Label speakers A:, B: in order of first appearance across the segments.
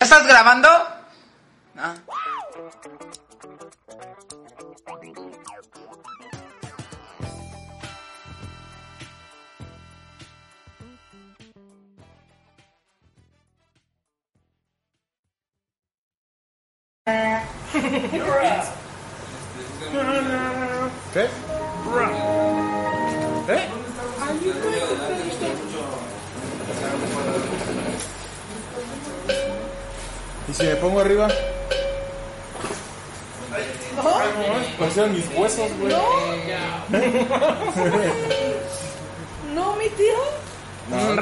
A: ¿Ya estás grabando? Ah.
B: ¿Qué? ¿Eh? ¿Y si me pongo arriba? Parecieron mis huesos, güey.
C: No, mi tío.
B: No,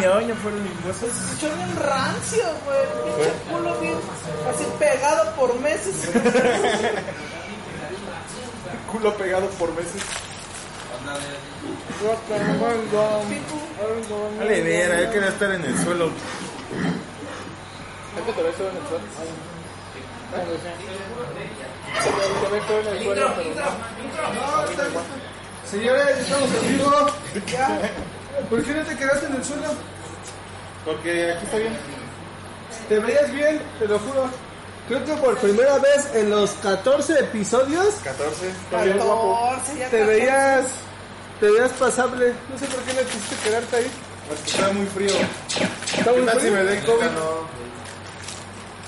B: ya fueron mis huesos.
C: Yo bien rancio, güey. Pinche culo bien así pegado por meses.
B: Culo pegado por meses. Dale, mira, él quería estar en el suelo.
D: Señores, ya estamos en vivo. Ya. ¿Por qué no te quedaste en el suelo?
B: Porque aquí está bien.
D: Te veías bien, te lo juro. Creo que por primera vez en los 14 episodios
B: 14. Está bien guapo.
C: 14, ya
D: te
C: 14.
D: veías te veías pasable. No sé por qué no quisiste quedarte ahí.
B: Porque Está muy frío.
D: Está
B: ¿Qué
D: muy
B: tal si
D: frío.
B: me den COVID?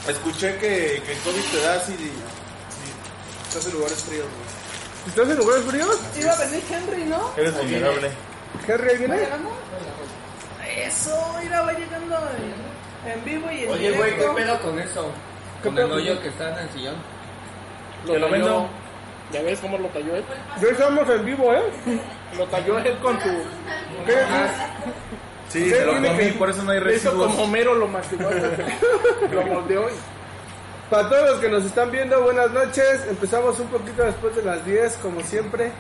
B: Escuché que, que COVID te da si, si estás en lugares fríos, güey.
D: ¿Estás en lugares fríos?
C: Iba a venir Henry, ¿no?
B: Eres vulnerable.
D: Henry, ¿ahí viene?
C: ¿Llegando? Eso, mira, va llegando en, en vivo y en
E: Oye, güey, ¿qué
C: directo.
E: pedo con eso?
D: ¿Qué
E: Con
D: pedo
E: el
D: con
E: hoyo
D: eso?
E: que está en el sillón.
F: Lo talló. ¿Ya ves cómo lo talló él?
D: Ya estamos en vivo, ¿eh?
F: Lo talló él con tu...
D: ¿Qué?
B: Sí,
D: ¿Qué
B: te lo
D: tiene
B: comí,
D: que-
B: por eso no hay
F: Lo hizo
B: residuos.
F: como Homero lo masticó. lo moldeó y...
D: Para todos los que nos están viendo, buenas noches. Empezamos un poquito después de las 10, como siempre.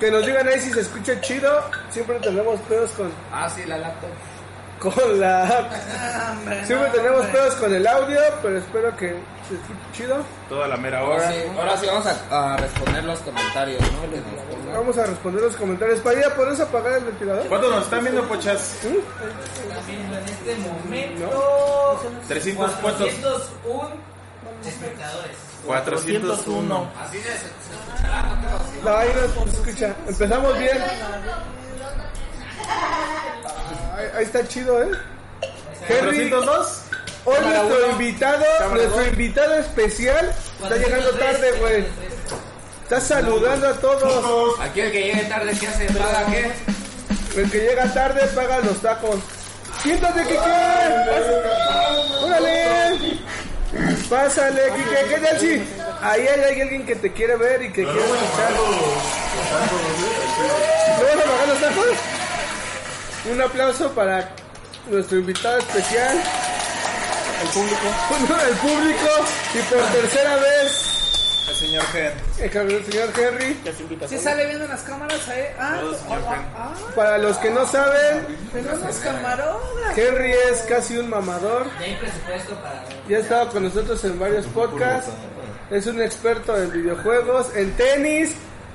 D: Que nos digan ahí si se escucha chido. Siempre tenemos pedos con,
E: Ah, sí, la laptop.
D: con la...
C: Ah, hombre,
D: Siempre
C: no,
D: tenemos
C: hombre.
D: pedos con el audio, pero espero que se escuche chido.
B: Toda la mera
E: Ahora
B: hora.
E: sí, ahora sí vamos a, a responder los comentarios, ¿no? Que nos pongan.
D: Vamos a responder los comentarios. Padilla, ¿podemos apagar el ventilador?
B: ¿Cuántos nos están viendo, pochas?
G: En este momento,
B: 300 puestos.
G: 401 espectadores.
B: 401.
D: No, ahí no se escucha. Empezamos bien. Ahí, ahí está chido, ¿eh? Henry, hoy
B: 402.
D: nuestro invitado, nuestro invitado especial, está llegando tarde, güey. Está saludando a todos.
E: Aquí el que llegue tarde, ¿qué hace? ¿Paga qué?
D: El que llega tarde paga los tacos. Siéntate, Kike. Órale. Pásale, Kike. ¿Qué tal si ahí hay alguien que te quiere ver y que quiere escuchar? ¿No vas a pagar los tacos? Un aplauso para nuestro invitado especial. El público. el público. Y por tercera vez,
B: El señor Gen.
D: el señor Henry.
C: Sí sale viendo las cámaras ahí. Ah, ah, ah,
D: Para los que no saben,
C: tenemos camarógrafo.
D: Henry es casi un mamador.
G: Ya hay presupuesto para.
D: Ya ha estado con nosotros en varios podcasts. Es un experto en videojuegos, en tenis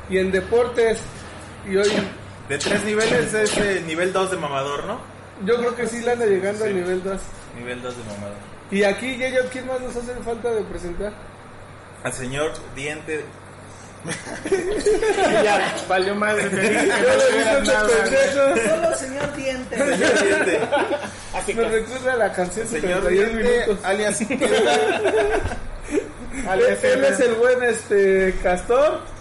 D: y en deportes. Y hoy
B: De tres niveles es eh, nivel 2 de mamador, ¿no?
D: yo creo que sí le anda llegando al nivel 2.
B: Nivel 2 de mamador.
D: Y aquí, Yeyo, ¿quién más nos hace falta de presentar?
B: Al señor diente.
F: ya, valió madre. te dije
D: Yo
F: que no
D: lo he visto
F: le dieras
D: este
F: nada.
D: pendejo.
C: Solo señor diente.
B: Señor diente.
F: Así
D: Me
F: que...
D: recuerda a la canción
B: Señor
D: 71
B: diente,
D: minutos.
B: alias. Diente.
F: al día
D: Él es
F: siguiente,
D: el buen este castor.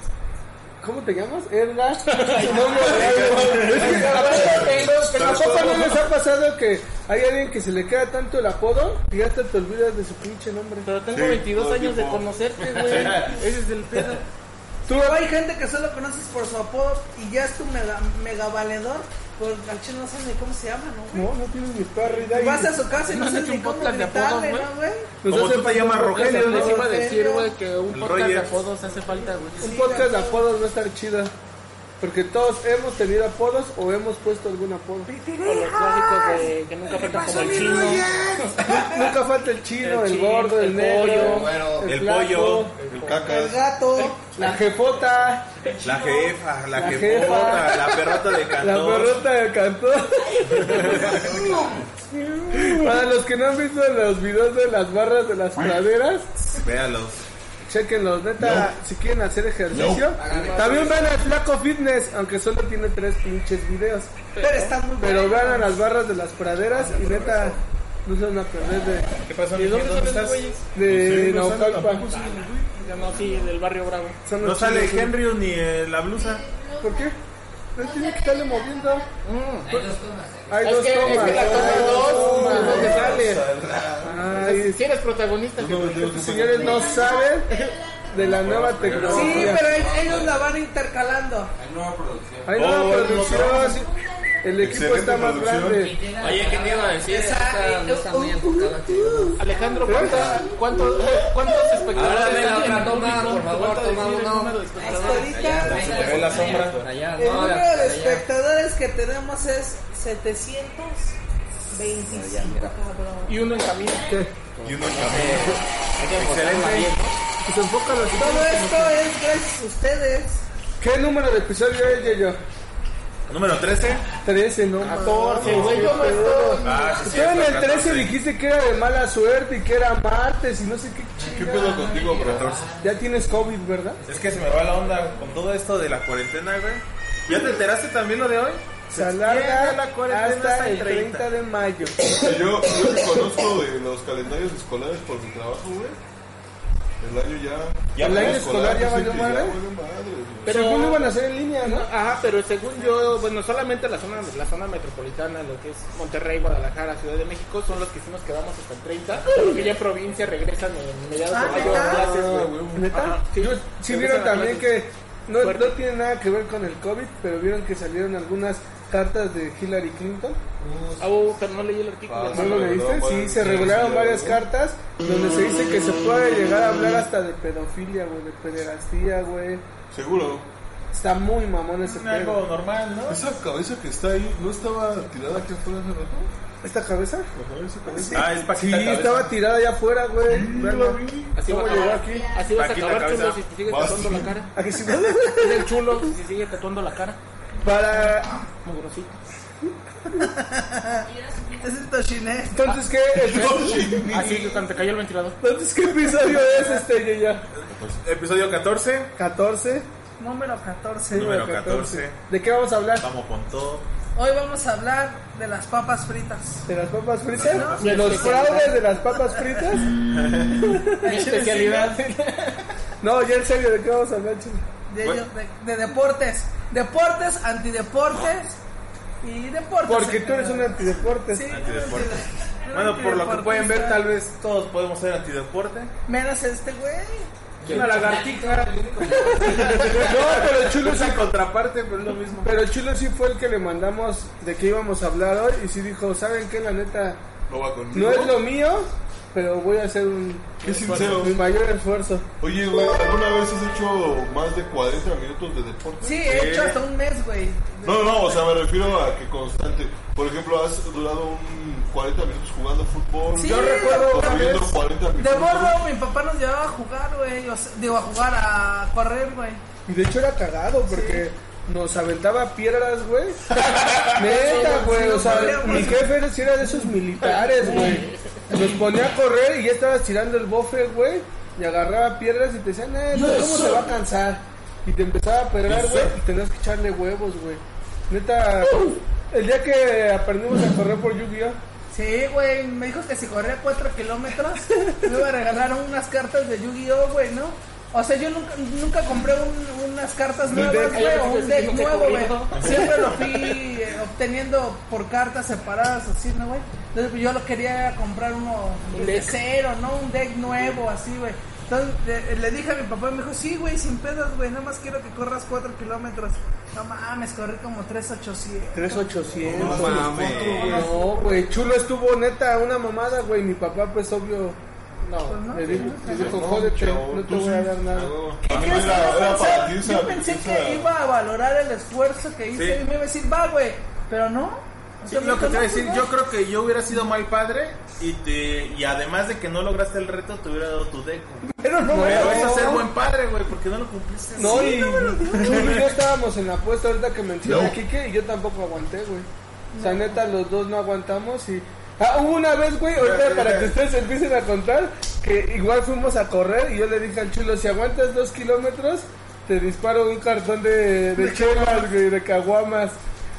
D: ¿Cómo te llamas? Edgar. Su nombre es que, aparte, ¿A poco no les ha pasado que hay alguien que se le queda tanto el apodo y hasta te olvidas de su pinche nombre?
F: Pero tengo 22 años de conocerte, güey. Ese es el pedo.
D: Tú,
C: Pero hay gente que solo conoces por su apodo y ya es tu mega, mega valedor. Por al chino no sabes ni cómo se llama, ¿no?
D: no, no tienes ni perra idea. Y
C: Vas a su casa y no
F: ¿No has
C: sabes
F: hecho
C: ni
F: un
C: cómo
F: podcast de
C: gritarle,
F: apodos,
C: ¿no, güey?
D: nos
B: Como
D: Pues hace
B: tú te llamas Rogelio,
F: Les
B: ¿no?
F: iba a decir, güey, que un
B: El
F: podcast de
B: Roger.
F: apodos hace falta, güey.
D: un podcast de apodos va a estar chido. Porque todos hemos tenido apodos o hemos puesto algún apodo.
F: O los clásicos de que nunca faltan como el chino.
D: Nunca falta el chino, el,
F: El chino,
D: gordo, el,
F: el
D: negro,
F: pollo,
H: Bueno,
D: el
H: el
D: flaco,
H: pollo, el
C: El
H: caca,
C: gato.
D: la jefota,
H: la jefa, la,
D: La
H: que
D: jefa.
H: jefota, la perrota de
D: la
H: cantón.
D: perrota del cantón. Para los que no han visto los videos de las barras de las praderas,
H: Véalos.
D: chequenlos, neta, si quieren hacer ejercicio. También van a Flaco Fitness, aunque solo tiene tres pinches videos.
C: Pero está muy
D: Pero
C: bueno.
D: vean a las barras de las praderas y neta, no se van a perder de-
B: ¿Qué pasó,
F: ¿Y dónde
B: Miguel?
F: salen los güeyes?
D: de,
B: No sale
D: Naucalpa.
B: tampoco, sí, güey.
F: No, sí, del barrio Bravo.
D: Son los
H: No sale
D: chidos,
H: Henry ni eh, la blusa.
D: ¿Por qué? No tiene que estarle moviendo.
G: Hay dos tomas.
D: Hay
F: Es
D: dos
F: que, es
D: tomas.
F: que la toma
D: Hay dos
F: dos,
D: tomas.
F: es lo que sale.
D: Ay, es-
F: Si eres protagonista, jefe.
D: estos señores no saben de la nueva
C: Sí,
D: tecnología.
C: pero e- ellos la van intercalando.
G: Hay nueva producción.
D: Hay nueva
H: Oh,
D: producción. El equipo
H: Excelente
D: está más
H: producción.
D: grande.
E: Oye, ¿qué te iba a decir? Esta no está muy enfocada.
F: Alejandro, ¿cuánta- cuánto- ¿cuántos espectadores?
E: Ahora ve la
F: tiene
E: otra
F: el
E: toma,
F: público?
E: por favor,
F: Falta decir
E: toma
F: el
E: uno.
F: número de espectadores.
C: Ahorita
E: Ahí
H: Se ve la sombra.
E: Allá,
C: el
E: no,
C: número de
E: allá.
C: espectadores que tenemos es 725, cabrón.
F: Y uno en camino.
H: Y uno en camino.
E: Excelente.
D: Y se enfocan los
C: Todo esto es gracias a ustedes.
D: ¿Qué número de episodio es, yo?
H: Número 13.
D: 13, ¿no?
F: Sí, güey, yo no estoy.
H: Ah, sí,
D: Tú en
H: cierto,
D: el 13
H: 14.
D: dijiste que era de mala suerte y que era martes y no sé qué
H: ¿Qué
D: chingada.
H: pedo contigo, bro? 14?
D: Ya tienes COVID, ¿verdad?
H: Es que se me va la onda con todo esto de la cuarentena, güey. ¿Ya te enteraste también lo de hoy?
D: Se
H: extiende
D: alarga
H: la cuarentena
D: hasta
H: hasta
D: el
H: el
D: 30 de mayo.
I: Yo, yo que conozco de los calendarios escolares por mi trabajo, güey. El año ya.
D: ¿El año escolar ya
I: dicen
D: valió
I: que
D: madre?
I: valió madre, güey.
F: Pero- Ah,
D: Según lo iban a hacer en línea, ¿no?
F: Ajá, pero según yo, bueno, solamente la zona, la zona metropolitana, lo que es Monterrey, Guadalajara, Ciudad de México, son los que sí nos quedamos hasta el 30, porque ya en provincia regresan en mediados de
C: Ah,
F: mayo
C: ¿neta?
F: a clases, güey.
D: ¿Neta?
F: Ajá, sí.
D: Yo- sí
F: Regresan
D: vieron
F: a
D: también
F: clases.
D: que no,
F: Fuerte.
D: no tiene nada que ver con el COVID, pero vieron que salieron algunas cartas de Hillary Clinton.
F: Ah, oh, pero no leí el artículo.
D: Ah, ¿No lo
I: Ah, sí,
D: leíste?
I: no,
D: Sí, se
I: bueno, sí,
D: revelaron
I: sí,
D: varias
I: sí.
D: cartas donde se dice que se puede llegar a hablar hasta de pedofilia, güey, de pederastía, güey.
I: Seguro.
D: Está muy mamón ese pedo.
H: Algo normal, ¿no?
I: Esa cabeza que está ahí, ¿no estaba tirada aquí afuera hace rato?
D: ¿Esta cabeza?
I: Ajá, esa cabeza.
H: Ah, es
D: Sí,
H: Paquita Cabeza.
D: estaba tirada allá afuera, güey. Verla.
F: Así
D: ¿Cómo
F: va a
D: llegó
F: acabar,
D: aquí?
F: Así vas a
H: Aquí la
F: acabar, chulo,
H: cabeza.
F: si te sigue
I: Vas.
F: tatuando la cara.
D: ¿A que sí?
F: Es el chulo, si te sigue tatuando la cara.
D: Para
F: Mugrosito.
C: Es el Toshiné.
D: Entonces, ¿qué?
F: Así que cuando Ah, te cayó el ventilador.
D: Entonces, ¿qué episodio es este, ya?
H: Pues, Episodio 14.
D: 14.
C: Número 14.
H: Número 14.
D: ¿De qué vamos a hablar?
H: Vamos con todo.
C: Hoy vamos a hablar de las papas fritas.
D: ¿De las papas fritas? ¿De los fraudes de las papas fritas?
F: Mi especialidad.
D: No, ya en serio, ¿de qué vamos a hablar, chile?
C: De,
H: Bueno.
C: de- de deportes. Deportes, antideportes y deportes.
D: Porque
C: en
D: tú eres un
C: general.
D: antideporte.
C: Sí,
H: Antideporte.
C: un antide-
H: Bueno, por lo que
C: antideportista.
H: pueden ver, tal vez todos podemos ser antideporte.
C: Menos este güey.
H: Una lagartija.
D: No, pero Chulo
H: Es la contraparte, pero es lo mismo.
D: Pero Chulo sí fue el que le mandamos de qué íbamos a hablar hoy y sí dijo, ¿saben qué? La neta,
I: No va conmigo.
D: no es lo mío, pero voy a hacer un,
I: Qué sincero.
D: mi mayor esfuerzo.
I: Oye, güey, ¿alguna vez has hecho más de 40 minutos de deporte?
C: Sí, he hecho hasta un mes, güey.
I: No, no, o sea, me refiero a que constante. Por ejemplo, has durado un 40 minutos jugando fútbol.
C: Sí, Yo recuerdo
I: o
C: una
I: viendo
D: vez
I: 40
C: De
I: minutos.
C: morro, mi papá nos llevaba a jugar, güey. o sea, digo, a jugar, a correr, güey.
D: Y de hecho era cagado porque nos aventaba piedras, güey. Neta, güey. O sea, mi jefe era- sí era de esos militares, güey. Nos ponía a correr y ya estabas tirando el bofe, güey. Y agarraba piedras y te decían, eh, no, ¿cómo se va a cansar? Y te empezaba a pedrar, güey. Y tenías que echarle huevos, güey. Neta, el día que aprendimos a correr por lluvia,
C: Sí, güey. Me dijo que si corría 4 kilómetros, me iba a regalar unas cartas de Yu-Gi-Oh, güey, ¿no? O sea, yo nunca, nunca compré un- unas cartas nuevas,
F: deck.
C: güey, o un deck
F: Nunca
C: nuevo, güey.
F: he corrido.
C: Siempre lo fui eh, obteniendo por cartas separadas, así, ¿no, güey? Entonces, pues, yo lo quería comprar uno
F: Un
C: de
F: deck.
C: cero, ¿no? Un deck nuevo, así, güey. Entonces, le, le dije a mi papá, y me dijo, sí, güey, sin pedos, güey, nada más quiero que corras 4 kilómetros. No mames, corrí como 3,800.
D: 3800.
H: Mames.
D: No, güey, chulo estuvo neta una mamada, güey. Mi papá, pues obvio,
F: No.
C: no,
D: Le dijo, le dijo,
I: No,
D: jódete,
I: chavo,
D: no te
I: tú
D: voy a
I: sí.
D: dar
I: Ah,
D: nada.
I: huevo.
C: ¿Qué
I: A mí
C: crees?
I: era-
C: Yo
I: era
C: pensaba-
I: para ti, o sea,
C: yo pensé
I: o
C: que
I: sea,
C: iba a valorar el esfuerzo que hice
B: Sí.
C: y me iba a decir, va, güey. Pero no. O
B: Sí,
C: sea, me
B: lo que te voy a
C: conoces,
B: decir,
C: ¿no?
B: yo creo que yo hubiera sido mal padre y, te, y además de que no lograste el reto, te hubiera dado tu deco.
D: Pero no,
B: Pero
D: no,
B: vas a ser buen padre, güey, porque no lo cumpliste.
D: No, y tú y yo estábamos en la apuesta ahorita que menciona Kike y yo tampoco aguanté, güey. O sea, neta, los dos no aguantamos y... Ah, hubo una vez, güey, ahorita para que ustedes empiecen a contar, que igual fuimos a correr y yo le dije al chulo, si aguantas dos kilómetros, te disparo un cartón de, de chelas, güey, de caguamas.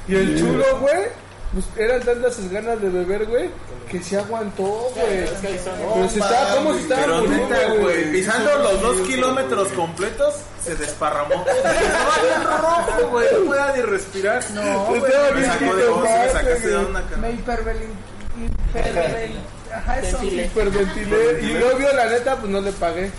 D: Y el chulo, güey, pues eran tantas sus ganas de beber, güey, que se aguantó, güey. Pero se estaba, ¿cómo se estaba
B: Pero
D: muriendo,
B: neta, güey,
D: güey?
B: pisando los dos kilómetros completos, se desparramó. Estaba bien rojo, güey, no podía ni respirar. No,
D: güey.
B: me sacó de voz, me sacaste de onda,
C: Me
B: cabrón.
C: hiperbelin. hiperbelin- Ajá, eso.
D: Hiperventilé. Y yo, vio la neta, pues no le pagué.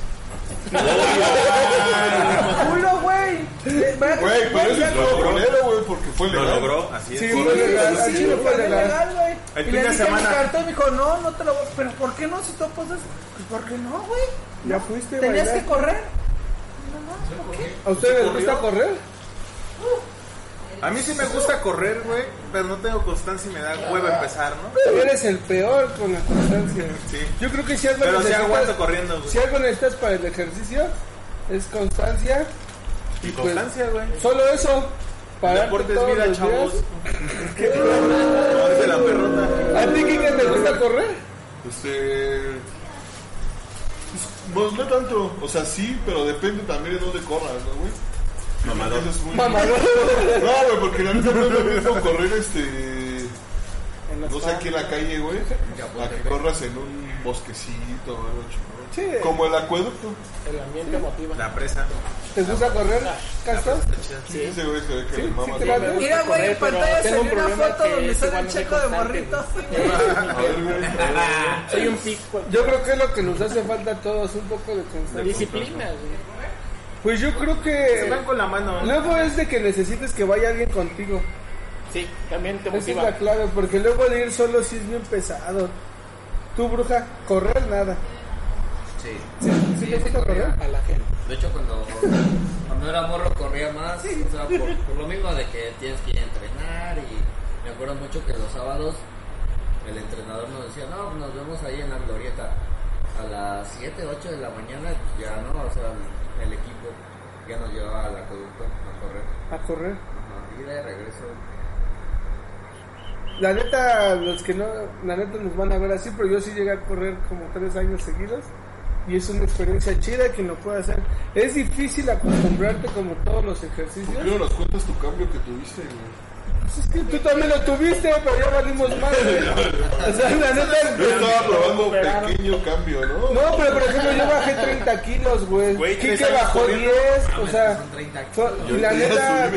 C: Culo, güey. Eh, va-
I: Güey, pero eso es
C: va-
I: lo bolero, güey, porque fue
H: Lo
I: legal.
H: logró, así
D: Sí,
H: es.
D: fue legal,
C: Sí,
D: al chile fue
C: fue
D: legal.
C: legal, güey.
B: El
C: Y
B: fin
C: le
B: de
C: dije a mi
B: semana.
C: cartón, me dijo, no, no te lo voy a... Pero ¿por qué no? Si tú apostas, pues ¿por qué no, güey?
D: Ya fuiste, güey.
C: Tenías que
D: ¿A
C: correr. No, no, ¿por qué?
D: ustedes les gusta correr?
B: A mí sí me gusta correr, güey, pero no tengo constancia y me da huevo empezar, ¿no?
D: Eres el peor con la constancia.
B: Sí.
D: Yo creo que si algo
B: Pero sí
D: necesitas-
B: aguanto corriendo, güey.
D: Si algo necesitas para el ejercicio, es constancia.
B: Y
D: pues,
B: constancia, güey.
D: Solo eso. Para
B: Deporte es vida, chavos. Como dice la perrota.
D: ¿A ti, Kike, te gusta correr?
I: Este. Pues no tanto, o sea, sí, pero depende también de dónde corras, ¿no, güey?
H: Mamador.
I: Eso es muy-
D: Mamador.
I: No, güey, porque la neta no es lo mismo correr este. No sé, aquí en la calle, güey. A que corras en un bosquecito o algo chingón.
D: Sí.
I: Como el acueducto.
F: El ambiente motiva.
B: La presa.
D: ¿Te gusta correr, Castor?
I: Sí, ese güey se ve que le mama.
D: sí, te la-
I: ¿no?
C: Mira, güey, en
F: correr, pero
C: pantalla
F: tengo
C: salió
F: un
C: una
F: problema
C: foto
F: que
C: donde
F: es
C: sale el
F: igual de
C: checo de
F: constante,
C: morrito.
I: A ver, güey.
F: Soy un pico.
D: Yo creo que es lo que nos hace falta a todos, un poco de constancia.
F: Disciplina, güey.
D: Pues yo creo que...
B: Van con la mano, ¿no?
D: Luego es de que necesites que vaya alguien contigo.
F: Sí, también te
D: Esa es
F: motiva.
D: la clave, porque luego de ir solo sí es bien pesado. Tú, bruja, correr nada.
E: Sí.
D: ¿Sí te gusta correr?
F: A la gente.
E: De hecho, cuando, cuando era morro corría más, o sea, por, por lo mismo de que tienes que ir a entrenar y me acuerdo mucho que los sábados el entrenador nos decía, no, nos vemos ahí en la glorieta a las 7, 8 de la mañana, ya no, o sea, el, el equipo ya nos llevaba al acueducto a correr.
D: A correr.
E: Ajá, y de regreso,
D: La neta, los que no, la neta nos van a ver así, pero yo sí llegué a correr como tres años seguidos. Y es una experiencia chida quien lo puede hacer. Es difícil acostumbrarte como todos los ejercicios.
I: Primero nos cuentas tu cambio que tuviste, güey.
D: Pues es que tú también lo tuviste, pero ya valimos más. O sea, la neta...
I: Yo estaba probando pequeño cambio, ¿no?
D: No, pero por ejemplo, yo bajé 30 kilos, güey.
B: Güey,
D: Kike
B: tres años
D: bajó 10,
B: corriendo.
D: o sea...
E: son 30 kilos.
D: so- y la neta...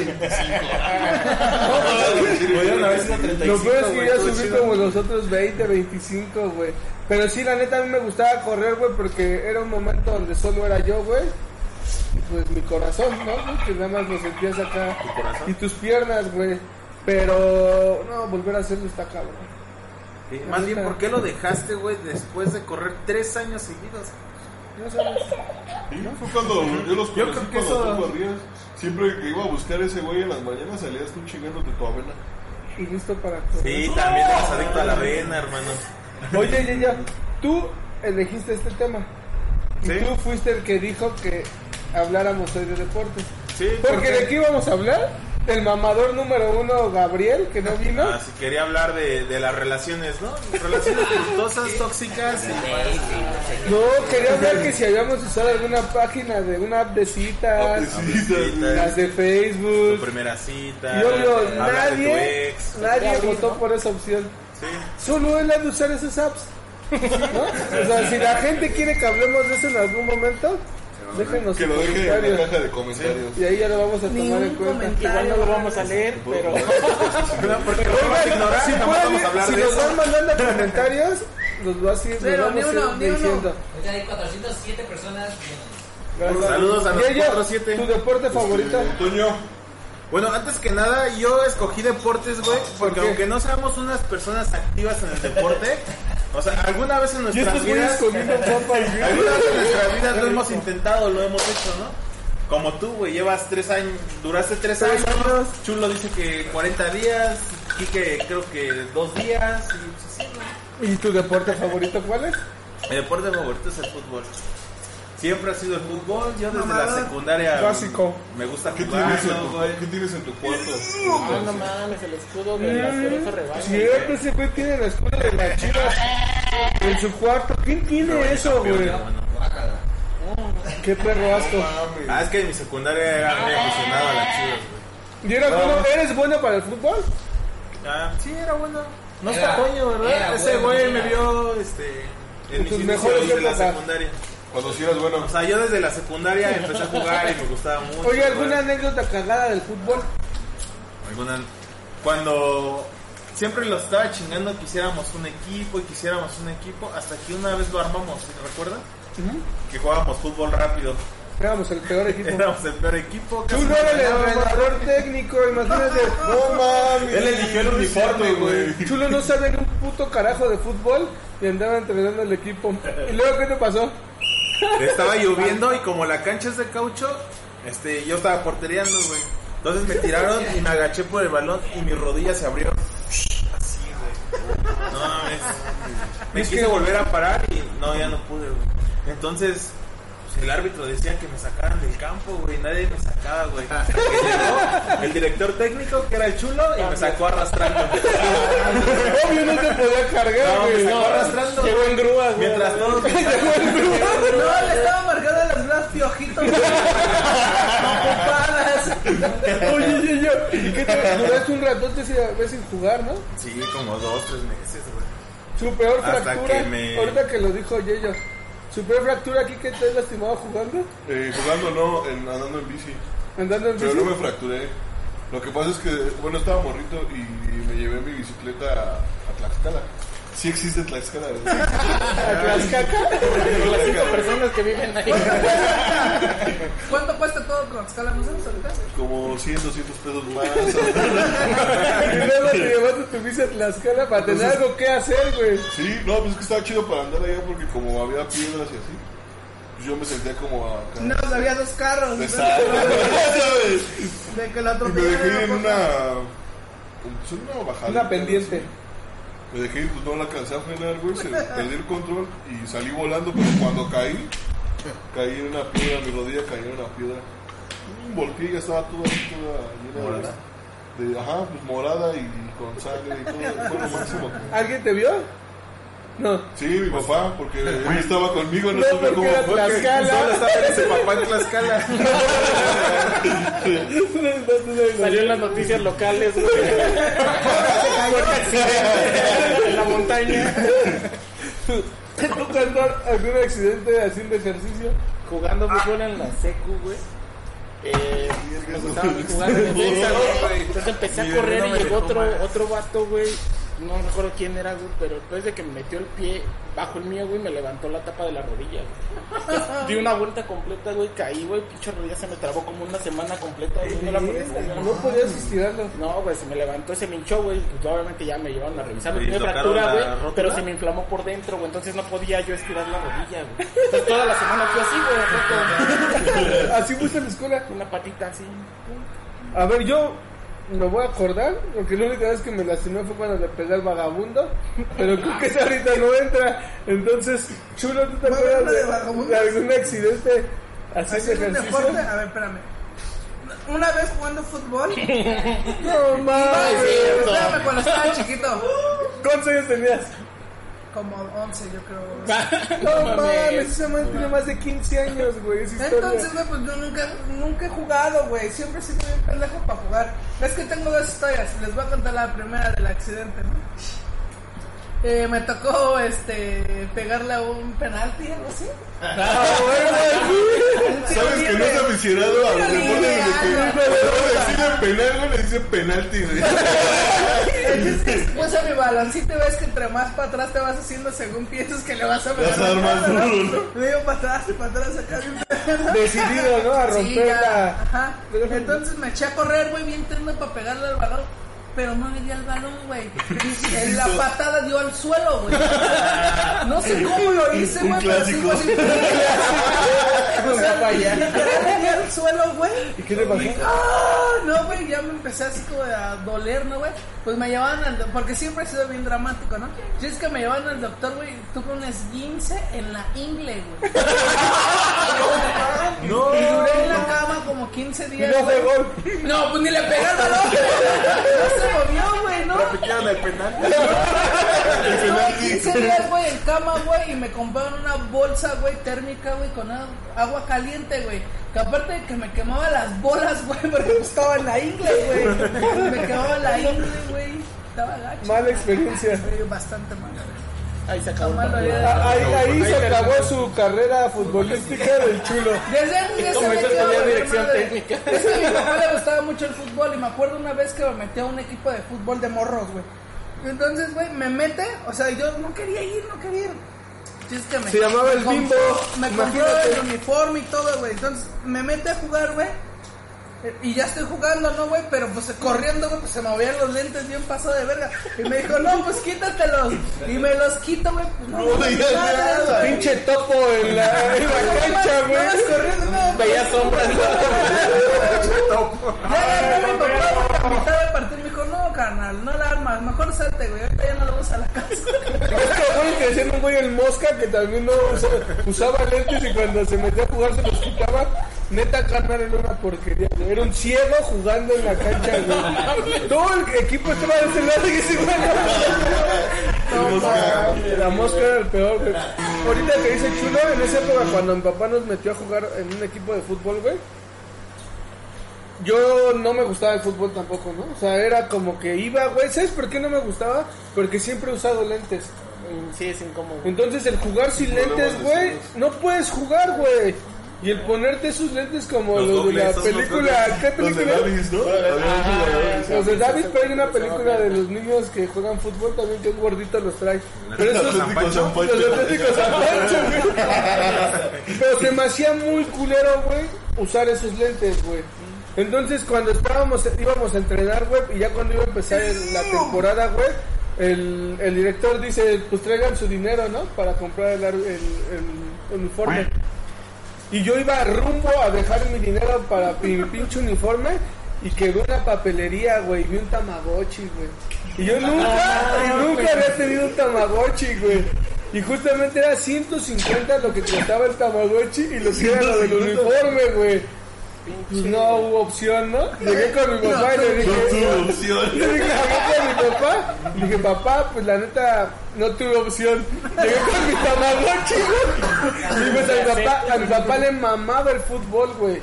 B: Podrían haber sido
D: Lo
B: 35,
D: peor es que
B: güey,
D: ya
B: todo
D: subí
B: chido.
D: como los otros 20, 25, güey. Pero sí, la neta, a mí me gustaba correr, güey, porque era un momento donde solo era yo, güey. Y Pues mi corazón, ¿no? güey? Que nada más lo sentías acá.
B: corazón?
D: Y tus piernas, güey. Pero, no, volver a hacerlo está cabrón.
B: Sí, Más bien, ¿por qué lo dejaste, güey, después de correr tres años seguidos?
D: No sabes.
I: Sí, fue cuando yo los
B: Yo
I: conocí
B: creo que
I: cuando
B: eso-
I: tú corrías. Siempre que iba a buscar a ese güey en las mañanas salías tú chingándote tu avena.
D: Y listo para correr.
B: Sí, también eres adicto a la avena, hermano.
D: Oye, ya, ya. Tú elegiste este tema. Y
B: Sí.
D: tú fuiste el que dijo que habláramos hoy de deportes.
B: Sí,
D: Porque de qué íbamos a hablar? El mamador número uno, Gabriel, que no vino.
B: Ah, sí, quería hablar de, de las relaciones, ¿no? Relaciones gustosas, tóxicas.
D: No, quería hablar que si habíamos usado alguna página de una app de citas, las de
B: Tu
D: Facebook.
B: primera cita.
D: Y obvio,
B: hablar de tu
D: nadie,
B: ex.
D: nadie votó por esa opción.
B: Sí.
D: Solo es la de usar esas apps. ¿no? O sea, si la gente quiere que hablemos de eso en algún momento, déjenos
I: Que
D: sus
I: lo deje en la
D: comentarios.
I: caja de comentarios.
D: Y ahí ya lo vamos a
C: Ni
D: tomar en
C: un
D: cuenta.
C: comentario.
F: Igual no lo vamos a leer, pero
B: No, porque lo vamos a ignorar
D: Si
B: y jamás vamos a
D: pueden,
B: hablar
D: si
B: de
D: nos van
B: eso.
D: mandando comentarios, los vas a ir, los
C: Pero
D: vamos
C: ni uno,
D: a ir
C: ni uno.
D: diciendo.
G: Ahorita hay 407 personas. que-
D: Gracias.
B: Pues, Saludos a los
D: Yeyo,
B: 47.
D: ¿Tu deporte favorito?
I: Toño,
B: Bueno, antes que nada, yo escogí deportes, güey,
D: ¿Por
B: porque
D: qué?
B: aunque no seamos unas personas activas en el deporte, O sea, alguna vez en
D: Y
B: nuestras
D: estos güeyes
B: vidas.
D: comiendo papas, güey.
B: Alguna vez en nuestras vidas lo hemos intentado, lo hemos hecho, ¿no? Como tú, güey, llevas tres años, duraste tres años.
D: Tres años.
B: Chulo dice que 40 días, Quique creo que dos días. y, pues, así, güey.
D: ¿Y tu deporte favorito cuál es?
B: Mi deporte favorito es el fútbol. Siempre ha sido el fútbol, yo desde la
C: Mamador.
B: secundaria.
D: Básico.
B: Me gusta
I: ¿Qué
B: jugar,
I: tienes, en
B: ¿no,
I: tu,
B: güey?
I: ¿Qué tienes en tu cuarto?
F: Ah, no mames, el escudo del asqueroso rebaño.
D: Cierto, este ese güey tiene la escuela de las chivas en su cuarto. ¿Quién tiene eso, güey? Qué perro asco.
B: Ah, es que en mi secundaria era muy aficionado a las chivas,
D: ¿Y era bueno? ¿Eres bueno para el fútbol?
B: güey. Ah, sí, era bueno.
F: No
G: está Toño, ¿verdad?
B: Ese güey me
G: era.
B: vio, este. En mis
D: tus
B: inicios
D: mejores
B: desde la
D: épocas.
B: secundaria.
I: Cuando sí eras bueno.
B: O sea, yo desde la secundaria empecé a jugar y me gustaba mucho.
D: Oye, ¿alguna
B: güey.
D: anécdota cagada del fútbol?
B: Alguna- Cuando siempre lo estaba chingando que hiciéramos un equipo y quisiéramos un equipo, hasta que una vez lo armamos, ¿te recuerdas? Que jugábamos fútbol rápido.
D: Éramos el peor equipo.
B: Éramos el peor equipo.
D: Tú
B: casi
D: no eres el
B: ganábamos.
D: entrenador técnico, imagínate.
I: No mames.
B: Él eligió el
I: No es
B: uniforme,
I: cierto,
B: güey.
D: Chulo no sabe ni un puto carajo de fútbol y andaba entrenando el equipo. ¿Y luego qué te pasó?
B: Estaba lloviendo y como la cancha es de caucho, este, yo estaba portereando, güey. Entonces me tiraron y me agaché por el balón y mi rodilla se abrió. Así, güey. No mames. Me
D: Es
B: quise
D: que-
B: volver a parar y no, ya no pude, güey. Entonces, pues, el árbitro decía que me sacaran del campo, güey. Nadie me sacaba, güey.
D: Ah.
B: Hasta que llegó El director técnico, que era el chulo, y me sacó arrastrando.
D: Ah, Obvio no te podía cargar,
B: No, me
D: güey.
B: sacó arrastrando.
F: Llegó en grúa, güey.
B: Mientras todos me
C: No, le estaba marcando las blas piojitos. Ocupadas.
D: Oye, yo, yo. ¿Y qué te duraste un ratote sin- vez sin jugar, no?
B: Sí, como dos, tres meses, güey.
D: Su peor
B: Hasta
D: fractura.
B: que me-
D: Ahorita que lo dijo Yeyo. Su peor fractura aquí que te has lastimado jugando,
I: Eh, jugando no, en- andando en bici.
D: andando en
I: Pero
D: bici.
I: no me fracturé. Lo que pasa es que, bueno, estaba morrito y me llevé mi bicicleta a, a Tlaxcala. Sí existe Tlaxcala. ¿eh? güey.
D: A Tlaxcaca.
F: Las cinco personas que viven ahí.
C: ¿Cuánto cuesta todo con escala más o menos ahorita?
I: Como 100, 200 pesos más.
D: Y luego te llevaste tu bici a Tlaxcala para tener
I: Entonces-
D: algo que hacer, güey.
I: Sí, no, pues es que estaba chido para andar allá porque como había piedras y así, pues yo me sentía como acá.
C: No, había dos carros. ¿no?
I: Pesado, ¿sabes?
C: De que la
I: Y Pues, me dejé ir en
C: atropellaron.
I: una. pues, en una bajada.
D: Una pendiente.
I: Me dejé ir, pues no la alcancé a frenar, güey. se- Perdí el control y salí volando, pero cuando caí, caí en una piedra, mi rodilla cayó en una piedra. Un volqué y ya estaba toda, toda llena
B: ¿Morada?
I: de, de- Ajá, pues morada y con sangre y todo. Fue lo máximo.
D: ¿Alguien te vio? No.
I: Sí, mi papá, porque él estaba conmigo, no
D: No,
I: sabía
D: porque
I: cómo
D: era
I: Pues fue. que-
D: Tlaxcala.
B: Solo estaba ese papá en Tlaxcala.
F: Salió en las noticias locales, güey. Fue accidente En la montaña.
D: ¿Tú cantar algún accidente haciendo ejercicio?
F: Jugando fútbol en la secu, güey. Eh, me gustaba a mí jugar en el Nexa, güey. Entonces empecé a correr y llegó otro, otro vato, güey. No recuerdo quién era, güey, pero después de que me metió el pie bajo el mío, güey, me levantó la tapa de la rodilla, güey. Entonces, Di una vuelta completa, güey, caí, güey, pinche rodilla se me trabó como una semana completa, güey, no la podía sacar.
D: No podías estirarlo.
F: No, güey, se me levantó, se me hinchó, güey. Pues obviamente ya me llevaron a revisar.
B: Oye,
F: Me
B: ¿tocaron
F: fractura,
B: la
F: güey,
B: rótula?
F: pero se me inflamó por dentro, güey. Entonces no podía yo estirar la rodilla, güey. Entonces toda la semana fui así, güey, al rato,
D: Así fuiste a la escuela.
F: con una patita así.
D: A ver, yo me voy a acordar, porque la única vez que me lastimé fue cuando le pegué al vagabundo, pero creo que esa ahorita no entra. Entonces, chulo, ¿tú te
C: No,
D: acuerdas
C: no, de vagabundo.
D: de, de algún accidente
C: Así
D: haciendo
C: es un
D: ejercicio?
C: deporte. A ver, espérame. Una vez jugando fútbol.
D: No mames.
C: Espérame, cuando estaba chiquito.
D: ¿Cuántos años tenías?
C: Como 11, yo creo.
D: No mames, esa madre tiene más de 15 años, güey. Es historia.
C: Entonces, güey, pues yo nunca, nunca he jugado, güey. Siempre he sido bien pendejo para jugar. Es que tengo dos historias. Les voy a contar la primera del accidente, ¿no? Eh, me tocó este pegarle a un penalti, algo así.
D: Ah,
I: ¿Sabes que no es aficionado a los deportes de que no le deciden penal, güey, le dicen penalti, güey?
C: Entonces, pues a mi baloncito ves que entre más para atrás te vas haciendo según piensas que le vas a pegar.
I: Vas a dar más
C: ¿no?
I: duro,
C: Le digo para atrás, para atrás, acá.
D: Decidido, ¿no? A
C: Sí,
D: romper
C: ya.
D: la.
C: Ajá. Entonces me eché a correr, güey, bien teniendo para pegarle al balón. pero no le di al balón, güey. En La patada dio al suelo, güey. No sé cómo lo hice, güey, pero sí, güey. O sea, literal, dio al suelo, güey.
D: ¿Y qué le pasó?
C: ¡Ah! No, güey, ya me empecé así como a doler, ¿no, güey? Pues me llevaban al doctor, porque siempre he sido bien dramático, ¿no? Yo es que me llevaban al doctor, güey, tuve un esguince en la ingle, güey.
B: No.
C: Y duré en la cama como 15 días,
D: No fue
C: güey.
D: gol.
C: No, pues ni le pegaba el balón, güey. No se movió, güey, ¿no?
B: Repitieron el penal.
C: Estuve 15 días, güey, en cama, güey, y me compraron una bolsa, güey, térmica, güey, con a- agua caliente, güey. Que aparte de que me quemaba las bolas, güey, porque pues, estaba en la ingle, güey. Me quemaba en la ingle, güey. Estaba gacho.
D: Mala experiencia.
C: Güey, Bastante mal, güey.
F: Ahí se acabó.
C: Está mal,
F: el
C: güey.
D: Ah, Ahí, ahí se acabó su carrera futbolística del chulo.
C: Desde antes ya se
F: Comenzó a
C: metió,
F: estudiar
C: güey,
F: dirección
C: madre.
F: técnica.
C: Es que a mi papá le gustaba mucho el fútbol y me acuerdo una vez que me metí a un equipo de fútbol de morros, güey. Entonces, güey, me mete, o sea, yo no quería ir, no quería ir. Entonces, que me,
D: Se llamaba el
C: me compró-
D: Bimbo,
C: Me compró
D: imagínate.
C: el uniforme y todo, güey. Entonces, me mete a jugar, güey. Eh, Y ya estoy jugando, ¿no, güey? Pero pues corriendo, güey, pues se me movían los lentes bien pasado de verga. Y me dijo, no, pues quítatelos. Y me los quito, güey. Pues, no, no,
I: digas nada,
D: Pinche topo en la, en la cancha,
C: No vas
D: güey.
C: corriendo, no,
F: Veía sombras.
C: Ya agarró mi papá, güey, a mitad del partido me dijo, no, carnal, no la armas, mejor salte, güey, ahorita ya no lo vas a la casa.
D: Esto güey que decían un güey el mosca que también no usa- usaba lentes y cuando se metía a jugar se los quitaba. Neta carnal era una porquería, güey. Era un ciego jugando en la cancha, güey. Todo el equipo estaba de ese lado y ese güey. no. No, mames, La mosca era el peor, güey. Ahorita que dice chulo, en esa época cuando mi papá nos metió a jugar en un equipo de fútbol, güey. Yo no me gustaba el fútbol tampoco, ¿no? O sea, era como que iba, güey. ¿Sabes por qué no me gustaba? Porque siempre he usado lentes.
F: Mm, Sí, es incómodo.
D: Entonces el jugar sin
I: le
D: lentes,
I: mandes
D: güey,
I: unos.
D: no puedes jugar, güey. Y el ponerte esos lentes como
B: Los
D: los de la
B: dobles, son los
D: película,
B: dobles.
D: ¿qué
I: Los de
D: película?
I: Davis, ¿no? Había un jugador que
D: Los de David
F: se-
D: Perry, hay una
F: se-
D: película
F: se-
D: de los niños que juegan fútbol también que un gordito los trae. Pero esos
I: Atlético
D: los
I: San Pancho.
D: atléticos San Pancho, güey. Pero se me hacía muy culero, güey, usar esos lentes, güey. Entonces cuando estábamos, íbamos a entrenar, güey, y ya cuando iba a empezar el- la temporada, güey, el, el director dice, pues traigan su dinero, ¿no? Para comprar el ar- el- el uniforme. Y yo iba rumbo a dejar mi dinero para mi pinche uniforme y quedó una papelería, güey, y un tamagotchi, güey. Y yo nunca, y nunca había tenido un tamagotchi, güey. Y justamente era 150 lo que costaba el tamagotchi y lo que era lo del uniforme, güey. Pues no hubo opción, ¿no? Llegué con mi papá y le dije...
I: No tuvo opción.
D: Le dije, "Hablé con mi papá. Le dije, papá, pues la neta, no tuve opción. Llegué con mi tamagotchi, güey. Y pues a mi papá, a mi papá le mamaba el fútbol, güey.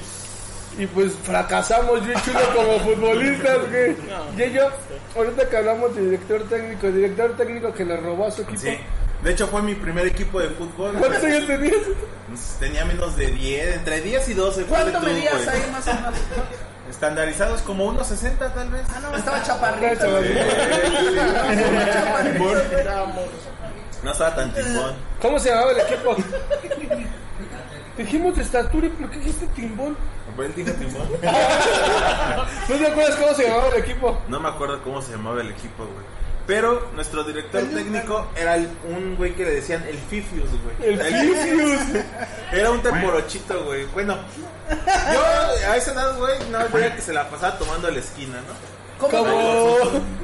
D: Y pues fracasamos yo y Chulo como futbolistas, güey. Y yo, ahorita que hablamos de director técnico, director técnico que le robó a su equipo.
B: Sí. De hecho, fue mi primer equipo de fútbol. Pues,
D: ¿Cuántos años tenías?
B: Tenía menos de 10, entre 10 y 12. ponle
C: ¿Cuánto
B: tú,
C: medías
B: güey.
C: ahí más o menos?
B: pues, Estandarizados como 1.60 tal vez.
C: Ah, no, estaba chaparrito.
D: Cacho, güey.
C: Estaba chaparrito, güey.
B: No estaba tan timbón.
D: ¿Cómo se llamaba el equipo? Dijimos de estatura, ¿y ¿por qué dijiste timbón?
B: Buen día, timbón.
D: ¿No te acuerdas cómo se llamaba el equipo?
B: No me acuerdo cómo se llamaba el equipo, güey. Pero nuestro director técnico era el- un güey que le decían el Fifius, güey.
D: El Fifius.
B: Era un temporochito, güey. Bueno, yo a esa edad, güey, no veía que se la pasaba tomando la esquina, ¿no?
C: ¿Cómo?
D: Como,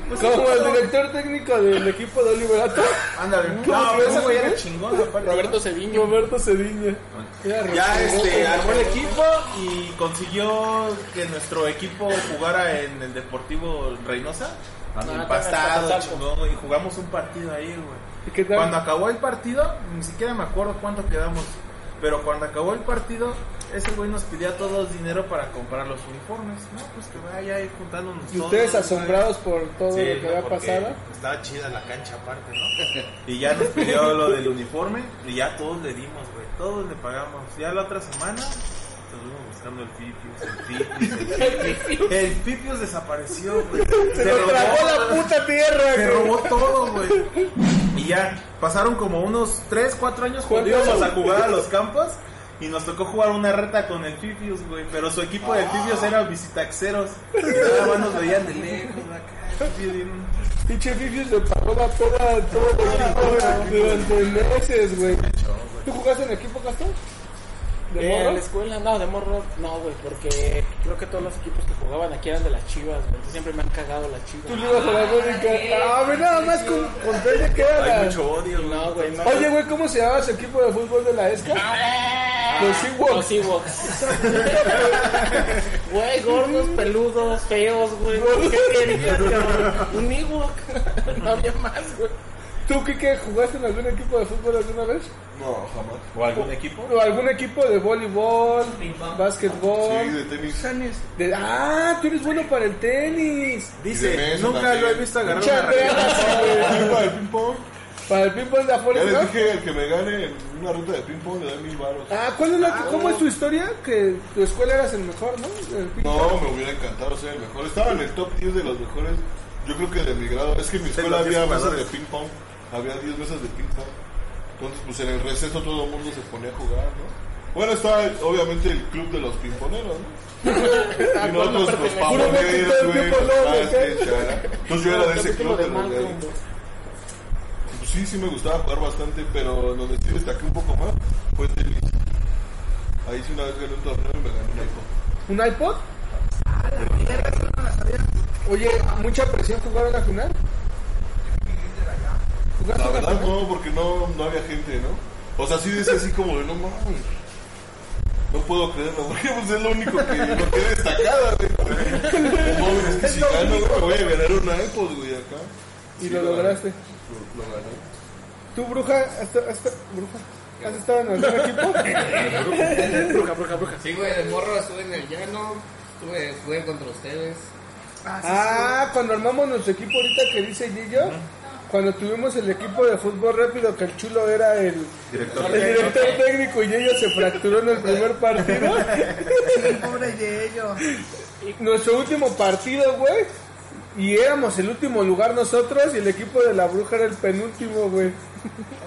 D: Pues como el director técnico del equipo de Oliverato,
B: Ándale. No,
D: ¿Cómo
B: pero
D: ves,
B: ese güey era
D: güey?
B: chingón, aparte.
F: Roberto Cediño.
D: Roberto Cediña.
B: Ya este, armó el equipo y consiguió que nuestro equipo jugara en el Deportivo Reynosa. Empastado, chingón, y jugamos un partido ahí, güey.
D: ¿Y qué tal?
B: Cuando acabó el partido, ni siquiera me acuerdo cuánto quedamos. Pero cuando acabó el partido, ese güey nos pidió a todos dinero para comprar los uniformes. No, pues que vaya ahí juntándonos
D: Y
B: todos,
D: ustedes
B: güey.
D: asombrados por todo
B: Sí,
D: lo que
B: no,
D: había
B: porque
D: pasado.
B: Estaba chida la cancha aparte, ¿no? Y ya nos pidió lo del uniforme y ya todos le dimos, güey. Todos le pagamos. Ya la otra semana estuvimos buscando el Pipius, el Pipius, el Pipius. El Pipius desapareció, güey. Se,
D: ¡Lo
B: robó-
D: tragó la puta
B: se
D: tierra, güey.
B: robó todo, güey. Y ya pasaron como unos 3, 4 años cuando
D: ¿Cuántos?
B: íbamos a jugar a los campos. Y nos tocó jugar una reta con el Fifius, güey. Pero su equipo de Fifius era visitaxeros. Y nada más nos veían de lejos acá. bien-
D: Pinche Fifius le pagó la peda a todo el equipo güey, durante meses, güey. ¿Tú jugaste en equipo, Gastón? ¿De
F: Eh, en
D: morro?
F: la escuela, no, de morro, no, güey, porque creo que todos los equipos que jugaban aquí eran de las chivas, güey. entonces Siempre me han cagado las
D: Tú
F: chivas.
D: le ibas a la América. Ah, güey, nada más con, con tal de que era la-
B: Hay mucho odio, güey.
F: No, güey, no.
D: Oye, güey, ¿cómo se llamaba su equipo de fútbol de la E ESCA? Los Ewoks.
F: Los Ewoks. Güey, gordos, peludos, feos, güey. ¿Qué querías, cabrón? Un Ewok. No había más, güey.
D: ¿Tú, Kike, jugaste en algún equipo de fútbol alguna vez?
I: No, jamás.
B: ¿O algún equipo?
D: ¿O algún equipo de voleibol,
I: Sí,
D: básquetbol?
I: de tenis.
D: de- Ah, tú eres bueno para el tenis.
I: Y de
B: Dice,
I: mesa
B: nunca
I: también.
B: lo he visto agarrar
D: Muchas
B: una reta.
D: gracias, güey.
I: Arriba del ping-pong.
D: Para el ping-pong de
I: Ya
D: afuera,
I: les
D: ¿no?
I: dije, el que me gane en una ruta de ping-pong le da mil baros.
D: Ah, ¿cuál es la, ¿cómo es tu historia? Que tu escuela eras el mejor, ¿no? El ping-
I: No, me hubiera encantado ser el mejor. Estaba en el top 10 de los mejores. Yo creo que de mi grado. Es que en mi escuela
B: los 10
I: había mesas de
B: jugadores.
I: ping-pong. Había 10 mesas de ping-pong. Entonces, pues en el receso todo el mundo se ponía a jugar, ¿no? Bueno, estaba obviamente el club de los pimponeros, ¿no? y nosotros los
D: Puro
I: pavoneros,
D: metido en
I: güey,
D: ping-pong,
I: los
D: ¿no?
I: básquets, ya. Entonces yo era de ese
F: Capítulo
I: club
F: de
I: de los de ahí.
F: Malcolm, güey.
I: Pues sí, sí me gustaba jugar bastante, pero donde sí destaqué un poco más fue el tenis. Ahí sí una vez gané un torneo y me gané un iPhone.
D: ¿Un iPod? Oye, ¿mucha presión jugar a la final? ¿Jugaste
I: La
D: a la
I: verdad
D: final?
I: no, porque no, no había gente, ¿no? O sea, sí decía así como de, no mames, no puedo creerlo, porque pues, es lo único que no queda destacada, güey. No mames, es que si gano, güey, voy a ganar un iPod, güey, acá.
D: Y
I: Sí,
D: lo
I: gané.
D: lograste.
I: Lo, lo gané.
D: ¿Tú, bruja, has, has- bruja, has estado en algún equipo?
E: Sí, güey, de morro estuve en el llano, estuve, jugué contra ustedes.
D: Ah, cuando armamos nuestro equipo ahorita que dice Gillo, cuando tuvimos el equipo de fútbol rápido, que el chulo era el,
B: Director.
D: el director técnico y Gillo se fracturó en el primer partido. Ah.
C: Pobre Yello.
D: Nuestro último partido, güey. Y éramos el último lugar nosotros y el equipo de la bruja era el penúltimo, güey.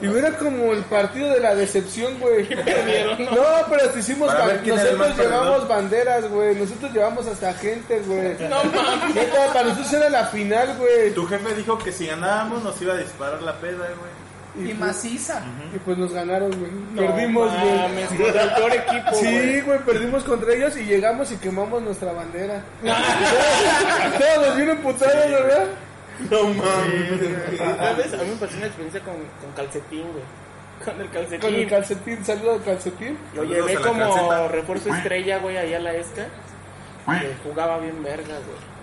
D: Y era como el partido de la decepción, güey. No, pero hasta hicimos...
B: Para
D: ba-
B: ver quién era el
D: Nosotros
B: más perdedor.
D: llevamos banderas, güey. Nosotros llevamos hasta gente, güey. No mames. Para nosotros era la final, güey.
B: Tu jefe dijo que si ganábamos nos iba a disparar la peda, güey.
D: Y,
C: Y
D: pues,
C: maciza.
D: y pues nos ganaron, güey. Perdimos, güey.
F: Mames, contra Ah, el peor equipo, güey.
D: Sí, güey, perdimos contra ellos y llegamos y quemamos nuestra bandera. Todos nos vieron putados, ¿verdad?
I: No mames.
F: ¿Sabes? A mí me pasó una experiencia con, con calcetín, güey. Con el calcetín.
D: Con el calcetín, saludo al calcetín.
F: Lo
B: Saludos
F: llevé
B: a la
F: como
B: calceta.
F: refuerzo estrella, güey, allá a la esca. que jugaba bien verga, güey.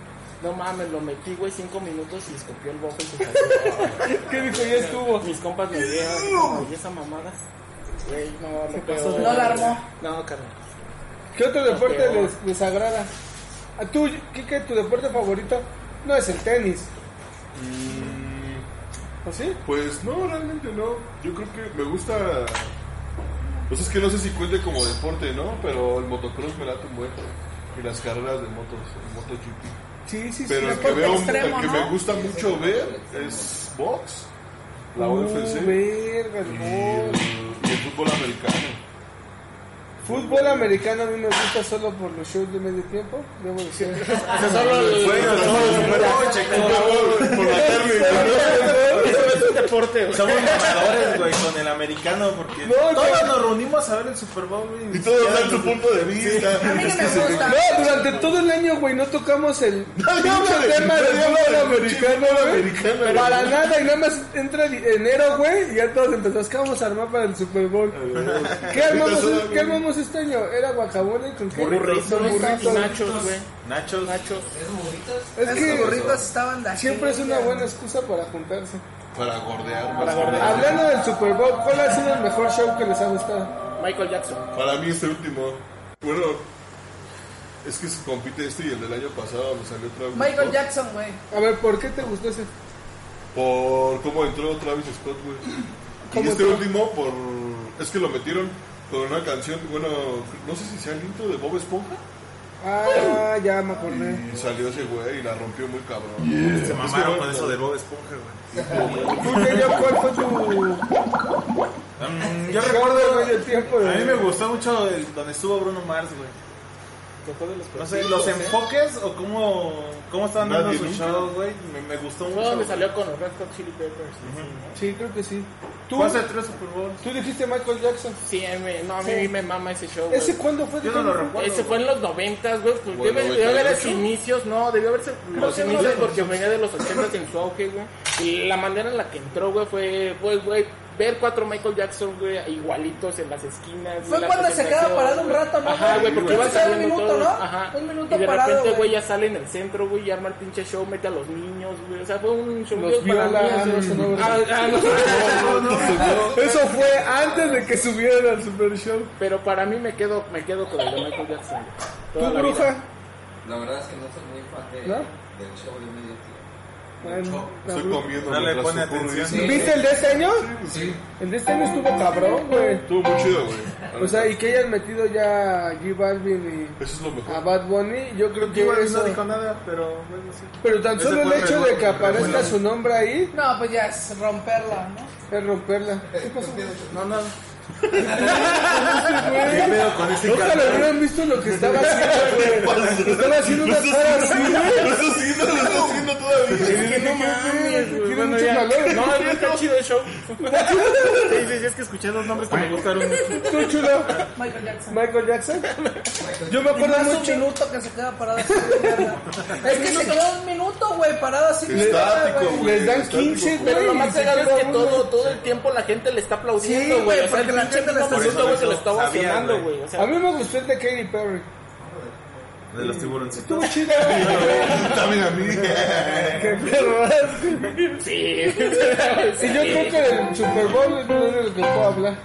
F: No mames, lo metí, güey, cinco minutos y escupió el bofe y se salió.
D: ¿Qué dijo? Ya estuvo.
F: Pues Mis compas me dieron, como, y esa mamada. Güey, no, no puedo.
C: No la armó.
F: No, carnal.
D: ¿Qué otro deporte
F: Campeón.
D: les, les agrada? ¿A tú, Kike, tu deporte favorito? No es el tenis, ¿o sí?
I: Pues no, realmente no. Yo creo que me gusta. Pues es que no sé si cuente como deporte, ¿no? Pero el motocross me late un buen. Y las carreras de motos, el MotoGP.
D: Sí, sí, sí.
I: Pero el que,
C: deporte
I: veo,
C: extremo,
I: el que
C: ¿no?
I: me gusta mucho ver es box, la
D: Uh,
I: UFC
D: verga, el
I: y
D: gol.
I: el, y el fútbol americano.
D: Fútbol americano a mí me gusta solo por los shows de medio tiempo, debo decir.
B: Bueno, somos Super Bowl,
I: Por, por la tarde,
F: Es deporte, güey.
B: Somos mamadores, güey, con el americano, porque
D: No,
B: todos
D: no.
B: nos reunimos a ver el Super Bowl, güey.
I: ¿no? Y todos dan su punto de vista.
C: A mí no
I: Es
C: me
I: que se ve-
C: gusta.
D: No, pues, durante todo el año, güey, no tocamos el
I: Nadie habla de-
D: pinche tema del
I: nadie habla
D: fútbol
I: del
D: americano,
I: fútbol
D: güey.
I: americano, güey.
D: Para nada, y nada más entra di- enero, güey, y ya todos empezamos. ¿Qué vamos a armar para el Super Bowl? ¿Qué armamos,
I: Ahorita
D: ¿qué armamos este año? ¿Era guacamole con qué?
B: Burritos.
D: Con
F: Y
D: burritos.
F: nachos, güey.
B: Nachos.
F: Nachos.
D: Es
C: Esos
D: que
C: burritos estaban de
D: siempre es una
C: aquella.
D: buena excusa para juntarse.
I: Para gordear, más
F: Para
I: que nada.
F: gordear.
D: Hablando del Super Bowl, ¿cuál ha sido el mejor show que les ha gustado?
F: Michael Jackson.
I: Para mí este último. Bueno, es que se compite este y el del año pasado me salió otra vez.
C: Michael Jackson, güey.
D: A ver, ¿por qué te gustó ese?
I: Por cómo entró Travis Scott, güey.
D: ¿Cómo
I: Y este
D: entró?
I: último por... Es que lo metieron con una canción, bueno, no sé si sea el intro de Bob Esponja.
D: Ah, ya me acordé.
I: Y salió ese güey y la rompió muy cabrón.
B: Se mamaron con eso de Bob Esponja, güey.
D: ¿Tú, Yayo, cuál fue tu,
B: Mm, yo
D: Gordo,
B: recuerdo,
D: güey, el tiempo de-
B: A mí me gustó mucho el- donde estuvo Bruno Mars, güey.
D: Que fue de los
B: No sé,
D: primeros,
B: los
D: ¿eh?
B: enfoques o cómo, cómo estaban dando
I: Nadie
B: su
I: nunca.
B: show, güey. Me, me gustó
F: Fue
B: mucho.
F: donde
B: güey.
F: salió con los Red Hot Chili Peppers.
D: Sí, creo que sí. ¿Tú,
B: ¿Cuál es el tres Super Bowl?
D: tú dijiste Michael Jackson.
F: Sí, a mí- no, a mí
D: Sí.
F: me mama ese show. güey.
D: ¿Ese cuándo fue?
B: Yo no lo
D: Déjame-
B: recuerdo.
F: Ese fue en los 90, güey. Pues
E: Bueno,
F: debe, debe haber
E: 98.
F: los inicios, no, debió haberse los
D: que no,
F: inicios
D: de-
F: porque venía de los 80 en su auge, güey. Y la manera en la que entró, güey, fue, pues, güey, ver cuatro Michael Jackson, güey, igualitos en las esquinas. güey,
C: Fue
F: la
C: cuando se queda
F: presentación,
C: parado un
F: güey.
C: rato, ¿no,
F: Ajá, güey,
C: güey?
F: porque
C: Creo
F: iban
C: que era un
F: saliendo
C: minuto,
F: todos.
C: ¿no?
F: Ajá.
C: Un minuto
F: Y de
C: parado,
F: repente,
C: güey.
F: güey, ya sale en el centro, güey, y arma el pinche show, mete a los niños, güey. O sea, fue un show
D: Los
F: para
D: violan,
F: niños,
D: eso no,
F: güey.
D: ¿verdad?
F: Ah, ah, no.
D: Eso fue antes de que subiera al Super Show.
F: Pero para mí me quedo, me quedo con el de Michael Jackson. güey, toda
D: ¿Tú,
F: la vida.
D: bruja?
E: La verdad es que no soy muy fan de,
D: ¿No?
E: del show de medio
D: Bueno, la
I: Estoy
D: bruja.
I: comiendo.
B: No le
I: mientras
B: pone
I: ocurre
B: atención.
I: eso.
D: ¿Viste el de este año?
E: Sí.
D: El de este año estuvo cabrón, güey.
I: Estuvo muy chido, güey.
D: O sea, y que hayan metido ya a G Balvin y
I: Eso es lo
D: a
F: ah,
I: mejor.
D: Bad Bunny, yo creo que
B: Igual
D: eso...
B: no dijo nada, pero bueno, sí.
D: Pero tan
B: Ese
D: solo el
B: fue
D: hecho de que
B: revuelo,
D: aparezca
B: revuelo.
D: su nombre ahí
C: No, pues ya es romperla, ¿no?
D: es romperla. ¿Qué pasó?
B: No, no.
D: güey?
B: pedo con ese
D: Nunca lo hubieran visto lo que estaba haciendo, güey. Estaba haciendo una cara así, güey.
I: Lo está haciendo, lo está haciendo todavía.
F: No mames, güey.
D: Tiene
F: Bueno,
D: mucho
F: ya.
D: calor.
F: No, no, está chido el show. Sí, sí, sí, es que escuché dos nombres que me gustaron.
D: Tú, chulo.
C: Michael Jackson.
D: Michael Jackson. Yo me acuerdo
C: Más un
D: mucho.
C: minuto que se queda parado así, mierda. Es que se queda un minuto, güey, parado así. mierda,
I: Estático, güey.
D: Les dan
I: Estático,
D: 15,
I: güey.
F: Pero lo
D: güey. y
F: más
D: se
F: cagado es
D: queda
F: que
D: uno.
F: todo, todo el tiempo la gente le está aplaudiendo,
C: Sí,
F: güey.
C: güey,
F: o sea, el
C: porque la
F: pinche
C: gente le está
F: minuto, güey, se
B: haciendo
F: le está
B: eso.
F: ovacionando,
B: Sabía,
F: güey. O sea,
D: A mí me gustó el de Katy Perry.
B: De los tiburones.
D: Estuvo chido.
I: También a mí.
D: Qué perras.
F: sí.
D: Y yo creo que del Super Bowl es de lo que puedo hablar.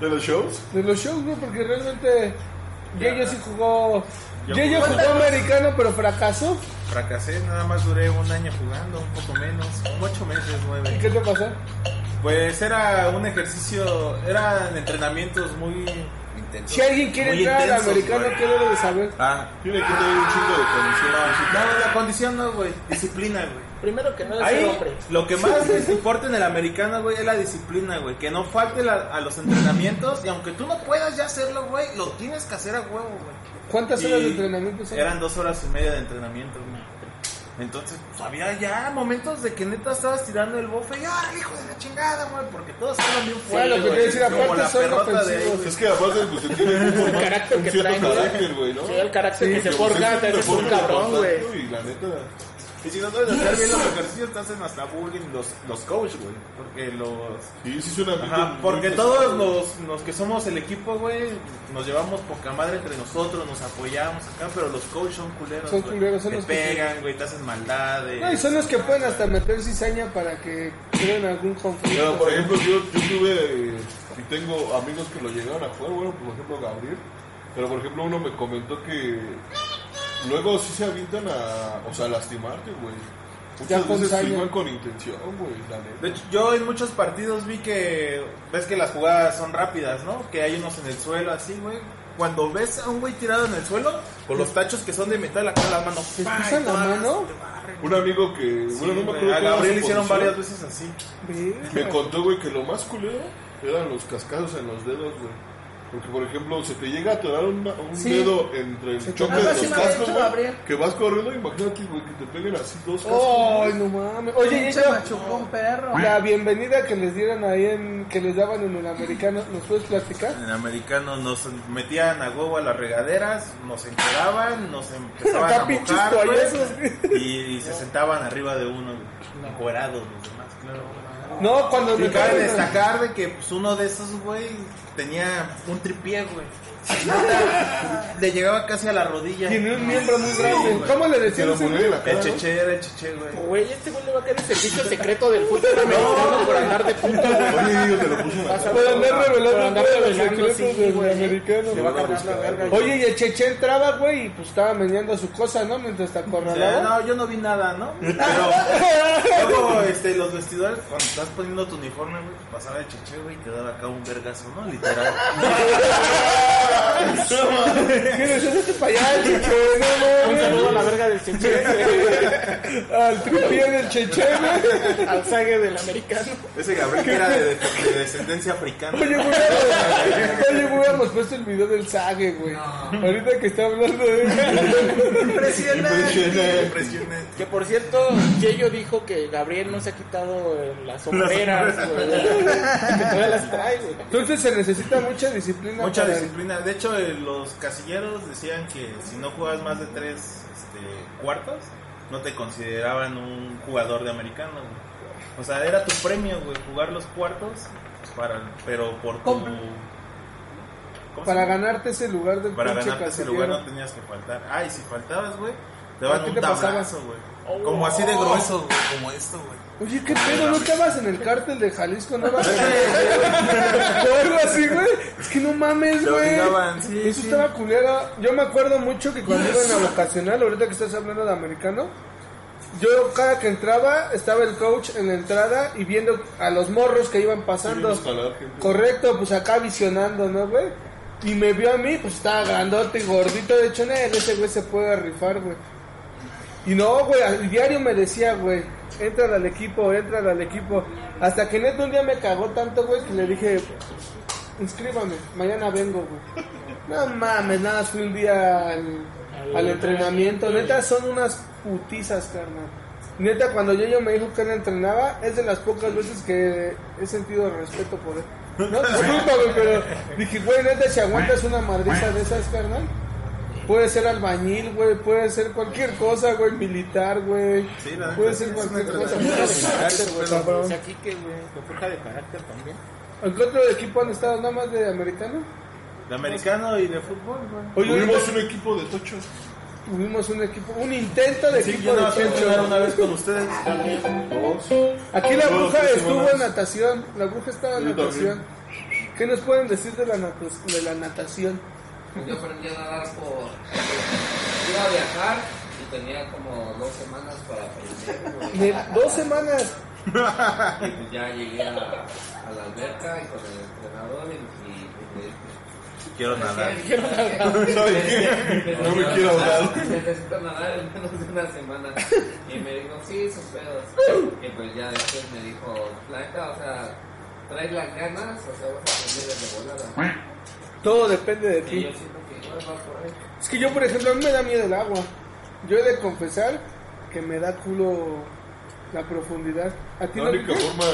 I: ¿De los shows?
D: De los shows, güey, porque realmente Yeyo sí jugó. Yeyo jugó americano, pero fracasó.
B: Fracasé, nada más duré un año jugando, un poco menos, como ocho meses,
D: ¿Y
B: nueve.
D: qué te pasó?
B: Pues era un ejercicio, eran entrenamientos muy...
E: Intenso.
D: Si alguien quiere
B: Muy
D: entrar al
B: intensos,
D: americano,
B: güey.
D: ¿qué debe de saber?
B: Ah,
I: Tiene que tener un chingo de condición.
B: no, la condición no, güey, disciplina, güey.
F: Primero que nada es el
B: Ahí,
F: hombre.
B: lo que más les importa en el americano, güey, es la disciplina, güey. Que no falte la- a los entrenamientos y aunque tú no puedas ya hacerlo, güey, lo tienes que hacer a huevo, güey.
D: ¿Cuántas horas
B: Y
D: de entrenamiento son?
B: Eran dos horas y media de entrenamiento, güey. Entonces, pues, había ya momentos de que neta estabas tirando el bofe y ¡ah, hijo de la chingada, güey! Porque todos estaban bien fuertes,
D: lo que te
B: güey,
D: decía,
B: como
D: aparte
B: la
D: son
B: perrota de ahí,
D: ofensivos.
B: güey.
I: Es que aparte, pues se tiene un
F: El carácter que traen,
I: cierto
F: güey.
I: carácter, güey, ¿no?
F: Sí, el carácter que se
I: pues,
F: forja te
I: un
F: haces un
I: deporte
F: cabrón, güey.
I: contacto Y la neta,
B: Y si no sabes hacer bien los ejercicios, te hacen hasta bullying los, los coach, güey. Porque los...
I: sí, sí es una
B: Ajá, porque todos los, los que somos el equipo, güey, nos llevamos poca madre entre nosotros, nos apoyamos acá, pero los coaches son culeros,
D: Son
B: güey.
D: culeros, son
B: Te
D: los que-
B: pegan, güey, te hacen maldades.
D: No, y son los que pueden hasta meter cizaña para que creen algún conflicto.
I: Pero, por ejemplo, yo, yo tuve eh, y tengo amigos que lo llegaron a jugar, bueno, por ejemplo Gabriel, pero por ejemplo uno me comentó que luego sí se avientan a, o sea, a lastimarte, güey.
D: Ya
I: Muchas
D: con
I: veces
D: saña.
I: sí van con intención, güey, la neta.
B: De hecho, yo en muchos partidos vi que. Ves que las jugadas son rápidas, ¿no? Que hay unos en el suelo así, güey. Cuando ves a un güey tirado en el suelo, con los tachos que son de metal acá en la mano.
D: ¿Te
B: ¡pa!
D: pisan
B: y
D: la
B: todas las-
D: mano?
I: Un amigo que,
B: Sí,
I: bueno, no
B: güey,
I: me acuerdo
B: a
I: cuál era
B: Gabriel
I: su
B: le hicieron
I: posición,
B: varias veces así.
I: Me contó, güey, que lo más culero eran los cascados en los dedos, güey. Porque, por ejemplo, se te llega a atorar una- un
D: Sí.
I: dedo entre el choque
C: Ah,
I: de
C: sí
I: los
C: me había
I: cascos,
C: dicho
I: güey,
C: Gabriel.
I: que vas corriendo, imagínate, güey, que te peguen así dos cascos.
D: Ay, no mames. Oye,
C: Pinche
D: Yeyo,
C: machucó un perro.
D: la bienvenida que les dieron ahí en, que les daban en el americano, ¿nos puedes platicar?
B: En el americano nos metían a huevo a las regaderas, nos enteraban, nos empezaban
D: Acá
B: a
D: pinches
B: mojar, güey,
D: payasos,
B: y, y se sentaban arriba de uno, güey, encuerados los demás, claro.
D: No, cuando
B: Y cabe
D: metieron-
B: destacar de que pues, uno de esos, güey, tenía un tripié, güey. Le llegaba casi a la rodilla.
D: Tiene un miembro muy grande. ¿Cómo le
I: Se
D: decían?
I: lo murió en la
B: El
I: cara. ¿no?
B: cheche era el cheche, güey.
F: Güey, este güey le va a caer el servicio secreto del fútbol americano por andar de puto, güey.
I: Oye, yo te lo puse en la cara.
D: Pueden andar
F: Por
D: revelando
F: andar
D: todos los
F: revelando,
D: secretos
F: sí,
D: del
F: güey.
D: americano.
I: Te van a buscar.
D: Oye, y el Cheche entraba, güey, y pues estaba meneando su cosa, ¿no? Mientras te
B: Eh,
D: acorralaba.
B: no, yo no vi nada, ¿no? Pero luego, este, los vestidores, cuando estás poniendo tu pues, uniforme, güey, pasaba el cheche, güey, y te daba acá un vergazo, ¿no? Literal.
D: ¿Qué les hace este payaso, güey? No
F: Un
D: mames.
F: saludo a la verga del chinche,
D: Al tripié del cheche, güey.
F: al sague del americano.
B: Ese Gabriel que era de, de descendencia africana.
D: Oye, güey, oye, güey, hubiéramos puesto el video del sague, güey. Ahorita que está hablando de...
B: Impresionante.
F: Que por cierto, Yello dijo que Gabriel no se ha quitado eh, las sombreras, güey. Que todavía las trae, güey.
D: Entonces se necesita mucha disciplina.
B: Mucha
D: para-
B: disciplina. De hecho, eh, los casilleros decían que si no jugabas más de tres este, cuartos, no te consideraban un jugador de americano. güey. O sea, era tu premio, güey, jugar los cuartos, para, pero por tu...
C: Com-
B: ¿cómo se
D: Para
B: llama?
D: ganarte ese lugar del
B: Para
D: pinche
B: ganarte ese
D: casillero.
B: lugar no tenías que faltar. Ah, y si faltabas, güey, te
D: ¿A
B: daban
D: ti
B: un
D: te pasaba?
B: tablazo, güey. Como así de grueso, güey, como esto, güey.
D: Oye, ¿qué pedo? ¿No estabas en el cártel de Jalisco? ¿No vas a algo así, güey? Es que no mames,
B: Te
D: güey.
B: obligaban, sí,
D: Eso
B: sí.
D: estaba culero. Yo me acuerdo mucho que cuando iba en la vocacional, ahorita que estás hablando de americano, yo cada que entraba, estaba el coach en la entrada y viendo a los morros que iban pasando.
I: Queremos jalar gente.
D: Correcto, pues acá visionando, ¿no, güey? Y me vio a mí, pues estaba grandote y gordito. De hecho, "Nel, ese güey se puede rifar, güey. Y no, güey, al diario me decía, güey, entra al equipo, entra al equipo. Hasta que neto un día me cagó tanto, güey, que le dije, inscríbame, mañana vengo, güey. No mames, nada, fui un día al, al entrenamiento. Neta, son unas putizas, carnal. Neta, cuando yo, yo me dijo que él entrenaba, es de las pocas veces que he sentido respeto por él. No, disculpa, güey, pero dije, güey, neta, si aguantas una madriza de esas, carnal, puede ser albañil, güey, puede ser cualquier cosa, güey, militar, güey.
B: Sí, la neta,
D: puede
B: sí,
D: ser
B: es
D: cualquier
B: una
D: cosa.
B: entrenadora de carácter, güey, la
F: O
D: Cabrón.
F: sea, aquí que, güey, con forja de carácter también.
D: ¿En qué otro equipo han estado nada más de americano?
B: De americano y de fútbol, güey.
D: Oye,
I: Tuvimos un equipo de tochos.
D: Tuvimos un equipo, un intento de
B: Sí,
D: equipo
B: yo no
D: de
B: sé
D: Checho.
B: jugar una vez con ustedes.
D: Aquí la
I: Dos,
D: bruja
I: tres
D: estuvo
I: semanas.
D: en natación, la bruja estaba en
I: Yo
D: natación. ¿Qué nos pueden decir de la, natas- de la natación?
G: Pues Yo aprendí a nadar por. Iba a viajar y tenía como dos semanas para aprender. güey.
D: De dos semanas,
G: Y pues ya llegué a, a la alberca y con el entrenador y, y pues me dijo,
B: Quiero nadar.
I: ¿Sabe qué? No me quiero hablar.
G: Necesito nadar en menos de una semana. Y me dijo, sí, sus pedos. Y pues ya después me dijo, la neta, o sea, traes las ganas, o sea, vas a aprender desde volada.
D: todo depende de
G: Y
D: ti.
G: yo siento que no va por ahí.
D: Es que yo, por ejemplo, a mí me da miedo el agua. Yo he de confesar que me da culo la profundidad. ¿A ti
I: La
D: no?
I: única forma.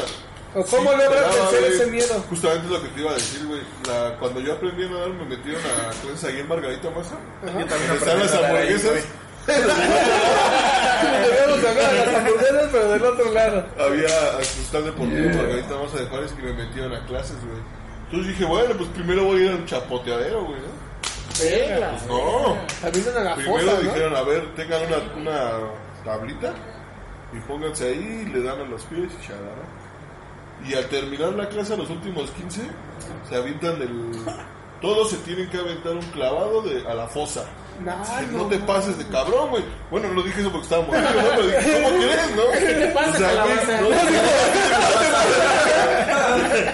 D: ¿O cómo
I: Sí,
D: logras
I: esperaba,
D: vencer
I: güey.
B: eh.
D: ese miedo?
I: Justamente es lo que te iba a decir, güey. La- Cuando yo aprendí a nadar, me metieron a clases ahí en Margarita Maza.
B: Yo también
I: Donde están
B: aprendí
I: las
B: a nadar ahí,
I: hamburguesas.
B: güey.
D: Debemos sacar a las hamburguesas, pero del otro lado.
I: Había cristal deportivo Margarita Maza de Juárez que me metieron a clases, güey. Entonces dije, bueno, pues primero voy a ir a un chapoteadero, güey. ¿no?
F: Verga.
I: No.
D: También a la
I: Primero
D: fosa, ¿no?
I: dijeron, a ver, tengan una, una tablita y pónganse ahí y le dan a los pies y charara. Y al terminar la clase, los últimos 15, se avientan el... Todos se tienen que aventar un clavado de, a la fosa.
D: No,
I: no, te pases de cabrón, güey. Bueno, no dije eso porque estaba morrido, ¿no? Pero dije, ¿cómo crees, no?
F: te pases a la
I: güey,
F: base.
I: no,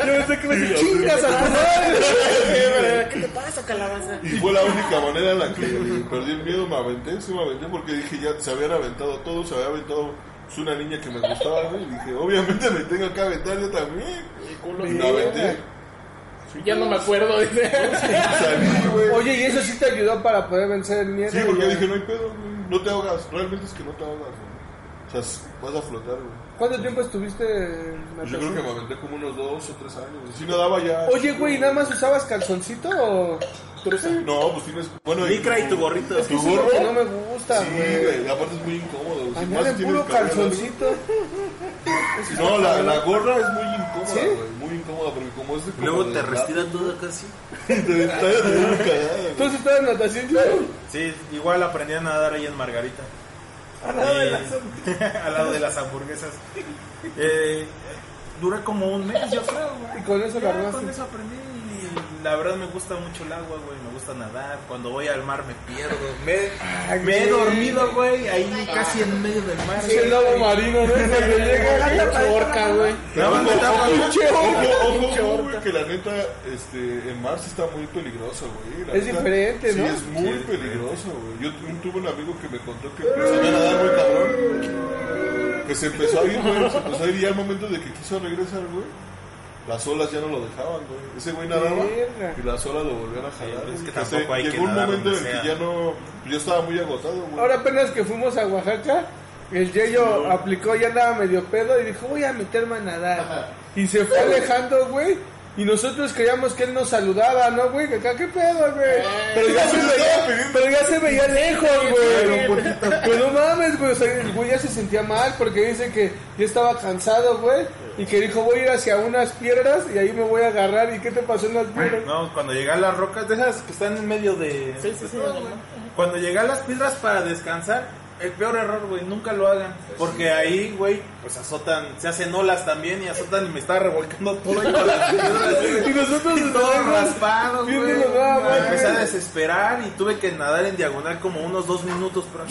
D: Yo pensé que me decía, chingas a tu madre.
F: ¿Qué te pasa, calabaza?
I: Y fue la única manera en la que perdí el miedo, me aventé, sí me aventé porque dije ya se habían aventado todos, se había aventado es una niña que me gustaba, güey, y dije, obviamente me tengo que aventar yo también. Y me aventé,
F: Ya no me acuerdo, dice.
I: salí, güey.
D: Oye, y eso sí te ayudó para poder vencer el miedo.
I: Sí, porque
D: güey?
I: dije, no hay pedo, güey, no te ahogas, realmente es que no te ahogas, güey. O sea, vas a flotar, güey.
D: ¿Cuánto tiempo estuviste en
I: Pues yo creo
D: natación?
I: que me aventé como unos dos o tres años, güey. Si no daba ya...
D: Oye, güey, ¿nada más usabas calzoncito o...?
I: No, pues tienes... Bueno,
B: Licra y tu gorrito.
I: ¿Tu
D: Eso es lo
I: gorro?
D: que no me gusta,
I: Sí,
D: güey.
I: güey, aparte es muy incómodo, güey. Si
D: Andar
I: más
D: en
I: tienes
D: puro
I: cabello largo-
D: calzoncito.
I: No, la, Ah, la gorra es muy incómoda,
D: ¿Sí?
I: güey. Muy incómoda, porque como es de como
B: Luego
I: de
B: te
I: la-
B: restira todo casi.
I: te restira de una cagada, güey.
D: ¿Tú sí estabas en natación? yo?
B: Sí, igual aprendí a nadar ahí en Margarita. Al lado, de, las... al lado de las hamburguesas. Eh, duré como un mes, yo creo. güey.
D: Y con eso la
B: Ya, Con
D: armaste.
B: eso aprendí. la verdad me gusta mucho el agua, güey. Me gusta nadar. Cuando voy al mar me pierdo. Me, me he dormido, Ah, güey, ahí casi en medio del mar.
D: Es el lobo marino, ¿no? Cuando llega, güey, su orca, güey.
B: Nada más me tapa, güey.
I: Ojo, ojo, ojo, güey, que la neta, este, el mar sí está muy peligroso, güey. La
D: Es
I: neta,
D: diferente, ¿no?
I: Sí, es muy peligroso, güey. Yo tu- tuve un amigo que me contó que empezó a nadar muy cabrón. Que se empezó a ir, güey, se empezó a ir y al momento de que quiso regresar, güey. Las olas ya no lo dejaban, güey. Ese güey nadaba
D: Verga.
I: y las olas lo volvían a jalar.
B: pero es
I: güey.
B: que tampoco
I: Hasta
B: hay que
I: Llegó un
B: nadar
I: momento en el
B: donde
I: que
B: sea.
I: ya no. Yo estaba muy agotado, güey.
D: Ahora apenas que fuimos a Oaxaca, el Yeyo aplicó, ya andaba medio pedo y dijo, voy a meterme a nadar. Y se fue alejando, güey. Y nosotros creíamos que él nos saludaba, ¿no, güey? Que acá, ¿qué pedo, güey? Pero ya se veía, pero ya se veía lejos, güey. Pues no mames, güey. O sea, el güey ya se sentía mal porque dice que ya estaba cansado, güey. Y que dijo, voy a ir hacia unas piedras y ahí me voy a agarrar. ¿Y qué te pasó en las piedras?
B: No, cuando llegué a las rocas, de esas que están en medio de. de todo, güey. Cuando llegué a las piedras para descansar, el peor error, güey, nunca lo hagan. Porque ahí, güey, pues azotan, se hacen olas también y azotan y me estaba revolcando todo ahí con las piedras.
D: Y nosotros
B: Y todos
D: estábamos
B: raspados, güey.
D: viendo lo nada más,
B: Me empecé a
D: ah, güey.
B: desesperar y tuve que nadar en diagonal como unos dos minutos. Pero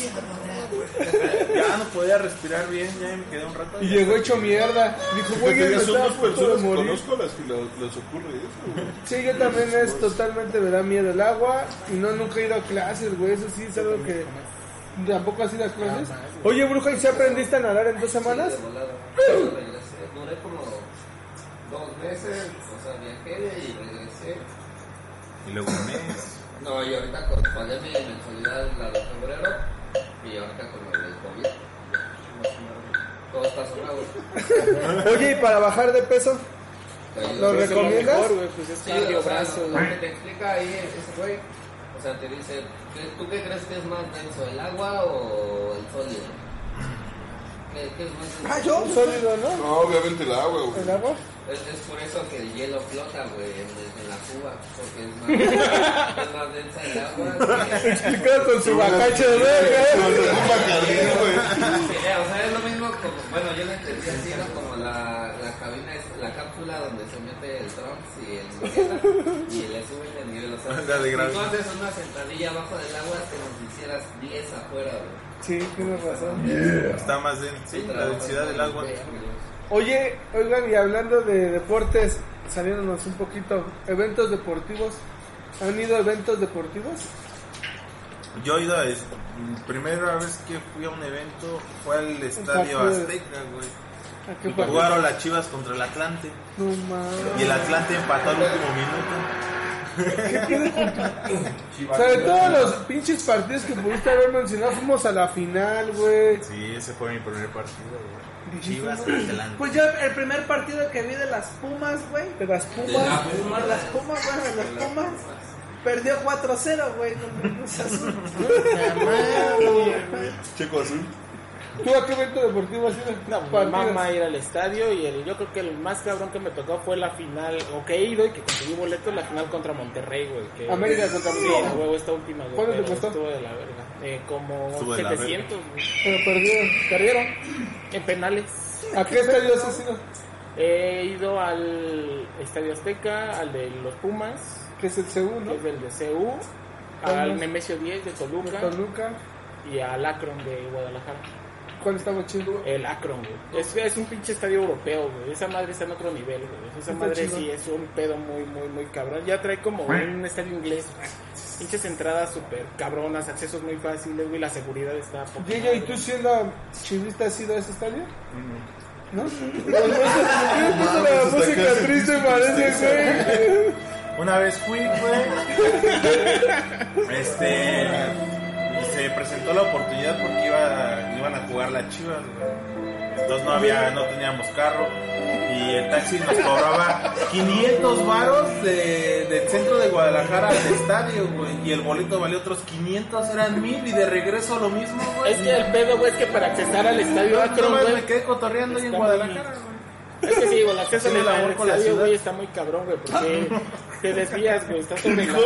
B: ya no podía respirar bien, ya me quedé un rato.
D: Y
B: ya.
D: llegó hecho mierda. Dijo, güey,
I: Porque
D: me
I: ya son
D: estaba
I: dos
D: a punto de
I: personas que
D: morir".
I: conozco a las que les les ocurre eso, güey.
D: Sí, yo también es totalmente me da miedo el agua y no nunca he ido a clases, güey, eso sí es algo que tampoco has ido a clases. Oye, bruja, ¿y si aprendiste a nadar en dos semanas?
G: De volada. Yo regresé, duré como dos meses, o sea, viajé y regresé.
B: Y luego un mes.
G: No, y ahorita con, pagué mi mensualidad la de febrero y ahorita con lo del COVID. Todo está sonado.
D: Oye, ¿y para bajar de peso? ¿Lo
G: Sí,
D: recomiendas?
F: pues es
G: Sí,
F: cardio
G: o sea,
F: brazo,
G: lo que te explica ahí ese güey, o sea, te dice, ¿qué- ¿tú qué crees que es más denso, el agua o el sólido? ¿Qué, qué es más denso?
D: Ah, yo. Sólido, ¿no?
I: No, obviamente el agua, güey.
D: ¿El agua?
G: Es, es por eso que el hielo flota, güey, en, en la cuba, porque es más, es más densa el agua. que-
D: Claro, con su bacacho de verga.
I: Con un Bacardí, güey.
G: Sí, eh, o sea, es lo mismo como, bueno, yo lo entendí así, era como la, la cabina, es- la cápsula donde se mete el Trunks y el y le suben el nivel, o sea,
B: La de gravedad.
G: si tú haces una sentadilla abajo del agua, es como si hicieras 10 afuera, güey.
D: Sí, tienes razón.
B: Está más denso. Sí, la densidad del agua.
D: Oye, oigan, y hablando de deportes, saliéndonos un poquito, eventos deportivos. ¿Han ido a eventos deportivos?
B: Yo he ido a es- primera vez que fui a un evento fue al estadio
D: partido.
B: Azteca, güey.
D: ¿A qué partido?
B: Jugaron las Chivas contra el Atlante
D: No mames.
B: y el Atlante empató al último minuto.
D: O sea, de todos los pinches partidos que pudiste haber mencionado, fuimos a la final, güey.
B: Sí, ese fue mi primer partido, güey. Chivas Atlante.
C: Pues yo el primer partido que vi de las Pumas, güey.
D: De las
C: Pumas,
D: Pumas.
C: las Pumas, güey, de las Pumas. Perdió 4-0, güey, con el Cruz Azul.
I: Checo azul.
D: ¿Tú a qué evento deportivo has ido?
F: No, mi
D: Partidos.
F: mamá ir al estadio y el, yo creo que el más cabrón que me tocó fue la final, o que he ido y que conseguí boleto, la final contra Monterrey, güey. Que,
D: América contra
F: Sí,
D: América.
F: a huevo, esta última, güey.
D: ¿Cuánto te
F: pero
D: costó?
F: Estuvo de la verga. Eh, como
B: Estuvo de la
F: 700, güey.
D: Pero perdieron.
F: Perdieron en penales.
D: ¿A qué estadio has ido?
F: He ido al Estadio Azteca, al de los Pumas,
D: Que es el segundo.
F: que es del de CU, al Nemesio 10 de Toluca
D: Toluca.
F: y al Akron de Guadalajara.
D: ¿Cuál estaba chido?
F: El Akron, güey. Es, es un pinche estadio europeo, güey. Esa madre está en otro nivel, güey. Esa
D: Está
F: madre
D: chido.
F: sí es un pedo muy, muy, muy cabrón. Ya trae como un estadio inglés. güey. Pinches entradas súper cabronas, accesos muy fáciles, güey. La seguridad está poca
D: Guillo, ¿y
F: madre.
D: tú siendo chivista has ido a ese estadio?
F: Mm.
D: ¿No? ¿No? puso la
I: está
D: música
I: casi
D: triste, parece, güey.
B: Una vez fui, güey. Este se presentó la oportunidad porque iba, iban a jugar las Chivas, güey. Entonces no había, no teníamos carro. Y el taxi nos cobraba 500 varos de- del centro de Guadalajara al estadio, güey. Y el boleto valía otros 500, eran mil y de regreso lo mismo, güey.
F: Es que el pedo, güey, es que para accesar al estadio
B: No,
F: Akron,
B: mames,
F: güey.
B: me quedé cotorreando ahí en
F: Está
B: Guadalajara, güey.
F: Es que sí, güey, el acceso
B: Sí,
F: al
B: la
F: al
B: voy con la
F: estadio,
B: ciudad.
F: güey, está muy cabrón, güey, porque te desvías, güey, estás sobre la,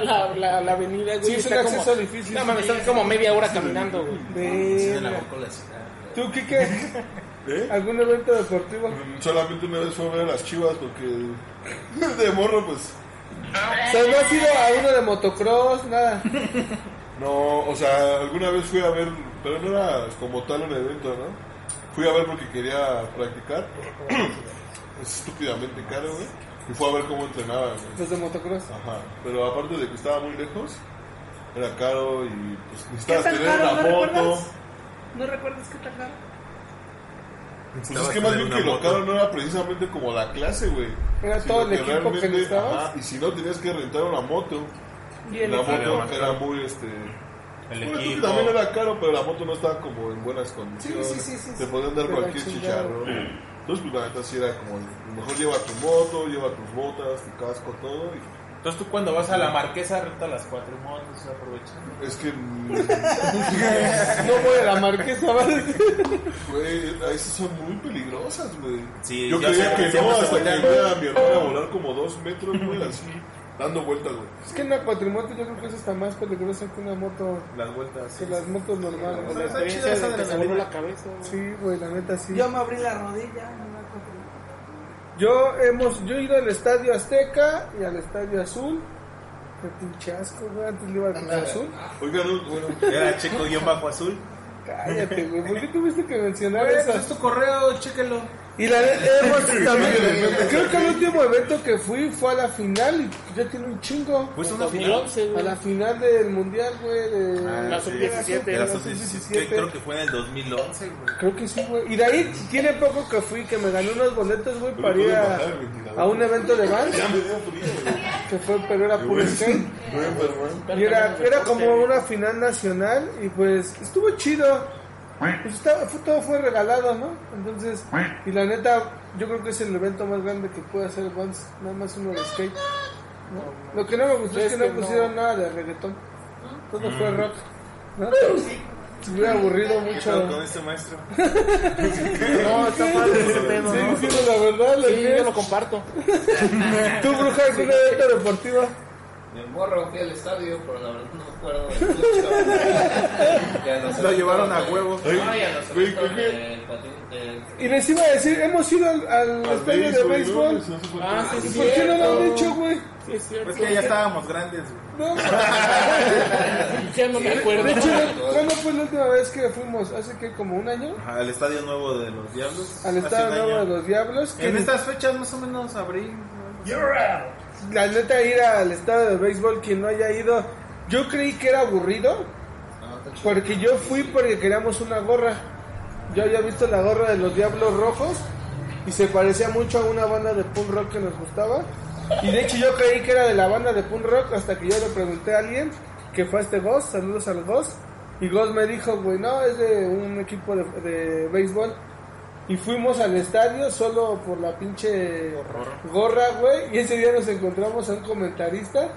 F: la, la, la avenida, güey.
D: Sí, es un
F: está como,
D: acceso difícil.
F: No mames, estás como media hora caminando, güey.
D: Verga. ¿Tú, Kike?
I: ¿eh?
D: ¿Algún evento deportivo?
I: Solamente una vez fue a ver a las chivas porque de morro, pues
D: O sea, no has ido a uno de motocross, nada.
I: No, o sea, alguna vez fui a ver, pero no era como tal un evento, ¿no? Fui a ver porque quería practicar. Es estúpidamente caro, güey. Y fui a ver cómo entrenaban, güey.
D: Los de motocross.
I: Ajá. Pero aparte de que estaba muy lejos, era caro y pues
C: ¿Qué
I: necesitabas
C: tan
I: tener
C: caro?
I: una
C: ¿No
I: moto.
C: recuerdas? ¿No recuerdas qué tan caro?
I: Pues es que más bien que lo caro no era precisamente como la clase, güey.
D: Era
I: sino
D: todo el
I: que
D: equipo que
I: realmente-
D: necesitabas.
I: ajá, y si no tenías que rentar una moto.
C: Y
I: La
C: el
I: moto
B: Era
I: era muy este.
B: El
I: Bueno, creo que
B: equipo.
I: también era caro, pero la moto no estaba como en buenas condiciones.
D: Sí, sí, sí, sí,
I: Te
D: sí.
I: podían dar
D: Pero
I: cualquier
D: chingado.
I: chicharro. Entonces, pues la neta sí era como, mejor lleva tu moto, lleva tus botas, tu casco, todo. y-
B: Entonces tú cuando vas a la marquesa renta las cuatro motos, aprovecha.
I: Es que, mm,
D: No voy a la marquesa, ¿vale?
I: güey, ahí sí son muy peligrosas, güey.
B: Sí,
I: Yo
B: ya
I: creía
B: sé,
I: que
B: ya
I: no,
B: me
I: hasta que
B: voltean.
I: veía a mi hermana volar como dos metros, güey, así, dando vueltas, güey.
D: Es que una cuatrimoto yo creo que es hasta más peligrosa que una moto,
B: Las vueltas.
D: que las motos
F: Con la
D: normales.
F: experiencia de que se voló la cabeza, güey.
D: Sí, güey, la neta sí.
C: Yo me abrí la rodilla. no me acuerdo.
D: Yo hemos, yo he ido al Estadio Azteca y al Estadio Azul. Qué pinche asco, güey, antes le iba al Cruz Azul.
I: Oigan, no, bueno,
B: Era checo guión bajo azul.
D: Cállate, güey, ¿por qué tuviste que mencionar
B: Pues
D: eso?
B: es tu correo, chéquelo.
D: Y la hemos también, creo que el último evento que fui fue a la final y ya tiene un chingo.
B: Pues una final.
F: 2011,
D: A
F: güey.
D: la final del mundial, güey, de
F: La
B: Ah, sí.
F: sub-17.
B: De la
D: la
B: sub-17,
D: sub-17.
B: creo que fue en el 2011, güey.
D: Creo que sí, güey. Y de ahí tiene poco que fui, que me gané unos boletos, güey,
I: Pero
D: para ir
I: puedes
D: a,
I: bajar el ventilador.
D: a un evento de band,
I: ya me dio frío, güey.
D: que fue, pero era puro skate.
I: Voy a enfermar.
D: Y era, era como una final nacional y pues estuvo chido. Pues estaba- fue- todo fue regalado, ¿no? Entonces, y la neta, yo creo que es el evento más grande que puede hacer Vans, nada más uno de skate. ¿no? Lo que no me gustó es que no pusieron nada de reggaetón. Todo fue rock. ¿no? Se hubiera aburrido mucho.
B: Con este maestro.
F: No, está mal ese pedo,
D: Sí,
F: ¿no?
D: sí, la verdad, la
F: Sí, yo
D: neta.
F: lo comparto.
D: ¿Tú, bruja, algún evento deportivo?
G: Me morro, fui al estadio, pero la verdad no me acuerdo del mucho. Ya no sé.
B: Lo llevaron a huevo.
G: No, ya no sé.
I: Güey, creo que-
G: Del patín- del-
D: Y les iba a decir, hemos ido al, al
I: Al
D: estadio de
I: béisbol,
D: béisbol.
I: güey, no se fue
F: Ah,
I: nada.
F: sí, sí.
D: ¿Por qué no lo han
F: cierto.
D: hecho, güey?
F: Sí, es cierto.
B: Pues que ya estábamos grandes, güey.
D: No,
F: Ya no me acuerdo.
D: De hecho, ¿cuándo fue pues, la última vez que fuimos? ¿Hace que como un año?
B: Ajá, Al estadio nuevo de los Diablos.
D: Al
B: hace un
D: Estado
B: año.
D: Nuevo de los Diablos. Que
B: En estas fechas, más o menos, abril. ¿no?
D: La neta, ir al Estado de Béisbol, quien no haya ido, yo creí que era aburrido. Porque yo fui porque queríamos una gorra. Yo había visto la gorra de los Diablos Rojos y se parecía mucho a una banda de punk rock que nos gustaba. Y de hecho yo creí que era de la banda de punk rock hasta que yo le pregunté a alguien que fue a este Ghost, saludos al Ghost. Y Ghost me dijo, güey, no, es de un equipo de, de béisbol. Y fuimos al estadio solo por la pinche gorra, güey. Y ese día nos encontramos a un comentarista.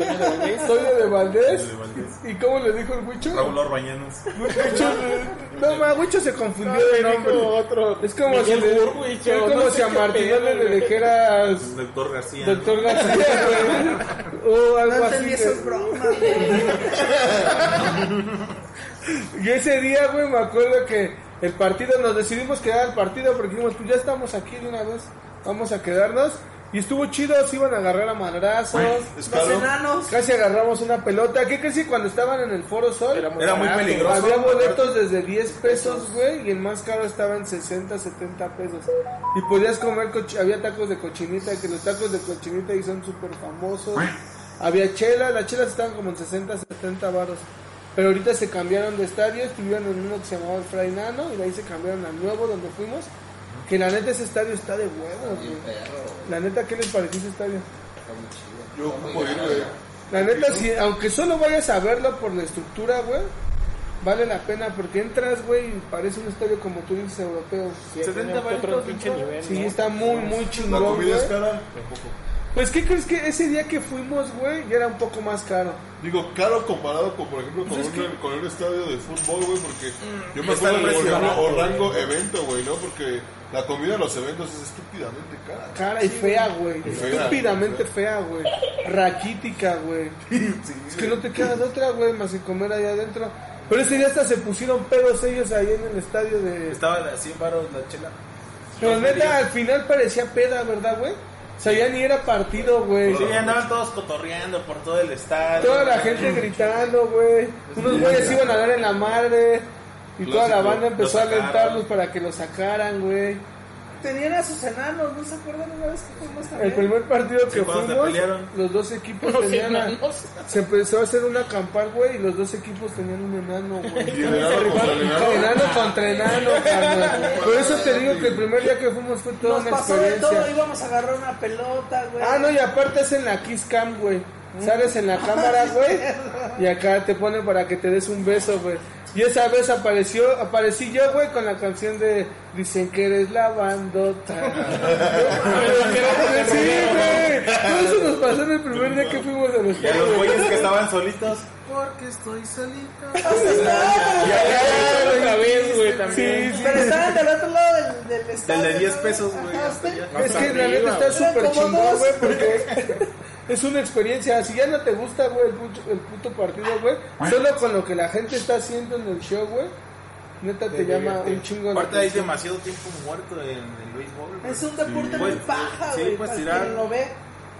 D: Antonio de Valdés.
B: Antonio de Valdés.
D: ¿Y cómo le dijo el Wicho?
B: Raúl Orbañanos.
D: Wicho, No, ma, Wicho se confundió de nombre.
F: otro.
D: Es como si,
F: Miguel
D: le-
F: Burwich,
D: es
F: o
D: como
F: no
D: si
F: sé
D: a
F: qué
D: Martinelli le
F: pedo, güey.
D: dijeras
B: Doctor García. ¿no?
D: Doctor García, güey. O algo
C: No
D: así.
C: entendí esas
D: güey.
C: bromas.
D: Y ese día, güey, me acuerdo que el partido, nos decidimos quedar al partido porque dijimos, pues ya estamos aquí de una vez, vamos a quedarnos. Y estuvo chido, se iban a agarrar a madrazos.
C: Los
I: Es caro.
C: enanos.
D: Casi agarramos una pelota. ¿Qué crees que cuando estaban en el Foro Sol?
B: Era muy
D: barato.
B: peligroso.
D: Había boletos desde 10 pesos, güey, y el más caro estaba en 60, 70 pesos. Y podías comer, cochi- había tacos de cochinita, que los tacos de cochinita ahí son súper famosos. Había chela, las chelas estaban como en 60, 70 baros. Pero ahorita se cambiaron de estadio, estuvieron en uno que se llamaba el Fray Nano, y de ahí se cambiaron al nuevo donde fuimos. Que la neta ese estadio está de huevos,
G: del
D: güey.
G: perro, güey.
D: La neta, ¿qué les pareció ese estadio?
G: Está muy chido.
I: Yo
G: Está muy
I: ocupo ir,
G: grande.
I: güey.
D: La neta, si, aunque solo vayas a verlo por la estructura, güey, vale la pena porque entras, güey, y parece un estadio como tú dices europeo.
F: Sí, tiene otro pinche nivel,
D: Sí,
F: ¿no?
D: está muy, muy
I: La
D: chingón,
I: comida es
D: güey.
I: cara.
D: Pues, ¿qué crees que ese día que fuimos, güey, ya era un poco más caro?
I: Digo, caro comparado con, por ejemplo, con,
D: Pues es
I: un,
D: que- Mm.
I: con un estadio de fútbol, güey, porque yo me
B: Está
I: acuerdo
B: el
I: de
B: precio
I: Orlando,
B: barato,
I: Orlando evento, güey, ¿no? Porque la comida de los eventos es estúpidamente cara.
D: Cara y fea, güey.
I: Y fea,
D: Estúpidamente fea, güey. Raquítica, güey. Es que no te quedas otra, güey, más que comer allá adentro. Pero ese día hasta se pusieron pedos ellos ahí en el estadio de...
B: Estaba a 100 baros la chela.
D: Pero neta, al final parecía peda, ¿verdad, güey? O sea, ya ni era partido, güey.
B: Sí, andaban todos cotorreando por todo el estadio.
D: Toda la gente gritando, güey. Unos güeyes iban a dar en la madre. Y toda la
I: Clásico.
D: banda empezó a
B: Lo sacaron.
D: alentarlos para que lo sacaran, güey.
C: Tenían a sus enanos, ¿no se acuerdan una vez que fuimos también?
D: El primer partido que
B: Sí, cuando se
D: fuimos,
B: pelearon.
D: los dos equipos
F: Los
D: tenían. a-
F: enanos.
D: se empezó a hacer una campal, güey, y los dos equipos tenían un enano, güey.
I: Y el enano contra el enano.
D: Enano contra enano, carnal. Por eso te digo que el primer día que fuimos fue toda
C: Nos
D: una
C: pasó de todo,
D: experiencia.
C: íbamos a agarrar una pelota, güey.
D: Ah, no, y aparte es en la Kiss Cam, güey. Sales en la cámara, güey, y acá te ponen para que te des un beso, güey. Y esa vez apareció, aparecí yo, güey, con la canción de Dicen que eres la bandota. sí, güey. Todo eso nos pasó en el primer día que fuimos a los
B: Y a los
D: juegos.
B: güeyes que estaban solitos.
F: Otra vez, güey,
D: Sí,
F: también.
D: sí.
C: Pero estaban del otro lado del, del estadio.
B: de 10
C: ¿no?
B: pesos, güey,
C: Ajá,
B: hasta
C: usted-
D: Es que la neta está
C: Eran
D: súper
C: como
D: chingón,
C: dos.
D: güey, porque es una experiencia. Si ya no te gusta, güey, el puto, el puto partido, güey, solo con lo que la gente está haciendo en el show, güey, neta te llama un chingo la
B: Aparte hay
D: atención.
B: demasiado tiempo muerto en el béisbol. güey.
C: Es un deporte muy
B: Pues,
C: paja,
B: sí,
C: güey.
B: pues,
C: para
B: tirar.
C: quien lo ve.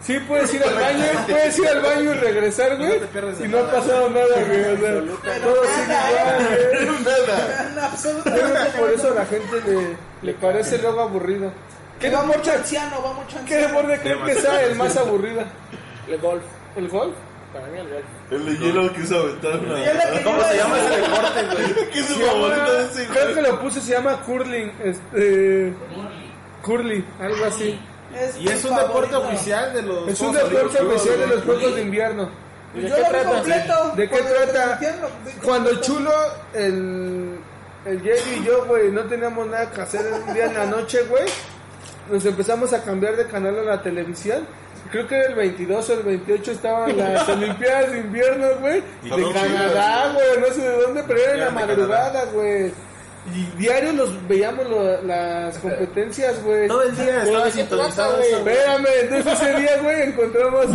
D: Sí, puedes ir al baño, puedes ir al baño y regresar, güey,
B: te pierdes de
D: y no ha
B: nada.
D: pasado nada, güey, o sea, todo sigue igual, güey. Yo
C: Absolutamente.
D: creo que por eso a la gente le, le parece luego aburrido. ¿Qué
C: va
D: deporte,
C: mucho anciano, va mucho
D: qué
C: anciano.
D: deporte creen que sea el más aburrido?
F: El golf.
D: ¿El golf?
F: Para mí el golf.
I: El de hielo quiso aventar una.
C: Yo la que
B: ¿Cómo
C: yo
B: se
C: iba a
B: llama
C: decir-
B: ese deporte, güey?
I: ¿Qué es favorito ese,
D: Ah, Creo
I: güey?
D: que lo puse, se llama curling. Este, curly, algo así.
C: Es
B: Y
C: mi
B: es un
C: favorito.
B: deporte oficial de los
D: Es un
B: Juegos
D: deporte
B: Olímpicos,
D: oficial de
B: güey.
D: los Juegos de Invierno.
F: ¿Y
C: Pues Yo lo vi completo.
D: ¿De qué
C: Cuando-
D: trata?
C: entiendo, de-
D: Cuando el Chulo, el, el Jerry y yo, güey, no teníamos nada que hacer un día en la noche, güey, nos empezamos a cambiar de canal a la televisión. Creo que era el 22 o el 28 estaban las Olimpiadas de Invierno, güey.
I: Y
D: De
I: todo
D: Canadá, güey, no sé de dónde, pero era en la
B: Eran de
D: madrugada, güey. Y diario los veíamos lo- las competencias, güey.
B: Todo el día estaba sintonizado eso, güey.
D: Espérame, entonces ese día, güey, encontramos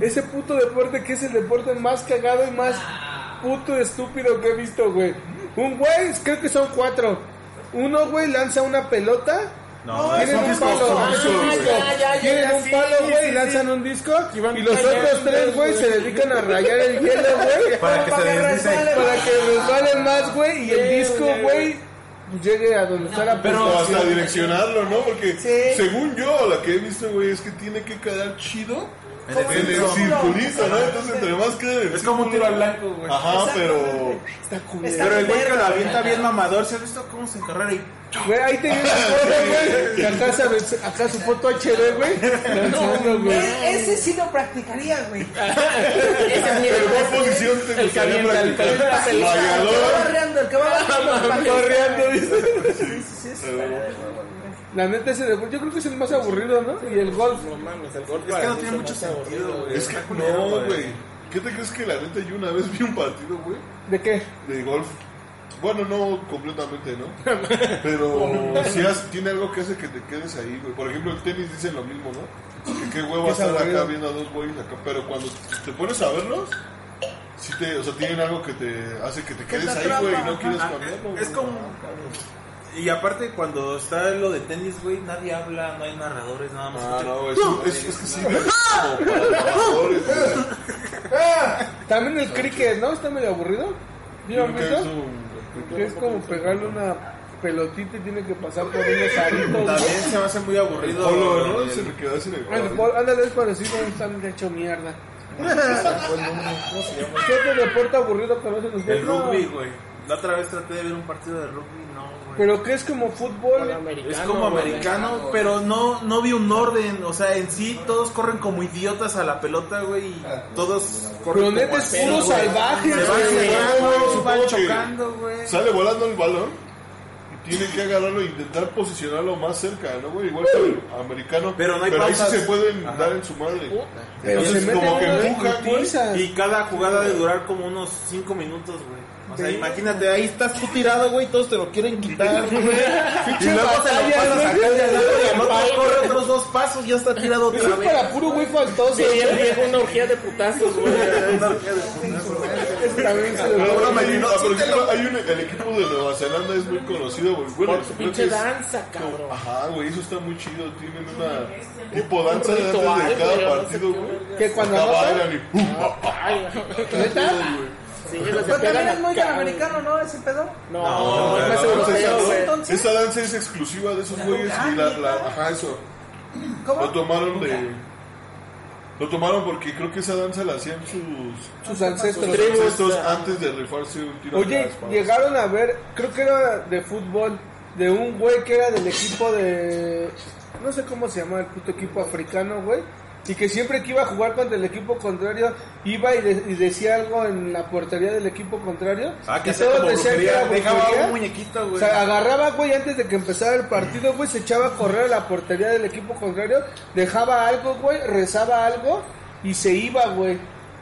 D: ese puto deporte que es el deporte más cagado y más puto estúpido que he visto, güey. Un güey, creo que son cuatro. Uno, güey, lanza una pelota.
B: No, es
D: Tienen
B: un
D: un
B: disco.
D: palo,
I: Ah,
D: un disco.
F: ya, ya, ya,
D: Tienen
F: ya,
D: un
F: sí,
D: palo, güey,
F: sí,
D: y lanzan un disco.
F: Y van
D: Y los
F: cayendo,
D: otros tres, güey, se dedican a rayar el hielo, güey.
B: Para que se deslice.
D: Para que resbalen más, güey, y el
F: Sí,
D: disco,
F: güey.
D: güey, llegue a donde está la
I: Pero
D: puntuación.
I: hasta direccionarlo, ¿no? Porque
C: Sí.
I: según yo, la que he visto, güey, es que tiene que quedar chido
B: En el
I: en el
B: centro.
I: circulito, ¿no? Entonces, entre más queda en el
B: Es como un tiro
I: círculo-
B: al blanco, güey.
I: Ajá, pero.
C: Exactamente.
D: Está culero.
C: Está
B: Pero el güey que
C: verga,
B: lo
C: güey.
B: avienta bien mamador, ¿se has visto cómo se encarrera ahí?
D: Güey, ahí tenía una foto, güey. Que acá, sabe- acá su foto HD, güey. Lanzando, güey.
C: E- Ese sí lo practicaría, güey.
I: ¿Pero qué posición te gustaría
F: calienta, el
I: practicar?
C: El que va
I: Vallador.
C: barreando, el que va barreando.
D: Corriendo, dice.
C: Sí, sí, sí.
D: La neta, ese deporte, yo creo que es el más aburrido, ¿no? Y el golf.
F: No mames, el golf.
B: Es que no tiene mucho sentido, güey.
I: Es que
B: Está culero,
I: no, güey. ¿Qué te crees que la neta yo una vez vi un partido, güey?
D: ¿De qué?
I: de golf. Bueno, no completamente, ¿no? Pero si tiene algo que hace que te quedes ahí, güey. Por ejemplo, el tenis dicen lo mismo, ¿no? Que qué huevo
D: Qué
I: estar acá
D: aburrido.
I: viendo a dos güeyes acá. Pero cuando te pones a verlos, sí te, o sea, tienen algo que te hace que te quedes
C: te
I: ahí, güey, y
C: atrapa,
I: no quieres
B: Ah,
I: cambiarlo.
B: Es
I: güey.
B: como. Y aparte, cuando está lo de tenis, güey, nadie habla, no hay narradores, nada más.
I: Ah, no, es, es, es que sí, güey, es como para trabajadores, güey.
D: También el cricket, ¿no? Está medio aburrido. ¿Vieron
I: Creo que
D: eso?
I: es un-
D: Que es como pegarle una pelotita y tiene que pasar por unos aritos, güey.
B: También se me hace muy
I: El
B: aburrido.
I: polo, ¿no?
B: el-
I: Se me quedó así en el
D: El
I: polo.
D: gol, ándale, es parecido, están hecho mierda. ¿Qué otro deporte aburrido conocen ustedes?
B: El rugby, güey. La otra vez traté de ver un partido de rugby, no, güey.
D: Pero que es como fútbol.
B: Es como americano, pero no, no vi un orden. O sea, en sí todos corren como idiotas a la pelota, güey. y Todos
D: Ah, Pero
B: corren
D: neta
B: como
D: es
B: así,
D: puro
B: güey.
D: salvaje,
B: Se van,
D: güey.
B: se van, güey,
I: Supongo
B: van
I: que-
B: chocando, güey.
I: Sale volando el balón y tiene que agarrarlo e intentar posicionarlo más cerca, ¿no, güey? Igual que el americano.
B: Pero no hay
I: ahí sí
B: pausas.
I: se pueden
B: Ajá.
I: dar en su madre.
D: Pero
I: Entonces,
D: se
I: como
D: meten
I: que
D: una
I: empujan, güey.
D: putiza.
B: Y cada jugada de durar como unos 5 minutos, güey. O sea, imagínate, ahí estás tú tirado, güey, todos te lo quieren quitar, güey. Y luego se lo
D: batallas,
B: pasas
D: ¿no?
B: acá de al lado y al otro corre otros dos pasos, ya está tirado
D: Eso
B: otra
D: es
B: vez.
D: para puro güey faltoso.
F: Sí, él llegó una orgía de putazos, güey.
D: También se
I: Pero
D: lo-
I: ahora me- ah, por ejemplo, hay un- el equipo de Nueva Zelanda es muy conocido, güey. Bueno,
F: Por su
I: creo
F: pinche
I: que es-
F: danza, cabrón.
I: Ajá, güey, eso está muy chido. Tienen una tipo danza
F: Un
I: antes
F: ritual,
I: de
F: güey,
I: cada
F: no sé
I: partido,
F: qué
I: güey.
F: verga.
D: Que cuando
I: Acá
D: anotan,
I: bailan y ¡pum! pa, pa,
F: Ay, güey.
D: ¿neta?
F: Sí, güey, se
C: Pero
F: pegan
C: también es muy
F: acá,
C: americano, ¿no? Ese pedo.
F: güey. No, es más
I: la danza
F: europeo,
I: esa-
F: güey.
C: Entonces-
I: Esa danza es exclusiva de esos güeyes y la, la- ajá, eso. Lo
C: ¿Cómo?
I: tomaron de. Lo tomaron porque creo que esa danza la hacían sus
D: Sus ancestros.
F: Tribus,
I: ancestros
F: ajá.
I: antes de rifarse un tiro. a la
D: Oye,
I: espada.
D: llegaron a ver, creo que era de fútbol, de un güey que era del equipo de. No sé cómo se llama el puto equipo africano, güey. Y que siempre que iba a jugar contra el equipo contrario, iba y, de- y decía algo en la portería del equipo contrario.
B: Ah, que
D: y
B: hacía como
D: decían
B: brujería.
D: era
B: Dejaba
D: brujería.
B: un muñequito,
D: O
B: güey.
D: sea, agarraba, güey, antes de que empezara el partido, güey, se echaba a correr a la portería del equipo contrario, dejaba algo, güey, rezaba algo y se iba, güey.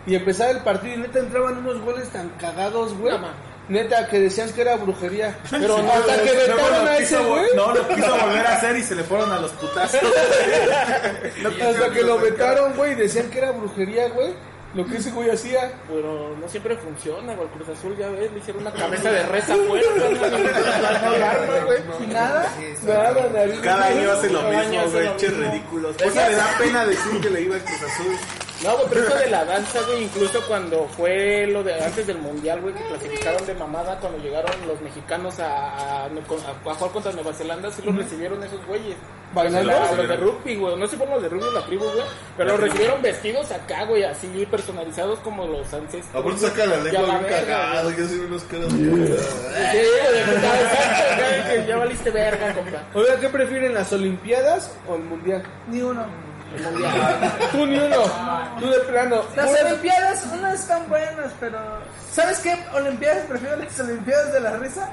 D: Y empezaba el partido y neta entraban unos goles tan cagados, güey.
F: No mames.
D: neta, que decían que era brujería. Pero
B: Sí,
D: hasta
B: güey,
D: que
B: luego
D: vetaron
B: lo
D: a
B: quiso
D: ese,
B: vol-
D: güey.
B: No, lo quiso volver a hacer y se le fueron a los putazos. No quiso
D: Hasta que lo
B: sacara.
D: vetaron, güey, y decían que era brujería, güey. Lo que ese güey hacía.
F: Pero no siempre funciona, güey. Cruz Azul, ya ves, le hicieron una cabeza de reza fuerte. No, no, no, no, güey.
C: Nada.
D: Nada, nariz.
B: Cada año hace lo
F: Cada año
B: mismo,
F: hace
B: güey.
F: lo
B: Che,
F: mismo.
B: ridículos. O sea, le da pena decir que le iba a Cruz Azul.
F: No, güey, pero eso de la danza, güey, incluso cuando fue lo de antes del mundial, güey, que clasificaron de mamada cuando llegaron los mexicanos a, a, a jugar contra Nueva Zelanda, sí los recibieron esos güeyes.
D: ¿Bailando?
F: A los de rugby, güey. No sé por los de rugby, la tribu, güey. Pero los recibieron vestidos acá, güey, así personalizados como los ancestros.
I: Aparte saca la
F: Ya
I: lengua
F: la
I: bien
F: verga,
I: cagada, ya se ven los caras. de-
F: Sí, güey, ya, exacto, güey, que ya valiste verga, compa.
D: Oiga, ¿qué prefieren, las Olimpiadas o el Mundial?
C: Ni uno.
D: Tú ni uno. Tú de plano.
C: Las
D: Puras-
C: Olimpiadas, unas están buenas, pero. ¿Sabes qué? Olimpiadas, prefiero las Olimpiadas de la risa.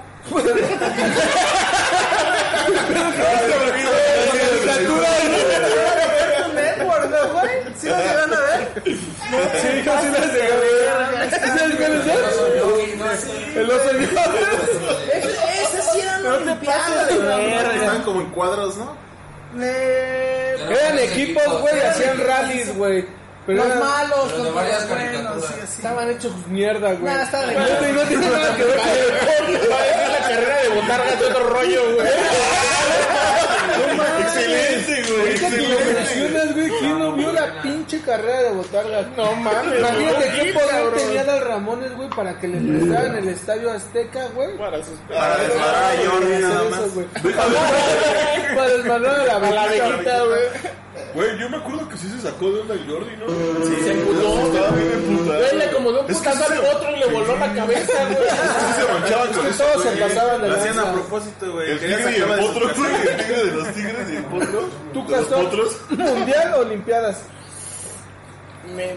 C: Network, ¿no, güey? ¿Sí las llegaron a ver?
D: Sí, yo sí las llegué a ver. ¿Sí ¿Sabes cuáles son? El oso yo.
C: Es- Esas sí eran Olimpiadas.
B: Estaban como en cuadros, ¿no?
C: Eh,
D: Eran equipos, güey, hacían rallies, güey. Pero
C: Los
D: eran-
C: malos,
G: Pero de
C: los
G: varias
C: más buenos, sí,
G: caricaturas.
C: sí.
D: estaban hechos mierda, güey.
C: Nada, estaba de
D: No te- no tiene nada que ver con el deporte.
F: Es la carrera de botargas de otro rollo, güey.
I: Excelente, güey.
D: Ahorita que lo
I: Excelente.
D: mencionas, güey, ¿quién no vio la pinche carrera de botargas?
F: No mames,
D: Imagínate
F: güey,
D: qué poder
F: cabrón.
D: tenía Dal Ramones, güey, para que le prestaran el Estadio Azteca, güey.
F: Para
I: Ah,
F: sus
B: Para desmadrar a Jordi nada más.
D: Para desmadrar a la
F: A la abejita, güey.
I: Güey, yo me acuerdo que sí se sacó de onda el Jordi, ¿no?
F: Se emputó.
I: Estaba bien emputado.
F: Güey, le acomodó un
I: Es que
F: putazo
I: sí
F: al
I: se-
F: otro y le voló la cabeza, güey.
I: sí se manchaba con eso,
D: Todos se
I: güey.
D: pasaban de
B: Lo hacían a
D: lanza.
B: propósito, güey.
I: El
B: Querían
I: tigre y el
B: sacarla de su
I: potro,
B: casa.
I: güey. El tigre de los tigres y el potro.
D: ¿Tú,
I: De los
D: Castor?
I: potros.
D: ¿Mundial o Olimpiadas?
F: Me-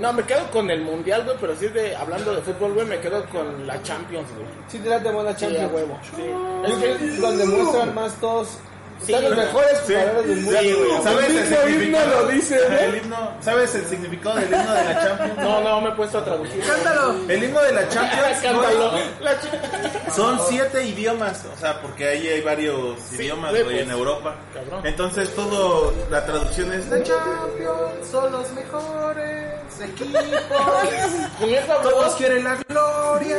F: no, me quedo con el mundial, güey, pero sí de, hablando de fútbol, güey, me quedo con la Champions, güey.
D: Sí, te la buena
F: Sí, a
D: Champions, güey.
F: huevo. Sí.
D: Es que donde muestran más todos.
F: Sí,
D: están los
F: güey.
D: mejores
B: Sí.
D: jugadores del mundo.
F: Sí, güey.
B: ¿Sabes
D: El mismo himno
B: significado?
D: lo dice, güey.
B: El himno, ¿Sabes el significado del himno de la Champions?
F: No, no, me he puesto a traducir.
C: Cántalo.
B: El himno de la Champions
F: Cántalo.
B: güey,
F: La ch-
B: son siete idiomas, o sea, porque ahí hay varios idiomas,
F: güey,
B: güey, en
F: pues,
B: Europa.
F: cabrón.
B: Entonces, todo, la traducción es la
C: Champions son los mejores equipos.
F: Con esa
B: Todos
F: voz,
B: quieren la gloria,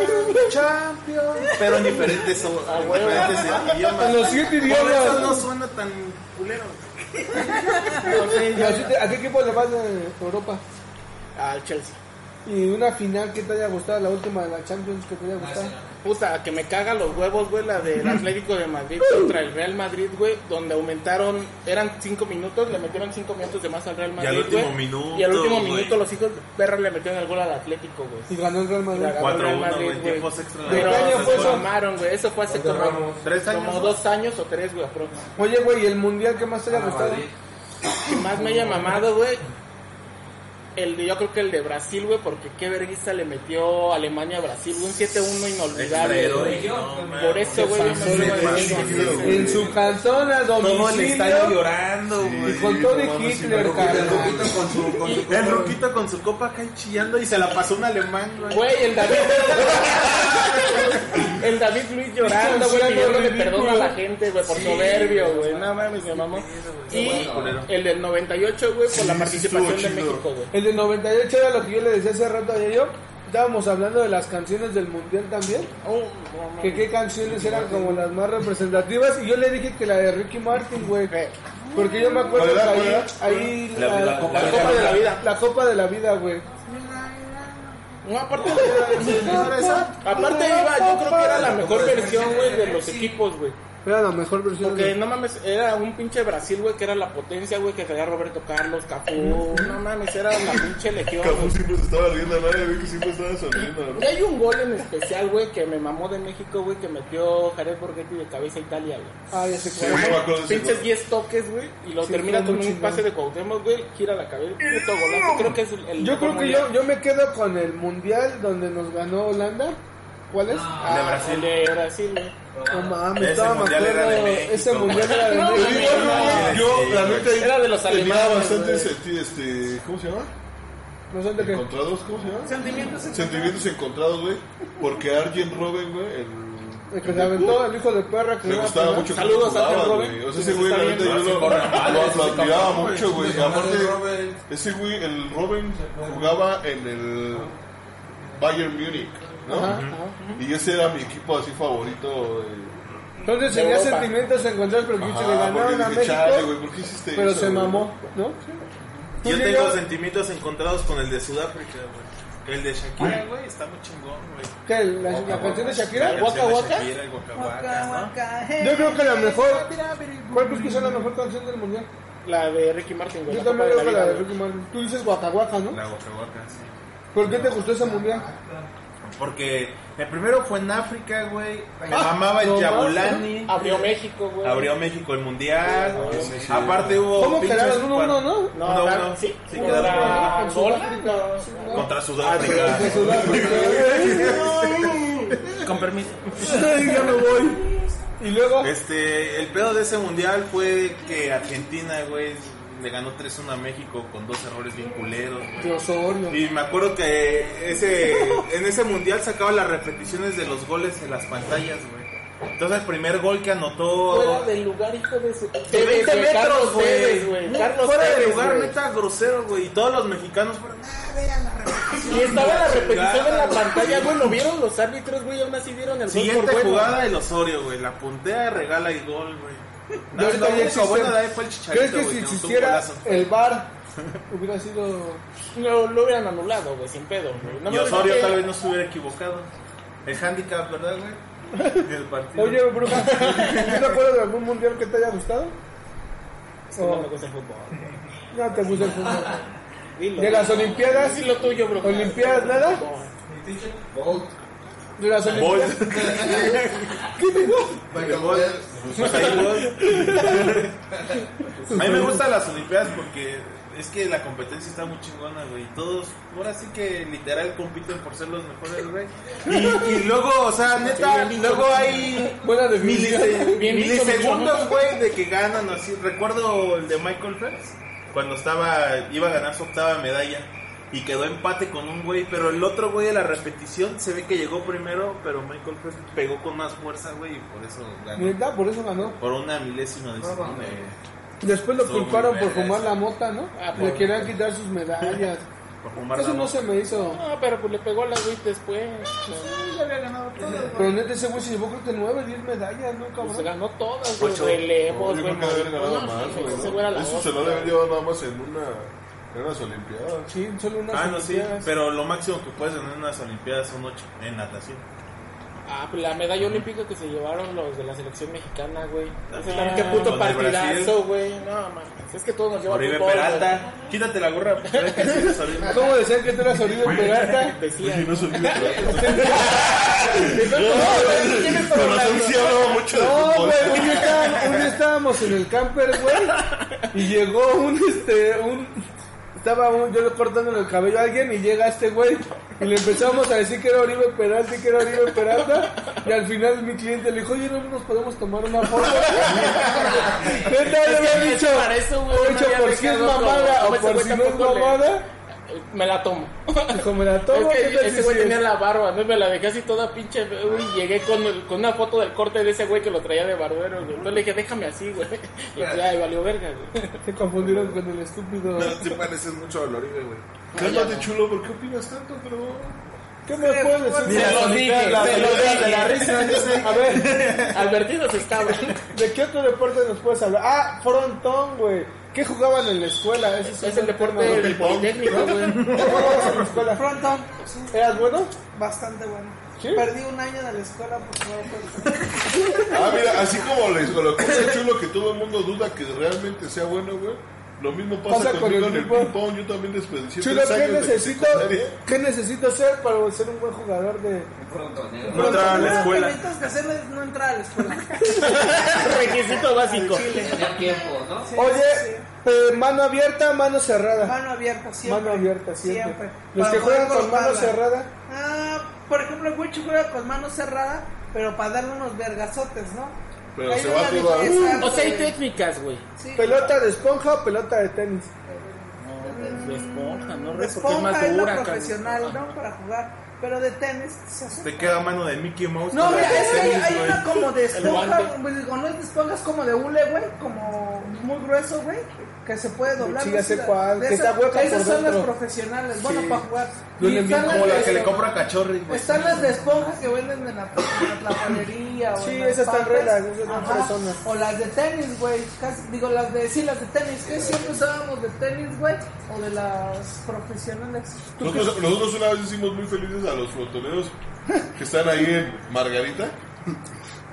B: Champions. Pero en diferentes, o- en
F: huevo.
B: diferentes idiomas.
D: En los siete
B: Por
D: idiomas.
B: eso no suena tan culero.
D: ¿Y ¿A ti- a qué equipo le vas de Europa?
F: al Chelsea.
D: Y una final que te haya gustado, la última de la Champions que te haya gustado.
F: Ah, Puta, que me caga los huevos, güey, la del Atlético de Madrid contra el Real Madrid, güey, donde aumentaron, eran 5 minutos, le metieron 5 minutos de más al Real
B: al
F: Madrid.
B: último
F: güey,
B: minuto,
F: Y al último
B: güey.
F: minuto los hijos de perra le metieron el gol al Atlético, güey.
D: Y ganó el Real Madrid.
F: La ganó el
B: 4-1,
F: Real Madrid,
B: güey, tiempos extra.
F: Pero
D: ¿De qué año fue
F: se
D: eso?
F: mamaron, güey, eso fue hace como,
B: ¿Tres años,
F: como
B: no?
F: dos años o tres, güey, aprox.
D: Oye, güey, ¿y el mundial que más te haya gustado?
F: que más me haya mamado, güey. El de, yo creo que el de Brasil, güey, porque qué vergüenza le metió Alemania a Brasil, güey, un 7-1 inolvidable,
B: Extraheroico,
F: güey.
B: no, man.
F: Por eso, güey, yo me
B: Sanciones
F: acuerdo de
B: máximas,
F: eso, güey.
I: güey.
D: En su canción a
B: Todo el estadio
D: domicilio.
B: llorando, güey.
D: Y con todo
I: Sí,
D: de
I: no mames,
D: Hitler,
I: sí,
D: carnal.
B: con su, con su- el Ruquito con su copa acá chillando y se la pasó un alemán, güey.
F: Güey, el David. el David Luis llorando, güey, pidiéndole perdón a la gente, güey, por soberbio, güey. No mames, mi mamá. Y el del 98, güey, por
I: Sí,
F: la
I: sí,
F: participación
I: estuvo
F: de
I: chido.
F: México, güey.
D: El del 98 era lo que yo le decía hace rato a yo. estábamos hablando de las canciones del mundial también.
F: Oh,
D: que qué canciones eran como las más representativas. Y yo le dije que la de Ricky Martin, güey. Porque yo me acuerdo que
I: ¿Cuál era?
D: ahí,
I: ¿Cuál era?
H: La-
D: ahí
H: la Copa de la
D: Copa de la
F: Vida.
D: Vida. La Copa de la Vida, güey.
F: No, aparte, aparte iba, yo creo que era la mejor versión, güey, de los equipos, güey.
D: Era la mejor versión.
F: Porque
D: de-
F: no mames, era un pinche Brasil, güey, que era la potencia, güey, que traía Roberto Carlos, Cafú. No mames, era la pinche legión.
I: Cafú
F: güey.
I: siempre se estaba riendo, nadie ve que siempre estaba sonriendo,
F: Y
I: ¿no?
F: hay un gol en especial, güey, que me mamó de México, güey, que metió Jared Borghetti de cabeza a Italia, güey.
D: Ah, ya sé
I: Sí,
D: cuál.
I: yo me acuerdo de ese
F: Pinches
I: gol.
F: 10 toques, güey, y lo
D: Sí,
F: termina
D: fue
F: con
D: muy
F: un
D: chingón.
F: pase de Cuauhtémoc, güey, gira la cabeza, puto golazo. Creo que es el- el
D: Yo creo
F: mejor
D: que yo, yo me quedo con el mundial donde nos ganó Holanda. ¿Cuál es?
F: Ah,
B: De Brasil.
F: el de Brasil, güey.
D: No mames,
B: Ese
D: estaba
B: mundial era de
D: acuerdo,
B: México.
D: Ese mundial era de
F: No,
I: Te
D: México.
I: digo algo, güey, Yo, la neta, ahí
F: Era de los
I: tenía
F: alemanes,
I: bastante
F: güey.
I: senti- este, ¿cómo se llama?
D: No son de qué.
I: Encontrados, ¿cómo se llama?
C: Sentimientos
I: Sentimientos encontrados, güey, porque Arjen Robben, güey, el...
D: El que se aventó, el hijo de perra que
I: Me
D: iba a
I: gustaba
D: pegar.
I: mucho cómo
F: Saludos,
I: jugaba,
F: Arjen
I: güey.
F: Robben.
I: O sea, ese güey, la
F: Está
I: neta,
F: bien,
I: yo
B: ¿no?
I: lo,
B: Sí, corre mal,
I: lo
B: ese
I: admiraba
B: cabrón,
I: mucho,
B: güey.
I: güey.
D: Pues,
B: Sí,
I: Aparte,
B: Arjen Robben.
I: ese güey, el Robben, jugaba en el Bayern Múnich, ¿no?
D: Ajá, ajá.
I: Y ese era mi equipo así favorito. De...
D: Entonces tenía
F: Europa.
D: sentimientos encontrados porque se le
I: Ajá, porque
D: ganaron a
I: dije,
D: México,
I: "Chale, güey, ¿por qué hiciste
D: pero
I: eso,
D: se
I: güey?"
D: mamó, ¿no? ¿Tú
B: Yo
D: Diego,
B: tengo sentimientos encontrados con el de Sudáfrica, güey. Que El de Shakira, güey, está muy chingón, güey.
D: ¿Qué? ¿La, Ah. la canción de
B: La
D: Shakira?
B: canción de
F: ¿Waka Waka?
B: Shakira, el Waka Waka, ¿no?
D: Yo creo que la mejor. ¿Cuál crees que es la mejor canción del mundial?
F: La de Ricky Martin, güey.
D: Yo
F: la
D: también
F: Copa
D: creo que
F: de
D: la de
F: Vida,
D: Ricky Martin. Tú dices Guacahuaca, ¿no?
B: La Waka Waka, sí.
D: ¿Por qué te gustó ese mundial?
B: Porque el primero fue en África, güey. Me
D: Ah,
B: mamaba el Yabulani.
F: güey. Abrió México, güey.
B: Abrió México el mundial. Aparte hubo.
D: Ah, ¿Cómo
B: pinches
D: quedaron?
B: cuar-
D: 1-1, no?
F: No,
B: Uno,
F: la-
B: uno.
F: sí,
B: Sí,
F: sí,
B: quedaron
F: la-
D: Con
F: Angola.
D: Sudáfrica.
B: Contra Sudáfrica.
D: Con Sudáfrica.
B: Con permiso.
D: Ay, ya me voy. Y luego,
B: Este, el pedo de ese mundial fue que Argentina, güey, le ganó 3-1 a México con dos errores bien culeros, güey.
D: de Osorio.
B: Y me acuerdo que ese en ese mundial sacaban las repeticiones de los goles en las pantallas, güey. Entonces el primer gol que
F: Fuera
B: anotó
F: del lugar, hijo de su...
B: de 20 metros,
F: Carlos Tevez,
B: güey.
F: Carlos
B: Fuera de
F: Tevez,
B: lugar,
F: güey.
B: neta grosero, güey. Y todos los mexicanos fueron, ah, vean la repetición.
F: Y estaba la repetición en la
B: Chingada,
F: pantalla, güey. Lo vieron los árbitros, güey. Aún así dieron el
D: Pues
F: gol por
B: Siguiente
F: bueno.
B: jugada del Osorio, güey. La puntea, regala y gol, güey.
D: Ya ahorita ya
B: única
D: existe.
B: buena de ahí fue el Chicharito,
D: ¿Crees que
B: güey,
D: si
B: que anotó un
D: existiera
B: golazo.
D: el bar hubiera sido
F: Lo, lo hubieran anulado, güey, sin pedo, güey. No
B: Y
F: mames,
B: Osorio
F: que-
B: tal vez no se hubiera equivocado. El handicap, ¿verdad, güey? Del partido.
D: Oye, bruja, ¿tú te acuerdas de algún mundial que te haya gustado?
F: Es que no me gusta el fútbol. güey.
D: No te gusta el fútbol.
F: Dilo.
D: De las Olimpiadas,
F: Sí, lo tuyo, bro.
D: Olimpiadas, nada.
F: No.
G: Bolt.
D: De las
B: Gol.
D: Olimpiadas.
B: Pues A mí me gustan las Olimpiadas porque es que la competencia está muy chingona, güey. Todos, ahora sí que literal compiten por ser los mejores, güey. Y, y luego, o sea, neta, luego hay
D: Buena
B: milice-
D: definición.
F: Bien dicho,
B: milisegundos, güey, de que ganan o así. Recuerdo el de Michael Phelps cuando estaba, iba a ganar su octava medalla. Y quedó empate con un güey, pero el otro güey de la repetición se ve que llegó primero, pero Michael Phelps pegó con más fuerza, güey, y por eso ganó.
D: Neta, por eso ganó.
B: Por una milésima de segundo. eh,
D: Después lo
B: Estuvo muy
D: culparon por
B: verga
D: fumar
B: esa.
D: la mota, ¿no? pues
F: Ah,
D: Le
F: por-
D: querían quitar sus medallas.
B: Por fumar
D: Eso
B: la
D: no
B: mota.
D: se me hizo.
F: No, pero pues le pegó a la güey después. güey.
D: Pero neta, ese güey se llevó creo que 9, 10 medallas, ¿no,
F: Pues se
D: cabrón?
F: ganó todas, Pues, güey.
B: Ocho.
I: No,
F: Relevos,
I: yo
F: güey.
I: creo que debe haber ganado
F: no,
I: más,
F: sí,
I: güey.
F: ese güey era
I: ¿no?
F: la
I: Eso se lo
F: hostia.
I: debe haber llevado nada más en una... En unas olimpiadas.
D: Sí, solo unas
B: Ah, no, sí.
D: Olimpiadas.
B: Pero lo máximo que puedes ganar en unas Olimpiadas son 8 en natación.
F: Ah, pues la medalla olímpica que se llevaron los de la selección mexicana, güey. Ese
B: Ah,
F: también, qué puto
B: con el
F: partidazo,
B: Brasil.
F: güey. No, man. Es que todos nos llevan
B: Oribe
F: fútbol, güey.
B: Peralta. Quítate la gorra. porque ves que sí eres Oribe.
D: ¿Cómo decían que tú eras Oribe Peralta?
F: Decía,
I: Oye, no se olvide.
F: No, güey, ¿quién está
I: Con razón
F: hablando?
I: sí hablaba mucho de
D: No,
I: fútbol.
D: güey, un día, estábamos, un día estábamos en el camper, güey, y llegó un, este, un, estaba un, yo le cortándole el cabello a alguien y llega este güey, y le empezamos a decir que era Oribe Peralta y que era Oribe Peralta, y al final mi cliente le dijo, oye, no nos podemos tomar una foto. Neta, yo había dicho,
F: Para eso, güey,
D: ocho
F: no había
D: por si es
F: dejado
D: mamada
F: como-
D: o
F: ese
D: por
F: güey
D: si no es
F: tampoco le-
D: mamada,
F: eh, Me la tomo.
D: dijo, me la tomo,
F: es
D: ¿qué tal
F: que ese
D: si
F: güey
D: sí es?
F: tenía la barba, ¿no? Me la dejé así toda pinche. Uy, llegué con, el- con una foto del corte de ese güey que lo traía de barbero, güey. Entonces le dije, déjame así, güey. Y ya, y valió verga, güey.
D: Se confundieron con el estúpido.
B: Te pareces mucho a Oribe, güey.
I: Cálmate, chulo, ¿por qué opinas tanto, pero?
D: ¿Qué ¿Qué me puedes decir?
F: Te lo dije,
B: La
F: te lo
B: película de la
F: dije.
B: risa dice.
D: A ver,
F: Advertidos estaban.
D: ¿de qué otro deporte nos puedes hablar? Ah, frontón, güey. ¿Qué jugaban en la escuela? Ese
F: Es
D: otro
F: el deporte
D: tema, güey.
F: del Politécnico, güey.
D: ¿Qué jugabas en la escuela?
C: Pronto, sí,
D: ¿Eras bueno?
C: bastante bueno.
D: ¿Sí?
C: Perdí un año de la escuela porque no fue.
I: Ah, mira, así como les con lo que es chulo que todo el mundo duda que realmente sea bueno, güey. Lo mismo pasa,
D: Pasa con
I: conmigo
D: el
I: en el
D: fútbol.
I: ping pong, yo también desperdicié
D: Chulo,
I: tres
D: ¿qué
I: años de
D: necesito,
I: secundaria.
D: ¿qué necesito ser para ser un buen jugador de...?
G: Un frontonero.
B: No entraba a la
C: Lo primero
B: escuela.
C: que necesitas que hacer es no entrar a la escuela.
F: Requisito básico.
G: Tenía tiempo, ¿no?
C: Sí,
D: Oye,
C: sí.
D: eh, mano abierta, mano cerrada.
C: Mano abierta, siempre.
D: Mano abierta, siempre. Los
C: Para
D: que
C: poder
D: juegan con mano
C: cortarla.
D: cerrada,
C: Ah, por ejemplo, el Wichu juega con mano cerrada, pero para darle unos vergazotes, ¿no?
I: Pero
C: Ahí
I: se
C: no
I: va
C: la
I: todo a-
C: diferencia,
F: O sea, hay
C: güey.
F: técnicas, güey.
C: Sí.
D: pelota de esponja o pelota de tenis.
F: De esponja,
C: De
F: no re, porque es
C: esponja es
F: más
C: la
F: dura, cabrón.
C: profesional, ¿no? Para jugar. Pero de tenis se hace.
B: Te queda mano de Mickey Mouse.
C: No,
B: con
C: mira,
B: la de
C: es que hay,
B: tenis,
C: hay
B: güey.
C: una como de esponja,
F: guante.
C: güey, digo, no es de esponja, es como de hule, güey, como muy grueso, güey, que se puede doblar.
D: Sí,
C: güey,
D: ya sé
C: la-
D: cuál,
C: de
D: que
C: esas-
D: está hueca
C: Esas
D: por
C: son las
D: dentro.
C: profesionales, bueno,
D: Sí.
C: para jugar.
D: Duelen bien
C: están las
B: Como la
C: de-
B: que le compra a Cachorri, güey.
C: Están las de esponja que venden en la, en la panadería o
D: Sí,
C: en las
D: esas están
C: papas.
D: relas, esas son
C: Ajá.
D: personas.
C: O las de tenis, güey. casi- Digo, las de, sí, las de tenis. Que siempre usábamos de tenis, güey. O de las profesionales.
I: Nosotros, nosotros una vez hicimos muy felices a los frontoneros que están ahí en Margarita,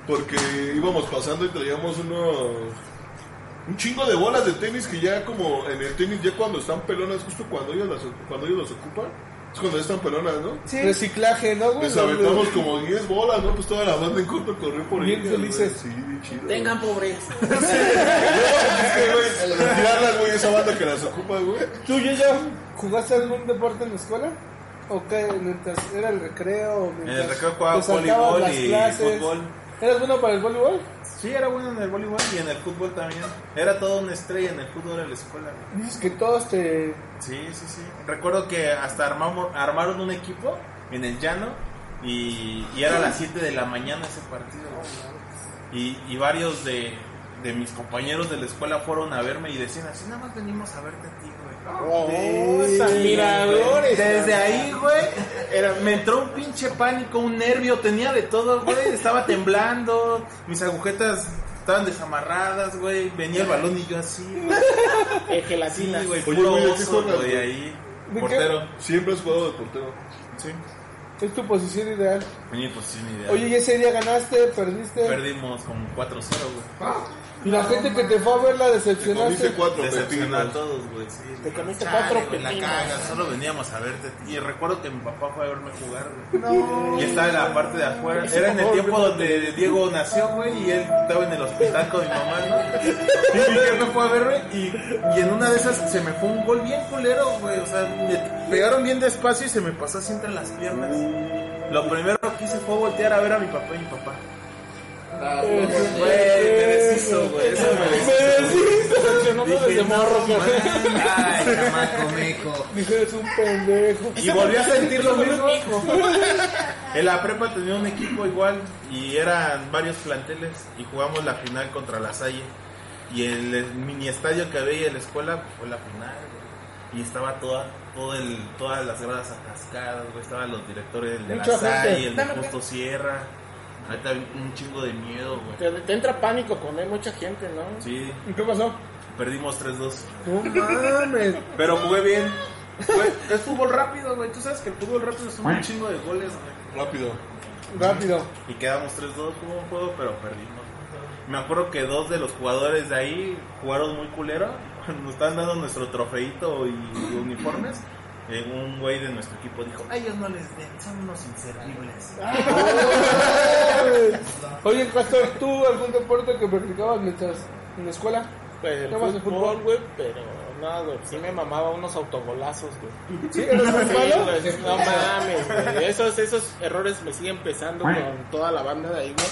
I: porque íbamos pasando y traíamos unos. Un chingo de bolas de tenis que ya como en el tenis, ya cuando están pelonas, justo cuando ellos las, cuando ellos las ocupan, es cuando ya están pelonas, ¿no?
C: Sí.
D: Reciclaje, ¿no, güey?
I: Les aventamos como 10 bolas, ¿no? Pues toda la banda en corto corrió por
D: Bien
I: ellas, güey.
D: felices.
I: Sí, bien chido.
F: Tengan pobres.
I: Es que, güey, tirarlas, güey, esa banda que las ocupa, güey.
D: ¿Tú, ya jugaste algún deporte en la escuela? ¿O qué? Mientras era el recreo. o mientras
B: el recreo jugaba
D: te saltabas
B: voleibol
D: las
B: y fútbol.
D: ¿Eras bueno para el voleibol?
B: Sí, era bueno en el voleibol y en el fútbol también. Era toda una estrella en el fútbol en la escuela, güey.
D: Dices que todos te...
B: Sí, sí, sí. Recuerdo que hasta armamos, armaron un equipo en el llano y, y era a las 7 de la mañana ese partido. güey. Y, y varios de, de mis compañeros de la escuela fueron a verme y decían así, nada más venimos a verte a ti, güey. Puta,
F: miradores,
B: Desde ahí, güey, era- me entró un pinche pánico, un nervio, tenía de todo, güey. Estaba temblando, mis agujetas estaban desamarradas, güey. Venía el balón y yo así, güey.
F: Eh, gelatina.
B: Sí, güey,
I: Oye,
B: puro
I: güey, ¿de qué
B: oso,
I: juegas,
B: güey,
I: güey?
B: ahí.
D: ¿De qué?
B: Portero.
I: Siempre has jugado de portero.
B: Sí.
D: Es tu posición ideal.
B: Oye, pues sí, ni idea.
D: Oye, ¿y ese día ganaste? ¿Perdiste?
B: Perdimos como 4-0, güey.
D: Y la gente que te fue a ver la
I: Te comiste
D: decepcionaste.
I: cuatro
B: Decepcionó a
I: pepinos.
B: todos, güey. Sí.
F: Te comiste
B: Chale,
F: este cuatro
B: güey, la
F: pepinos.
B: caga, solo veníamos a verte. Y recuerdo que mi papá fue a verme jugar, güey.
C: No.
B: Y estaba en la parte de afuera. Era en el tiempo donde Diego nació, güey, y él estaba en el hospital con mi mamá, ¿no? Y mi jefe fue a verme y, y en una de esas se me fue un gol bien culero, güey. O sea, me pegaron bien despacio y se me pasó así entre las piernas. Lo primero que hice fue voltear a ver a mi papá y mi papá.
G: Para todos.
B: Güey, me deshizo, güey. Eso me deshizo.
F: No desde morro, güey.
G: Ay, chamaco meco.
D: Dije, eres un pendejo.
B: Y volví a sentir lo mismo. En la prepa tenía un equipo igual y eran varios planteles y jugamos la final contra la Salle. Y el eh, mini estadio que había en la escuela fue la final. güey. Y estaba toda, todo el, todas las gradas atascadas, güey. Estaban los directores del de la
D: Mucha gente.
B: Salle, el de
C: Dame,
B: Justo Sierra. Ahorita un chingo de miedo, güey.
F: Te, te entra pánico cuando hay mucha gente, ¿no?
B: Sí,
D: ¿Y qué pasó?
B: perdimos 3-2.
D: No mames.
B: Pero jugué bien. Fue- es fútbol rápido, güey. Tú sabes que el fútbol rápido es un chingo de goles, güey.
I: Rápido.
D: Rápido.
B: Y quedamos 3-2, jugó un juego, pero perdimos. Me acuerdo que dos de los jugadores de ahí jugaron muy culero. Nos estaban dando nuestro trofeito y uniformes. eh, un güey de nuestro equipo dijo, a ellos no les den, son unos inservibles.
D: Oye, Pastor, ¿tú algún deporte que practicabas mientras en la escuela?
F: Pues el
D: ¿Qué más de fútbol?
F: fútbol, güey, pero nada, güey. Sí me mamaba unos autogolazos, güey.
D: ¿Sí? ¿Eres muy
F: Sí,
D: malo?
F: güey, No mames, güey. Esos, esos errores me siguen pesando con toda la banda de ahí, güey.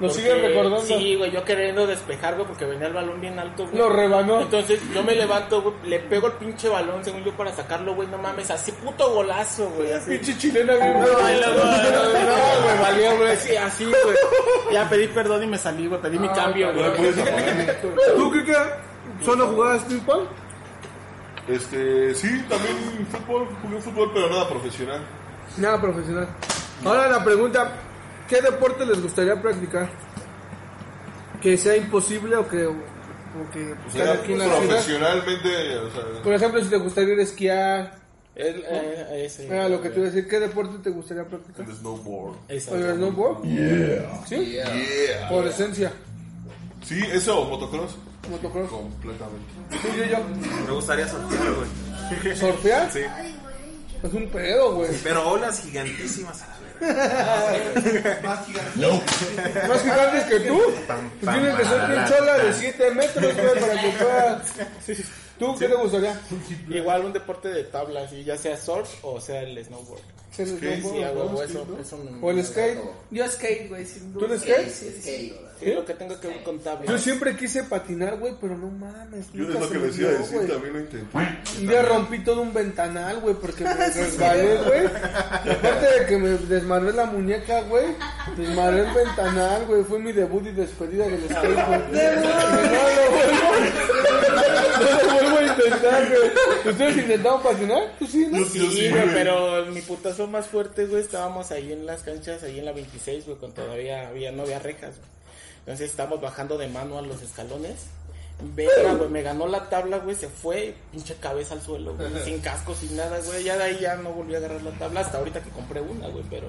D: Nos
F: Porque-
D: siguen recordando.
F: Sí, güey, yo queriendo despejar, güey, porque venía el balón bien alto, güey.
D: Lo rebanó.
F: Entonces yo me levanto, güey, le pego el pinche balón, según yo, para sacarlo, güey, no mames, así puto golazo, güey. Así.
D: Pinche chilena bien buena.
F: Ay, no, güey, no, güey, valió, güey, sí, así, güey. Ya pedí perdón y me salí, güey, pedí
D: Ah,
F: mi cambio,
I: No
F: güey.
I: la puedes apagar.
D: ¿Tú qué qué? ¿Solo jugabas ping-pong?
I: Este, sí, también fútbol, jugué fútbol, pero nada profesional.
D: Nada profesional. Ahora la pregunta, ¿qué deporte les gustaría practicar? Que sea imposible o que, o que pues,
I: O
D: cada
I: sea,
D: quien decida.
I: profesionalmente, o sea,
D: Por ejemplo, si te gustaría ir a esquiar,
F: El, eh, ese.
D: era lo que te iba a decir, ¿qué deporte te gustaría practicar?
I: el snowboard.
D: ¿O el snowboard? ¿Sí?
I: Yeah.
D: Por esencia,
I: Sí, eso, motocross.
D: motocross.
I: Completamente.
D: Sí, yo, yo.
B: Me gustaría sortear, güey.
D: ¿Sortear?
B: Sí.
D: Es un pedo, güey.
B: Pero olas gigantísimas. a la verga.
D: Más gigantes que tú. Pues tienes que ser un chola de 7 metros, güey, para que puedas. ¿Tú qué te gustaría?
F: Igual un deporte de tabla, así, ya sea surf o sea el snowboard.
D: ¿Ser el
F: Sí,
D: snowboard?
F: a huevo, eso, eso me-
D: ¿O el skate?
C: Yo skate, güey, sin duda.
D: ¿Tú el skate?
C: Sí, sí.
F: Sí, lo que tenga que ver con tabla.
D: Yo siempre quise patinar, güey, pero no mames.
I: Yo es
D: nunca
I: lo
D: se
I: que
D: me
I: les iba a
D: dio,
I: decir,
D: güey.
I: también lo intenté.
D: Un día rompí todo un ventanal, güey, porque me resbalé, güey. Aparte de que me desmadré la muñeca, güey, desmadré el ventanal, güey. Fue mi debut y despedida del skate, güey. No, lo vuelvo, no lo vuelvo a intentar, güey. ¿Ustedes intentaron patinar? ¿Tú sí, no?
I: Yo sí, yo
F: Sí,
I: sí,
F: güey,
I: güey.
F: pero mi putazo más fuerte, güey, estábamos ahí en las canchas, ahí en la 26, güey, cuando todavía había, no había rejas, güey. Entonces estábamos bajando de mano a los escalones. Verga, güey, me ganó la tabla, güey, se fue, pinche cabeza al suelo, güey, sin casco, sin nada, güey. Ya de ahí ya no volví a agarrar la tabla hasta ahorita que compré una, güey, pero...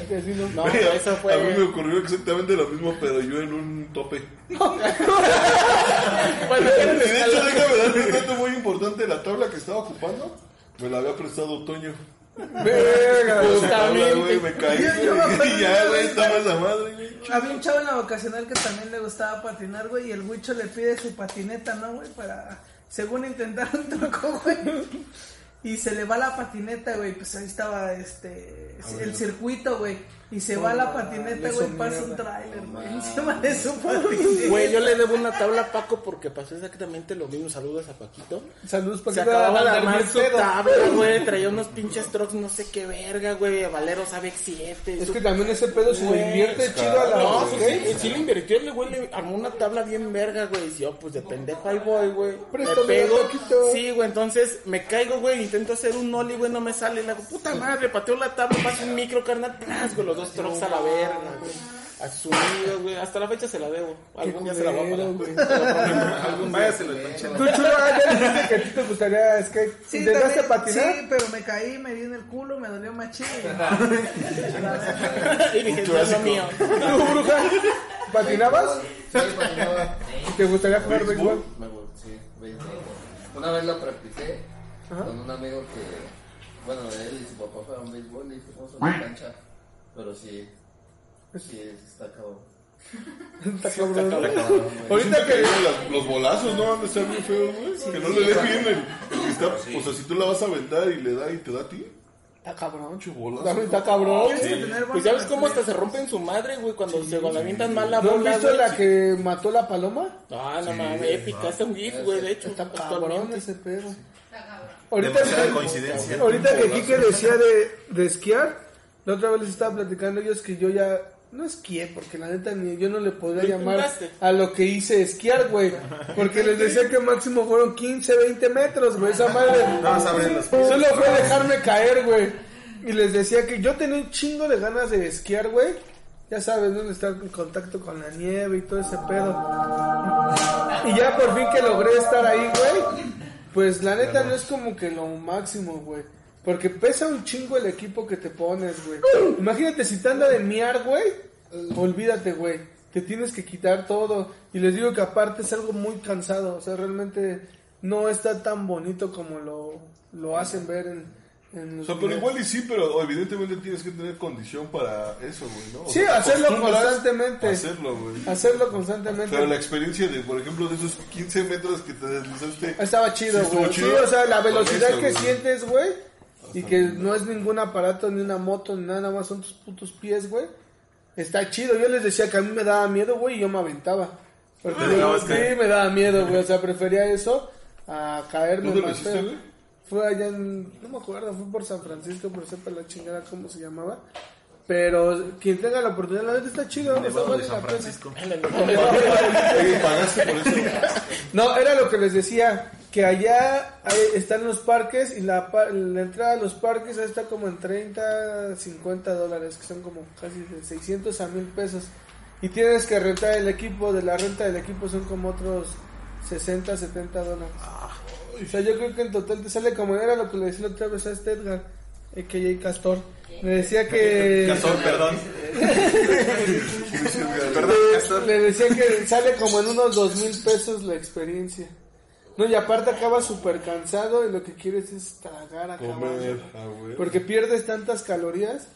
D: Hay que decirlo.
F: No, eso fue...
I: A mí me ocurrió exactamente lo mismo, pero yo en un tope.
F: Bueno, ya
I: Y
F: en los
I: de hecho,
F: escalones-
I: déjame dar un dato muy importante. La tabla que estaba ocupando me la había prestado Toño.
D: Verga, güey.
I: Esa tabla,
F: Justamente.
I: güey, me caí.
C: Yo- yo me acuerdo
I: güey, Y ya,
C: de-
I: güey, estaba la madre, güey.
C: Había un chavo en la vocacional que también le gustaba patinar, güey, y el huicho le pide su patineta, ¿no, güey? Para, según intentar un truco, güey. Y se le va la patineta, güey, pues ahí estaba, este, el circuito, güey. Y se va
D: Ah,
C: la patineta, güey, pasa un tráiler, güey, encima de su patineta.
F: Güey, yo le debo una tabla a Paco porque pasó exactamente lo mismo. Saludos a Paquito.
D: Saludos para
F: Se
D: que te haga
F: acababa de
D: la
F: armar
D: más
F: su tabla, güey. Traía unos pinches trucks, no sé qué verga, güey. Valero sabe 7.
D: Es que también ese pedo se
F: Güey,
D: le invierte chido a la
F: No,
D: ¿ok?
F: sí, sí, sí le invirtió, el güey le armó una tabla bien verga, güey. Y yo, pues de pendejo ahí voy, güey.
D: Préstamela,
F: Me pego.
D: Paquito.
F: Sí, güey, entonces me caigo, güey. Intento hacer un nolly, güey, no me sale. Le hago, puta madre, pateo la tabla, paso un micro, carnal. Plas, güey, los dos trucks a la verga, güey. Asumido, güey. Hasta la fecha se la debo. Algún día se la va a
D: culero,
F: pagar.
D: güey.
B: Algún día se lo enconché.
D: Tú, chulo, ya dijiste que a ti te gustaría skate.
C: Sí,
D: ¿Intentaste
C: también-
D: patinar?
C: Sí, pero me caí, me di en el culo, me dolió machín.
F: Y dije, no es lo mío.
D: ¿Tú, bruja? ¿Patinabas?
G: Sí, patinaba.
D: ¿Te gustaría jugar béisbol?
G: Me gu- sí, béisbol. Una vez lo practiqué con un amigo que, bueno, él y su papá fueron béisbol y fuimos a una cancha. Pero sí, sí, está cabrón.
D: Está cabrón.
I: Ahorita
D: Ahorita
I: que
D: que-
I: las- los bolazos no van a estar bien feos, güey. que no le dé bien el, el que está. O sea, si tú la vas a aventar y le da y te da a ti.
D: Está cabrón,
I: Pinche
D: chulo.
I: bolazo.
F: También Está cabrón.
C: Tienes que tener buena
F: Pues ya ves cómo hasta se rompen su madre, güey, cuando se cuando avientan mal la
D: ¿No has
F: bola,
D: visto
F: güey.
D: la que mató la paloma?
F: Ah, no mames, épica, está un gif, güey, de hecho.
D: Está cabrón
F: actualmente.
D: ese pedo.
B: Demasiada
D: que-
B: coincidencia.
D: Ahorita que Kike decía de, de esquiar, la otra vez les estaba platicando ellos que yo ya no esquié, porque la neta ni yo no le podría
F: Lo
D: llamar
F: intentaste.
D: a lo que hice esquiar, güey. Porque les decía que máximo fueron 15, 20 metros, güey. Esa madre.
B: No, sabré los pies.
D: Solo fue dejarme caer, güey. Y les decía que yo tenía un chingo de ganas de esquiar, güey. Ya sabes, dónde estar en contacto con la nieve y todo ese pedo. Y ya por fin que logré estar ahí, güey. Pues la neta no es como que lo máximo, güey. Porque pesa un chingo el equipo que te pones, güey. Imagínate si te anda de miar, güey. Olvídate, güey. Te tienes que quitar todo. Y les digo que aparte es algo muy cansado. O sea, realmente no está tan bonito como lo, lo hacen ver en... en
I: O
D: los
I: sea, pero
D: videos.
I: igual y sí, pero evidentemente tienes que tener condición para eso, güey, ¿no? O
D: Sí,
I: sea, te
D: hacerlo
I: acostumbras
D: constantemente.
I: a Hacerlo, güey.
D: Hacerlo constantemente.
I: Pero la experiencia de, por ejemplo, de esos 15 metros que te deslizaste.
D: Estaba chido,
I: Sí, estuvo
D: güey. Sí,
I: chido.
D: o sea, la
I: Con
D: velocidad
I: eso,
D: que
I: güey.
D: sientes, güey. Y que no es ningún aparato, ni una moto, ni nada, nada más son tus putos pies, güey. Está chido. Yo les decía que a mí me daba miedo, güey, y yo me aventaba. Porque
B: Ah, no,
D: yo,
B: es
D: sí,
B: que-
D: me daba miedo, güey. O sea, prefería eso a caerme
I: ¿Dónde lo
D: más
I: hiciste,
D: feo.
I: güey?
D: Fue allá en... No me acuerdo, fue por San Francisco, por sepa la chingada cómo se llamaba. Pero quien tenga la oportunidad, la neta está chido. o sea,
B: Nevado
D: vale
B: de
D: la
B: San
D: pena.
B: Francisco.
I: Oye, pagaste por eso.
D: No, era lo que les decía. que allá hay- están los parques y la, pa- la entrada a los parques ahí está como en 30, 50 dólares, que son como casi de 600 a 1000 pesos. Y tienes que rentar el equipo, de la renta del equipo son como otros 60, 70 dólares. O sea, yo creo que en total te sale como era lo que le decía la otra vez a este Edgar, a.k.a. Castor. Me decía que...
B: Castor, perdón. Perdón, Castor.
D: Le decía que sale como en unos dos mil pesos la experiencia. No, y aparte acabas súper cansado y lo que quieres es tragar a caballo.
I: Comer, ah, güey.
D: Porque pierdes tantas calorías.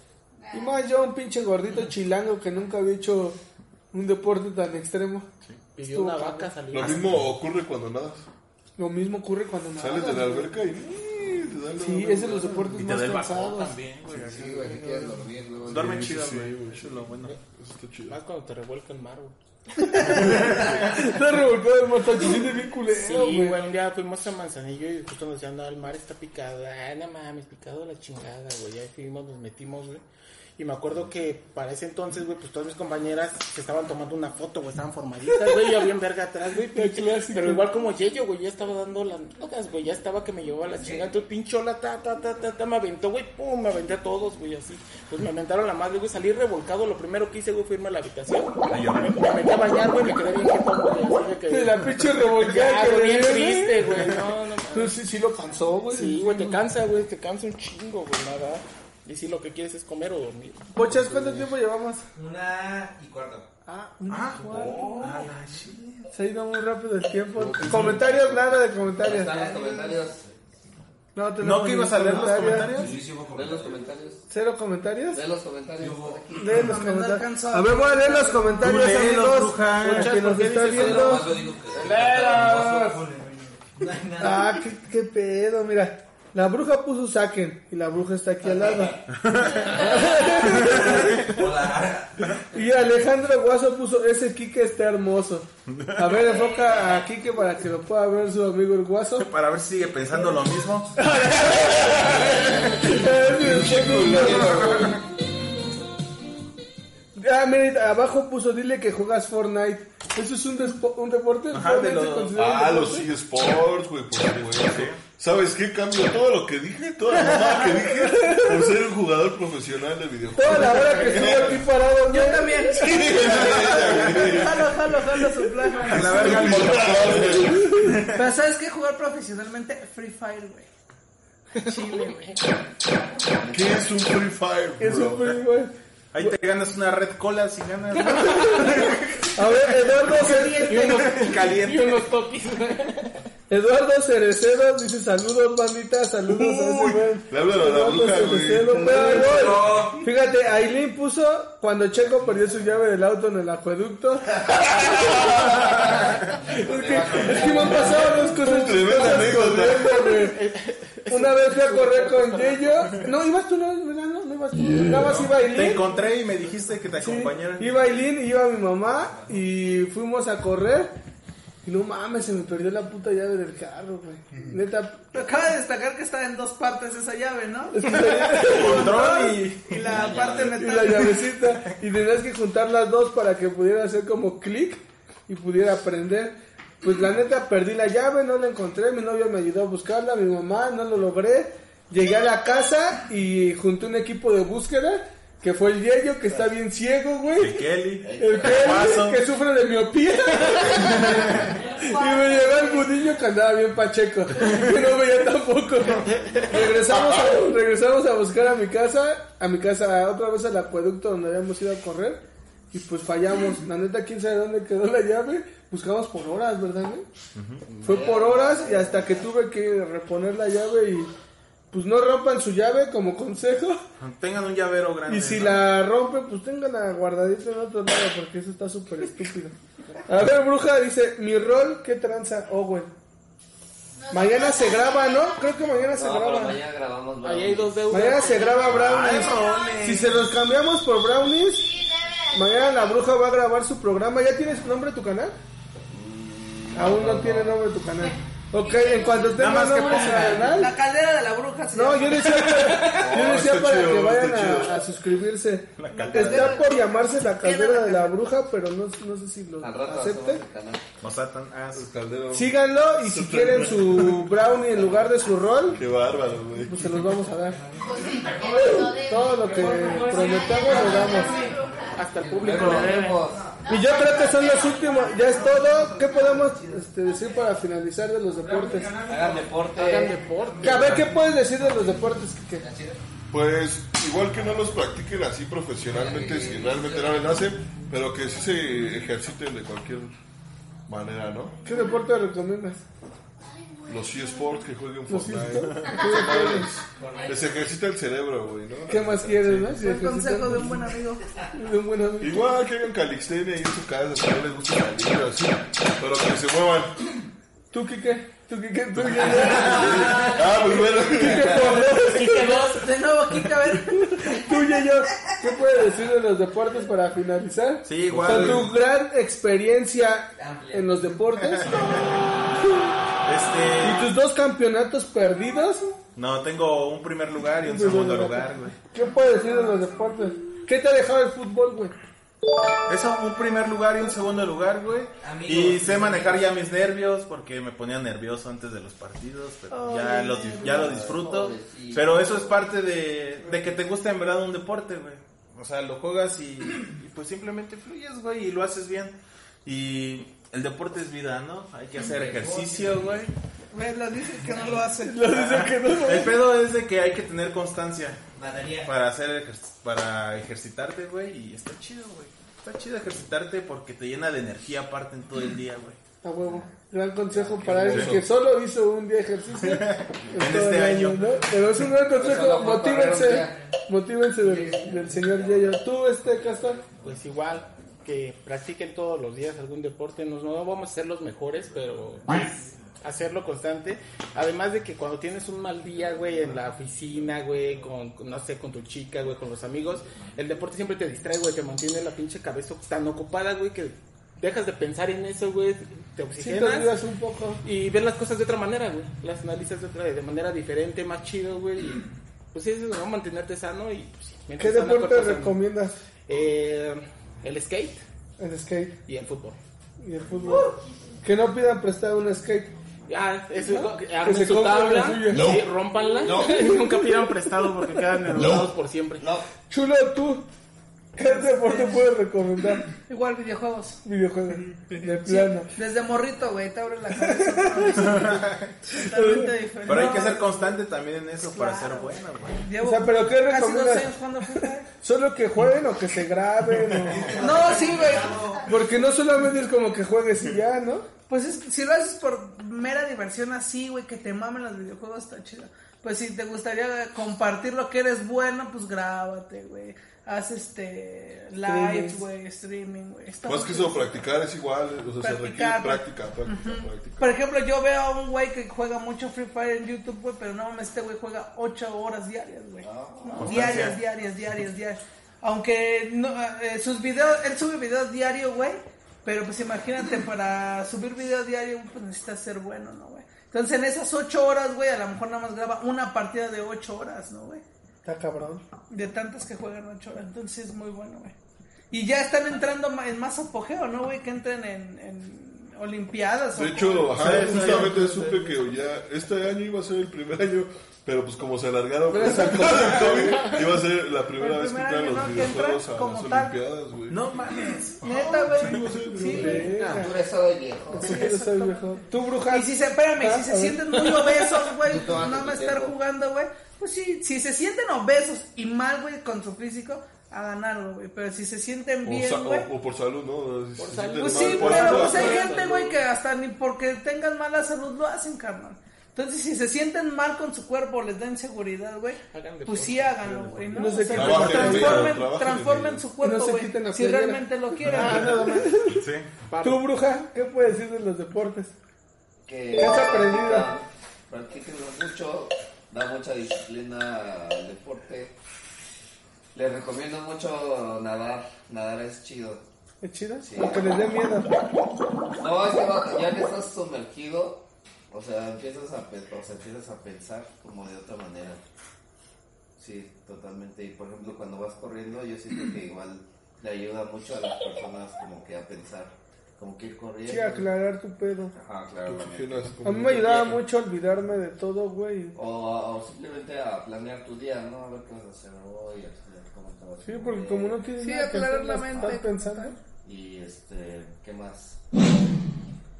D: Y más yo, un pinche gordito chilango que nunca había hecho un deporte tan extremo.
F: Pidió una
D: Estuvo
F: vaca, salió.
I: Lo mismo ocurre cuando nadas.
D: Lo mismo ocurre cuando nadas,
I: Sales de la
D: güey.
I: alberca y mm, te dan la
D: Sí,
I: una-
D: es de los deportes
B: Y te
D: más
B: da el bajón
D: cansados.
B: también, güey.
G: Sí, güey, que quieres dormir, luego.
B: Duerme
I: Sí,
B: chido,
I: sí,
B: güey.
I: güey.
B: Eso es lo bueno.
I: Eso está
D: Ah,
I: chido.
F: Más cuando te revuelca el mar, güey.
D: Está revolcado el matachín de mi culero,
F: Sí,
D: güey.
F: güey, un día fuimos a Manzanillo y justo nos decían, no, el mar está picado. Ah, no mames, picado la chingada, güey. Ya fuimos, nos metimos, güey. Y me acuerdo que para ese entonces, güey, pues todas mis compañeras se estaban tomando una foto, güey, estaban formaditas, güey, yo bien verga atrás, güey. pinche- Pero igual como Yello, güey, ya estaba dando las drogas, güey, ya estaba que me llevaba la chingada. Entonces pinchó la ta, ta, ta, ta, ta, me aventó, güey, pum, me aventé a todos, güey, así. Pues me aventaron la madre, güey, salí revolcado. Lo primero que hice, güey, fue irme a la habitación. Me aventé a bañar, güey, me quedé bien jetón, güey, así de que-
D: De la pinche revolcada
F: ya,
D: que le
F: güey, Ah, bien
D: dio,
F: triste,
D: ¿eh?
F: güey. No, no mames.
D: Pero sí, sí lo cansó, güey.
F: Sí, güey, te cansa, güey, te cansa un chingo, güey, nada. Y si lo que quieres es comer o dormir.
D: Pochas, ¿cuánto tiempo llevamos?
A: Una y cuarto.
D: Ah, ah, wow.
B: Ah,
D: Se ha ido muy rápido el tiempo. Comentarios, nada de comentarios.
G: Están los comentarios.
D: No,
B: ¿No
D: tenemos
B: que
D: ni
B: ibas a leer los comentarios?
A: Sí, sí, hubo
G: Ven los
A: comentarios.
G: comentarios.
D: ¿Cero comentarios?
G: Ven los comentarios.
D: Lee los
C: No, no
D: comentarios.
C: alcanzo.
D: A ver, voy a leer los comentarios,
B: Léelos,
D: amigos.
B: bruja.
D: Porque
F: Muchas,
D: nos
F: porque
D: está
F: dices,
D: viendo.
A: Más lo digo que-
D: Ah, qué, qué pedo, mira. La bruja puso saquen y la bruja está aquí al lado.
A: Hola.
D: Y Alejandro Guaso puso, ese Kike está hermoso. A ver, enfoca a Kike para que lo pueda ver su amigo el Guaso.
B: Para ver si sigue pensando lo mismo.
D: Ah, mira, abajo puso, dile que juegas Fortnite. ¿Eso es un, despo- un deporte?
B: Ajá, de
D: ¿Fortnite
B: los-
D: se considera un
I: Ah,
D: deporte?
I: los eSports, güey, por supuesto. ¿Sabes qué? Cambio todo lo que dije, toda la mamada que dije, por ser un jugador profesional de videojuegos.
D: Toda la hora que estuve aquí parado, güey.
C: Yo también. Jalo, jalo, jalo su plan.
B: A la verga, el motor.
C: Pero ¿sabes qué? Jugar profesionalmente Free Fire, güey. Chile, güey.
I: ¿Qué es un Free Fire,
D: Es un
I: bro?
D: free, güey.
B: Ahí te ganas una red cola si ganas. ¿no?
D: A ver, Eduardo,
F: Y unos,
B: Caliente.
F: y unos totis, güey.
D: Eduardo Cerecedo dice saludos, bandita, saludos a ese
I: Uy,
D: güey.
I: le hablan a la
D: Eduardo
I: bruja, güey.
D: Cerecedo, pero, güey. Fíjate, Aileen puso cuando Checo perdió su llave del auto en el acueducto. es, que, es que me han pasado dos cosas.
I: Tremenda anécdota.
D: Una vez fui a correr con Yeyo. No, ibas tú, no, ¿verdad? no, no ibas tú. Nada más iba Aileen.
B: Te encontré y me dijiste que te
D: Sí,
B: acompañaran.
D: Iba Aileen, iba mi mamá y fuimos a correr. Y no mames, se me perdió la puta llave del carro, güey. Neta,
C: Acaba de destacar que está en dos partes esa llave, ¿no?
D: es que salí-
B: Control y.
C: Y la parte
D: y la
C: metálica.
D: llavecita. Y tenías que juntar las dos para que pudiera hacer como clic y pudiera prender. Pues la neta, perdí la llave, no la encontré. Mi novio me ayudó a buscarla, mi mamá, no lo logré. Llegué a la casa y junté un equipo de búsqueda que fue el Yeyo, que está bien ciego, güey.
B: El Kelly.
D: El
B: Guaso.
D: que, que sufre de miopía. y me llevó el budillo que andaba bien pacheco. Que no veía tampoco. Regresamos a, regresamos a buscar a mi casa. A mi casa, otra vez al acueducto donde habíamos ido a correr. Y pues fallamos. La neta, quién sabe dónde quedó la llave. Buscamos por horas, ¿verdad, güey? Fue por horas y hasta que tuve que reponer la llave y. Pues no rompan su llave como consejo.
B: Tengan un llavero grande.
D: Y si
B: ¿no?
D: la rompe, pues téngala guardadita en otro lado, porque eso está súper estúpido. A ver, bruja, dice, mi rol, ¿qué tranza, Owen? Mañana se graba, ¿no? Creo que mañana se
G: No, pero
D: graba.
G: mañana grabamos. ¿no?
F: Ahí hay dos deudas.
D: Mañana se graba Brownies.
B: Ay,
D: Si se los cambiamos por Brownies, mañana la bruja va a grabar su programa. ¿Ya tienes nombre tu canal? Aún no tiene nombre tu canal. Ok, en cuanto tenga
B: más que
D: nombre su
B: ponga.
D: canal...
C: La caldera de la bruja. se
D: No,
C: llama.
D: yo decía, yo decía ya para
I: Oh, está chido,
D: que
I: está
D: vayan a,
I: chido.
D: a suscribirse.
B: caldera.
D: Está por llamarse la caldera
C: Queda-
D: de la bruja, pero no, no sé si lo
G: Al rato
D: acepten.
G: hacemos el canal.
B: Nos atan. Ah, sí.
I: Caldero.
D: Síganlo y si quieren su brownie en lugar de su rol,
I: Qué bárbaro, güey.
D: pues se los vamos a dar.
J: Todo
D: Todo lo que prometamos lo damos.
F: Hasta el público le debe.
D: Y yo creo que son los últimos, ya es todo. ¿Qué podemos este, decir para finalizar de los deportes?
G: Hagan deporte.
F: Hagan deporte.
D: A ver, ¿qué puedes decir de los deportes? Que,
I: Pues igual que no los practiquen así profesionalmente, si realmente no les hacen, pero que sí se ejerciten de cualquier manera, ¿no?
D: ¿Qué deporte recomiendas?
I: Los eSports que jueguen
D: ¿Los
I: Fortnite. Les ejercita el cerebro, güey, ¿no?
D: ¿Qué más quieres, no? Si
C: Fue el
D: necesitas-
C: consejo de un buen amigo.
D: de un buen amigo.
I: Igual que hagan calistenia y en su casa, si no les gusta salir o así, pero que se muevan.
D: ¿Tú, Kike? ¿Tú, Kike? ¿Tú, Kike?
I: Ah, pues bueno.
C: De nuevo, Kika, a ver.
D: ¿Tú, Yeyo? ¿Qué puedes decir de los deportes para finalizar?
B: Sí, igual.
D: Con tu gran experiencia en los deportes y
B: Este.
D: tus dos campeonatos perdidos,
B: No, tengo un primer lugar y un
D: Pues,
B: segundo
D: bueno,
B: lugar, güey.
D: ¿qué puedes decir de los deportes? ¿Qué te ha dejado el fútbol, güey?
B: Eso, un primer lugar y un segundo lugar, güey.
E: Amigo.
B: Y sé manejar ya mis nervios porque me ponía nervioso antes de los partidos, pero ya, lo, di- ya lo disfruto.
G: Pobrecito.
B: Pero eso es parte de, de que te gusta en verdad un deporte, güey. O sea, lo juegas y, y pues simplemente fluyes, güey, y lo haces bien. Y el deporte es vida, ¿no? Hay que hacer ejercicio, güey.
C: Ve, lo dice que no lo hace.
B: El pedo es de que hay que tener constancia
E: Batería.
B: para hacer ejer- para ejercitarte, güey, y está chido, güey. Está chido ejercitarte porque te llena de energía aparte en todo el día, güey.
D: A huevo. Gran consejo para alguien que solo hizo un día ejercicio. en
B: este año.
D: ¿no? Pero es un gran consejo.
G: Solo fue para un
D: Motívense.
G: día.
D: Motívense del, del señor Yayo. Tú, este, Castor.
F: Pues igual, que practiquen todos los días algún deporte. No, no vamos a ser los mejores, pero pues, hacerlo constante. Además de que cuando tienes un mal día, güey, en la oficina, güey, con, con, no sé, con tu chica, güey, con los amigos, el deporte siempre te distrae, güey, te mantiene la pinche cabeza tan ocupada, güey, que dejas de pensar en eso, güey, te
D: Si te
F: oxigenas.
D: olvidas un poco.
F: y ves las cosas de otra manera, güey. Las analizas de otra de manera diferente, más chido, güey. Y, pues eso, ¿no? Mantenerte sano y... Pues,
D: ¿Qué
F: mientras sano,
D: deporte
F: cuerpo sano.
D: recomiendas?
F: Eh, el skate
D: El skate
F: y el fútbol.
D: y el fútbol. Que no pidan prestado un skate.
F: Ya, Ah, eso es lo que
D: Que se
F: armen su
D: compren
F: tabla,
D: la suya.
F: sí, rómpanla. Nunca pidan prestado porque quedan nerviosos por siempre.
D: Chulo, tú. ¿Qué deporte puedes recomendar?
C: Igual videojuegos.
D: Videojuegos. De
C: Sí,
D: plano.
C: desde morrito, güey, te abre la cabeza. Totalmente diferente.
B: Pero hay que ser constante también en eso para ser bueno, güey.
C: Llevo
D: O sea, ¿pero qué
C: Casi dos
D: recomiendas?
C: años jugando fútbol.
D: Solo que jueguen o que se graben. o-
C: No, sí, güey.
D: Porque no solamente es como que juegues y ya, ¿no?
C: Pues es- si lo haces por mera diversión así, güey, que te mamen los videojuegos, está chido. Pues si te gustaría compartir lo que eres bueno, pues grábate, güey. Haz este live,
D: Streamings.
C: güey, streaming, güey.
B: Pues
C: Está
I: Más que
C: chido.
I: eso, practicar es igual, o sea, se requiere
C: Practicar,
I: práctica, práctica, práctica.
C: Por ejemplo, yo veo a un güey que juega mucho Free Fire en YouTube, güey, pero no mames, este güey juega 8 horas diarias, güey.
I: Ah,
C: No, diarias, diarias, diarias, diarias. Aunque no, eh, sus videos, él sube videos diario, güey, pero pues imagínate, para subir video diario, pues necesitas ser bueno, ¿no, güey? Entonces en esas 8 horas, güey, a lo mejor nada más graba una partida de 8 horas, ¿no, güey?
D: Está cabrón.
C: De tantas que juegan 8 horas, entonces es muy bueno, güey. Y ya están entrando ma- en más apogeo, ¿no, güey? Que entren en, en Olimpiadas. o
I: De hecho,
B: Sí,
I: ajá,
B: sí,
I: justamente
B: sí,
I: supe
B: sí.
I: que ya este año iba a ser el primer año, pero pues como se alargaron con esa cosa del COVID, iba a ser la primera
C: El
I: vez que
C: primer
I: entran
C: año,
I: los
C: ¿no? que
I: videojuegos
C: entran
I: a
C: como
I: las
C: tal.
I: Olimpiadas, güey.
B: No mames.
C: Neta, güey.
I: sí, sí,
C: Sí,
I: sí.
C: güey.
D: Venga.
G: Tú eres hoy, viejo.
D: Sí, yo soy viejo. Tú, bruja.
C: Y si se, espérame, si
D: Ah,
C: se
D: a ver.
C: sienten muy obesos, güey,
G: Tú
C: pues
G: tómate
C: no
G: tu
C: me estar
G: tiempo.
C: jugando, güey. Pues sí, si se sienten obesos y mal, güey, con su físico, hagan algo, güey. Pero si se sienten
I: O, sa-
C: bien, güey.
I: o- o por salud, ¿no? Si se sienten
C: Pues
I: mal,
C: sí,
I: por
C: pero
I: salud,
C: pues hay
I: ¿no?
C: gente, güey, que hasta ni porque tengan mala salud lo hacen, carnal. Entonces, si se sienten mal con su cuerpo, les da inseguridad, güey,
F: Hagan deporte.
C: pues sí háganlo, güey, ¿no?
D: No se
C: O sea,
D: quiten la
I: playera,
C: transformen,
I: trabajen en
C: transformen su cuerpo,
D: No se
C: güey,
D: quiten la
C: si
D: playera. Ah,
C: realmente lo quieren.
B: Sí.
D: Tú, bruja, ¿qué puedes decir de los deportes?
G: que
D: ¿Qué has aprendido?
G: practican- Practíquenlo mucho, da mucha disciplina al deporte. Les recomiendo mucho nadar, nadar es chido.
D: ¿Es chido?
G: Sí.
D: Aunque les dé miedo.
G: No, es que va- ya que estás sumergido, o sea, empiezas a, pe- o sea, empiezas a pensar como de otra manera. Sí, totalmente. Y por ejemplo, cuando vas corriendo, yo siento que igual le ayuda mucho a las personas como que a pensar, como que ir corriendo.
D: Sí, aclarar tu pedo.
G: Ajá, claro.
I: Sí, no, es pues, como-
D: A mí me ayudaba mucho a olvidarme de todo, güey.
G: O, o simplemente a planear tu día, ¿no? A ver qué vas a hacer hoy, a ver cómo te vas a
D: Sí,
G: mover.
D: porque como no tienes
C: Sí,
D: nada que
C: aclarar
D: hacer,
C: la
D: no
C: mente.
D: estás pensando.
G: Y este, ¿qué más?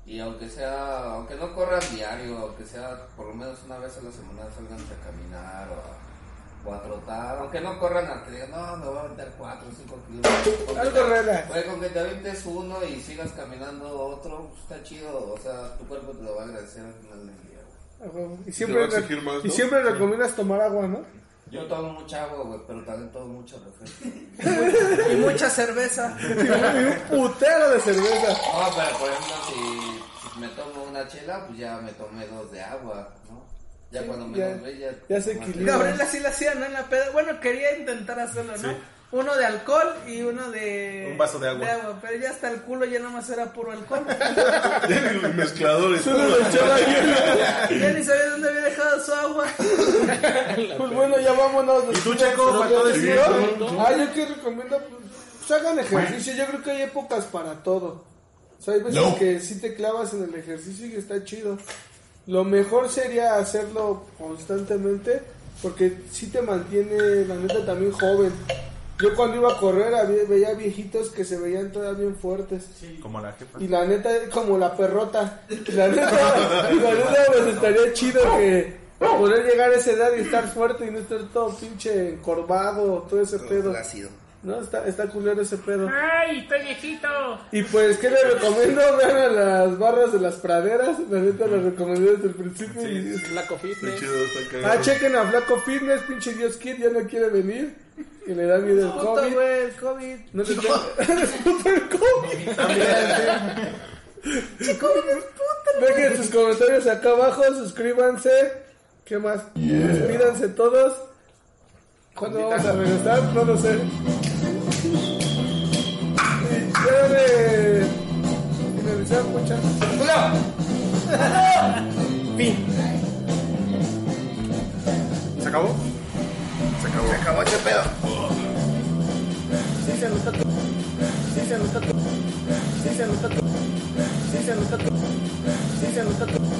G: Y aunque sea, aunque no corras diario, aunque sea por lo menos una vez a la semana salgan a caminar o a, o a trotar, aunque no corran a que digan, no, me voy a aventar 4 o 5 kilómetros. Con que
D: Algo
G: te-
D: relax.
G: Güey, con que te avientes uno y sigas caminando otro, pues, está chido, o sea, tu cuerpo te lo va a agradecer al final del día, güey.
D: A huevo. Y
I: va
D: siempre,
I: a exigir más,
D: y
I: ¿no?
D: siempre recomiendas tomar agua, ¿no?
G: Yo tomo mucha agua, güey, pero también tomo mucho refresco.
C: Y mucha cerveza.
D: Y un putero de cerveza.
G: No, pero por ejemplo, si, si me tomo una chela, pues ya me tomé dos de agua, ¿no? Ya
D: Sí,
G: cuando
D: ya-
G: me tomé, ya.
D: ya se
G: tomé-
D: equilibra.
C: Gabriela sí la hacía, ¿no? En la peda. Bueno, quería intentar hacerlo, ¿no? Uno de alcohol y uno de...
B: Un vaso de agua.
C: pero ya hasta el culo ya nomás era puro alcohol.
I: El mezclador es
B: Pues
I: todo.
C: ya ni sabía dónde había dejado su agua.
D: Pues bueno, ya vámonos.
B: ¿Y tú, Checo? Faltó decir.
D: Ah, yo que recomiendo, pues, pues, hagan ejercicio. Yo creo que hay épocas para todo. O sea, hay veces que sí te clavas en el ejercicio y está chido. Lo mejor sería hacerlo constantemente porque sí te mantiene, la neta, también joven. Yo cuando iba a correr había- veía viejitos que se veían todavía bien fuertes.
B: Como la jefa.
D: Y la neta, como la perrota. Y la neta, y la neta pues, estaría chido que poder llegar a esa edad y estar fuerte y no estar todo pinche encorvado, todo ese pedo. No, está, está culero ese pedo.
F: ¡Ay, estoy viejito!
D: Y pues, ¿qué les recomiendo? Vean a las barras de las praderas. La neta, las recomendé desde el principio. y-
F: La cofiste.
I: Qué chido está
D: Ah,
I: cagado.
D: chequen a Flaco Fitness, pinche Dios Kid, ya no quiere venir. Que le da miedo el
C: Puta,
D: COVID.
C: güey, el COVID.
D: No te puta el COVID. Chico, Dejen sus comentarios acá abajo, suscríbanse. ¿Qué más? Despídanse todos. ¿Cuándo vamos a regresar? No lo sé. Y ya de finalizar, muchachos.
B: ¿Se acabó? Se acabó. Se acabó, che pedo.
D: Sí se nota tu... Sí se nota tu... Sí se nota tu... Sí se nota tu... Sí se nota tu...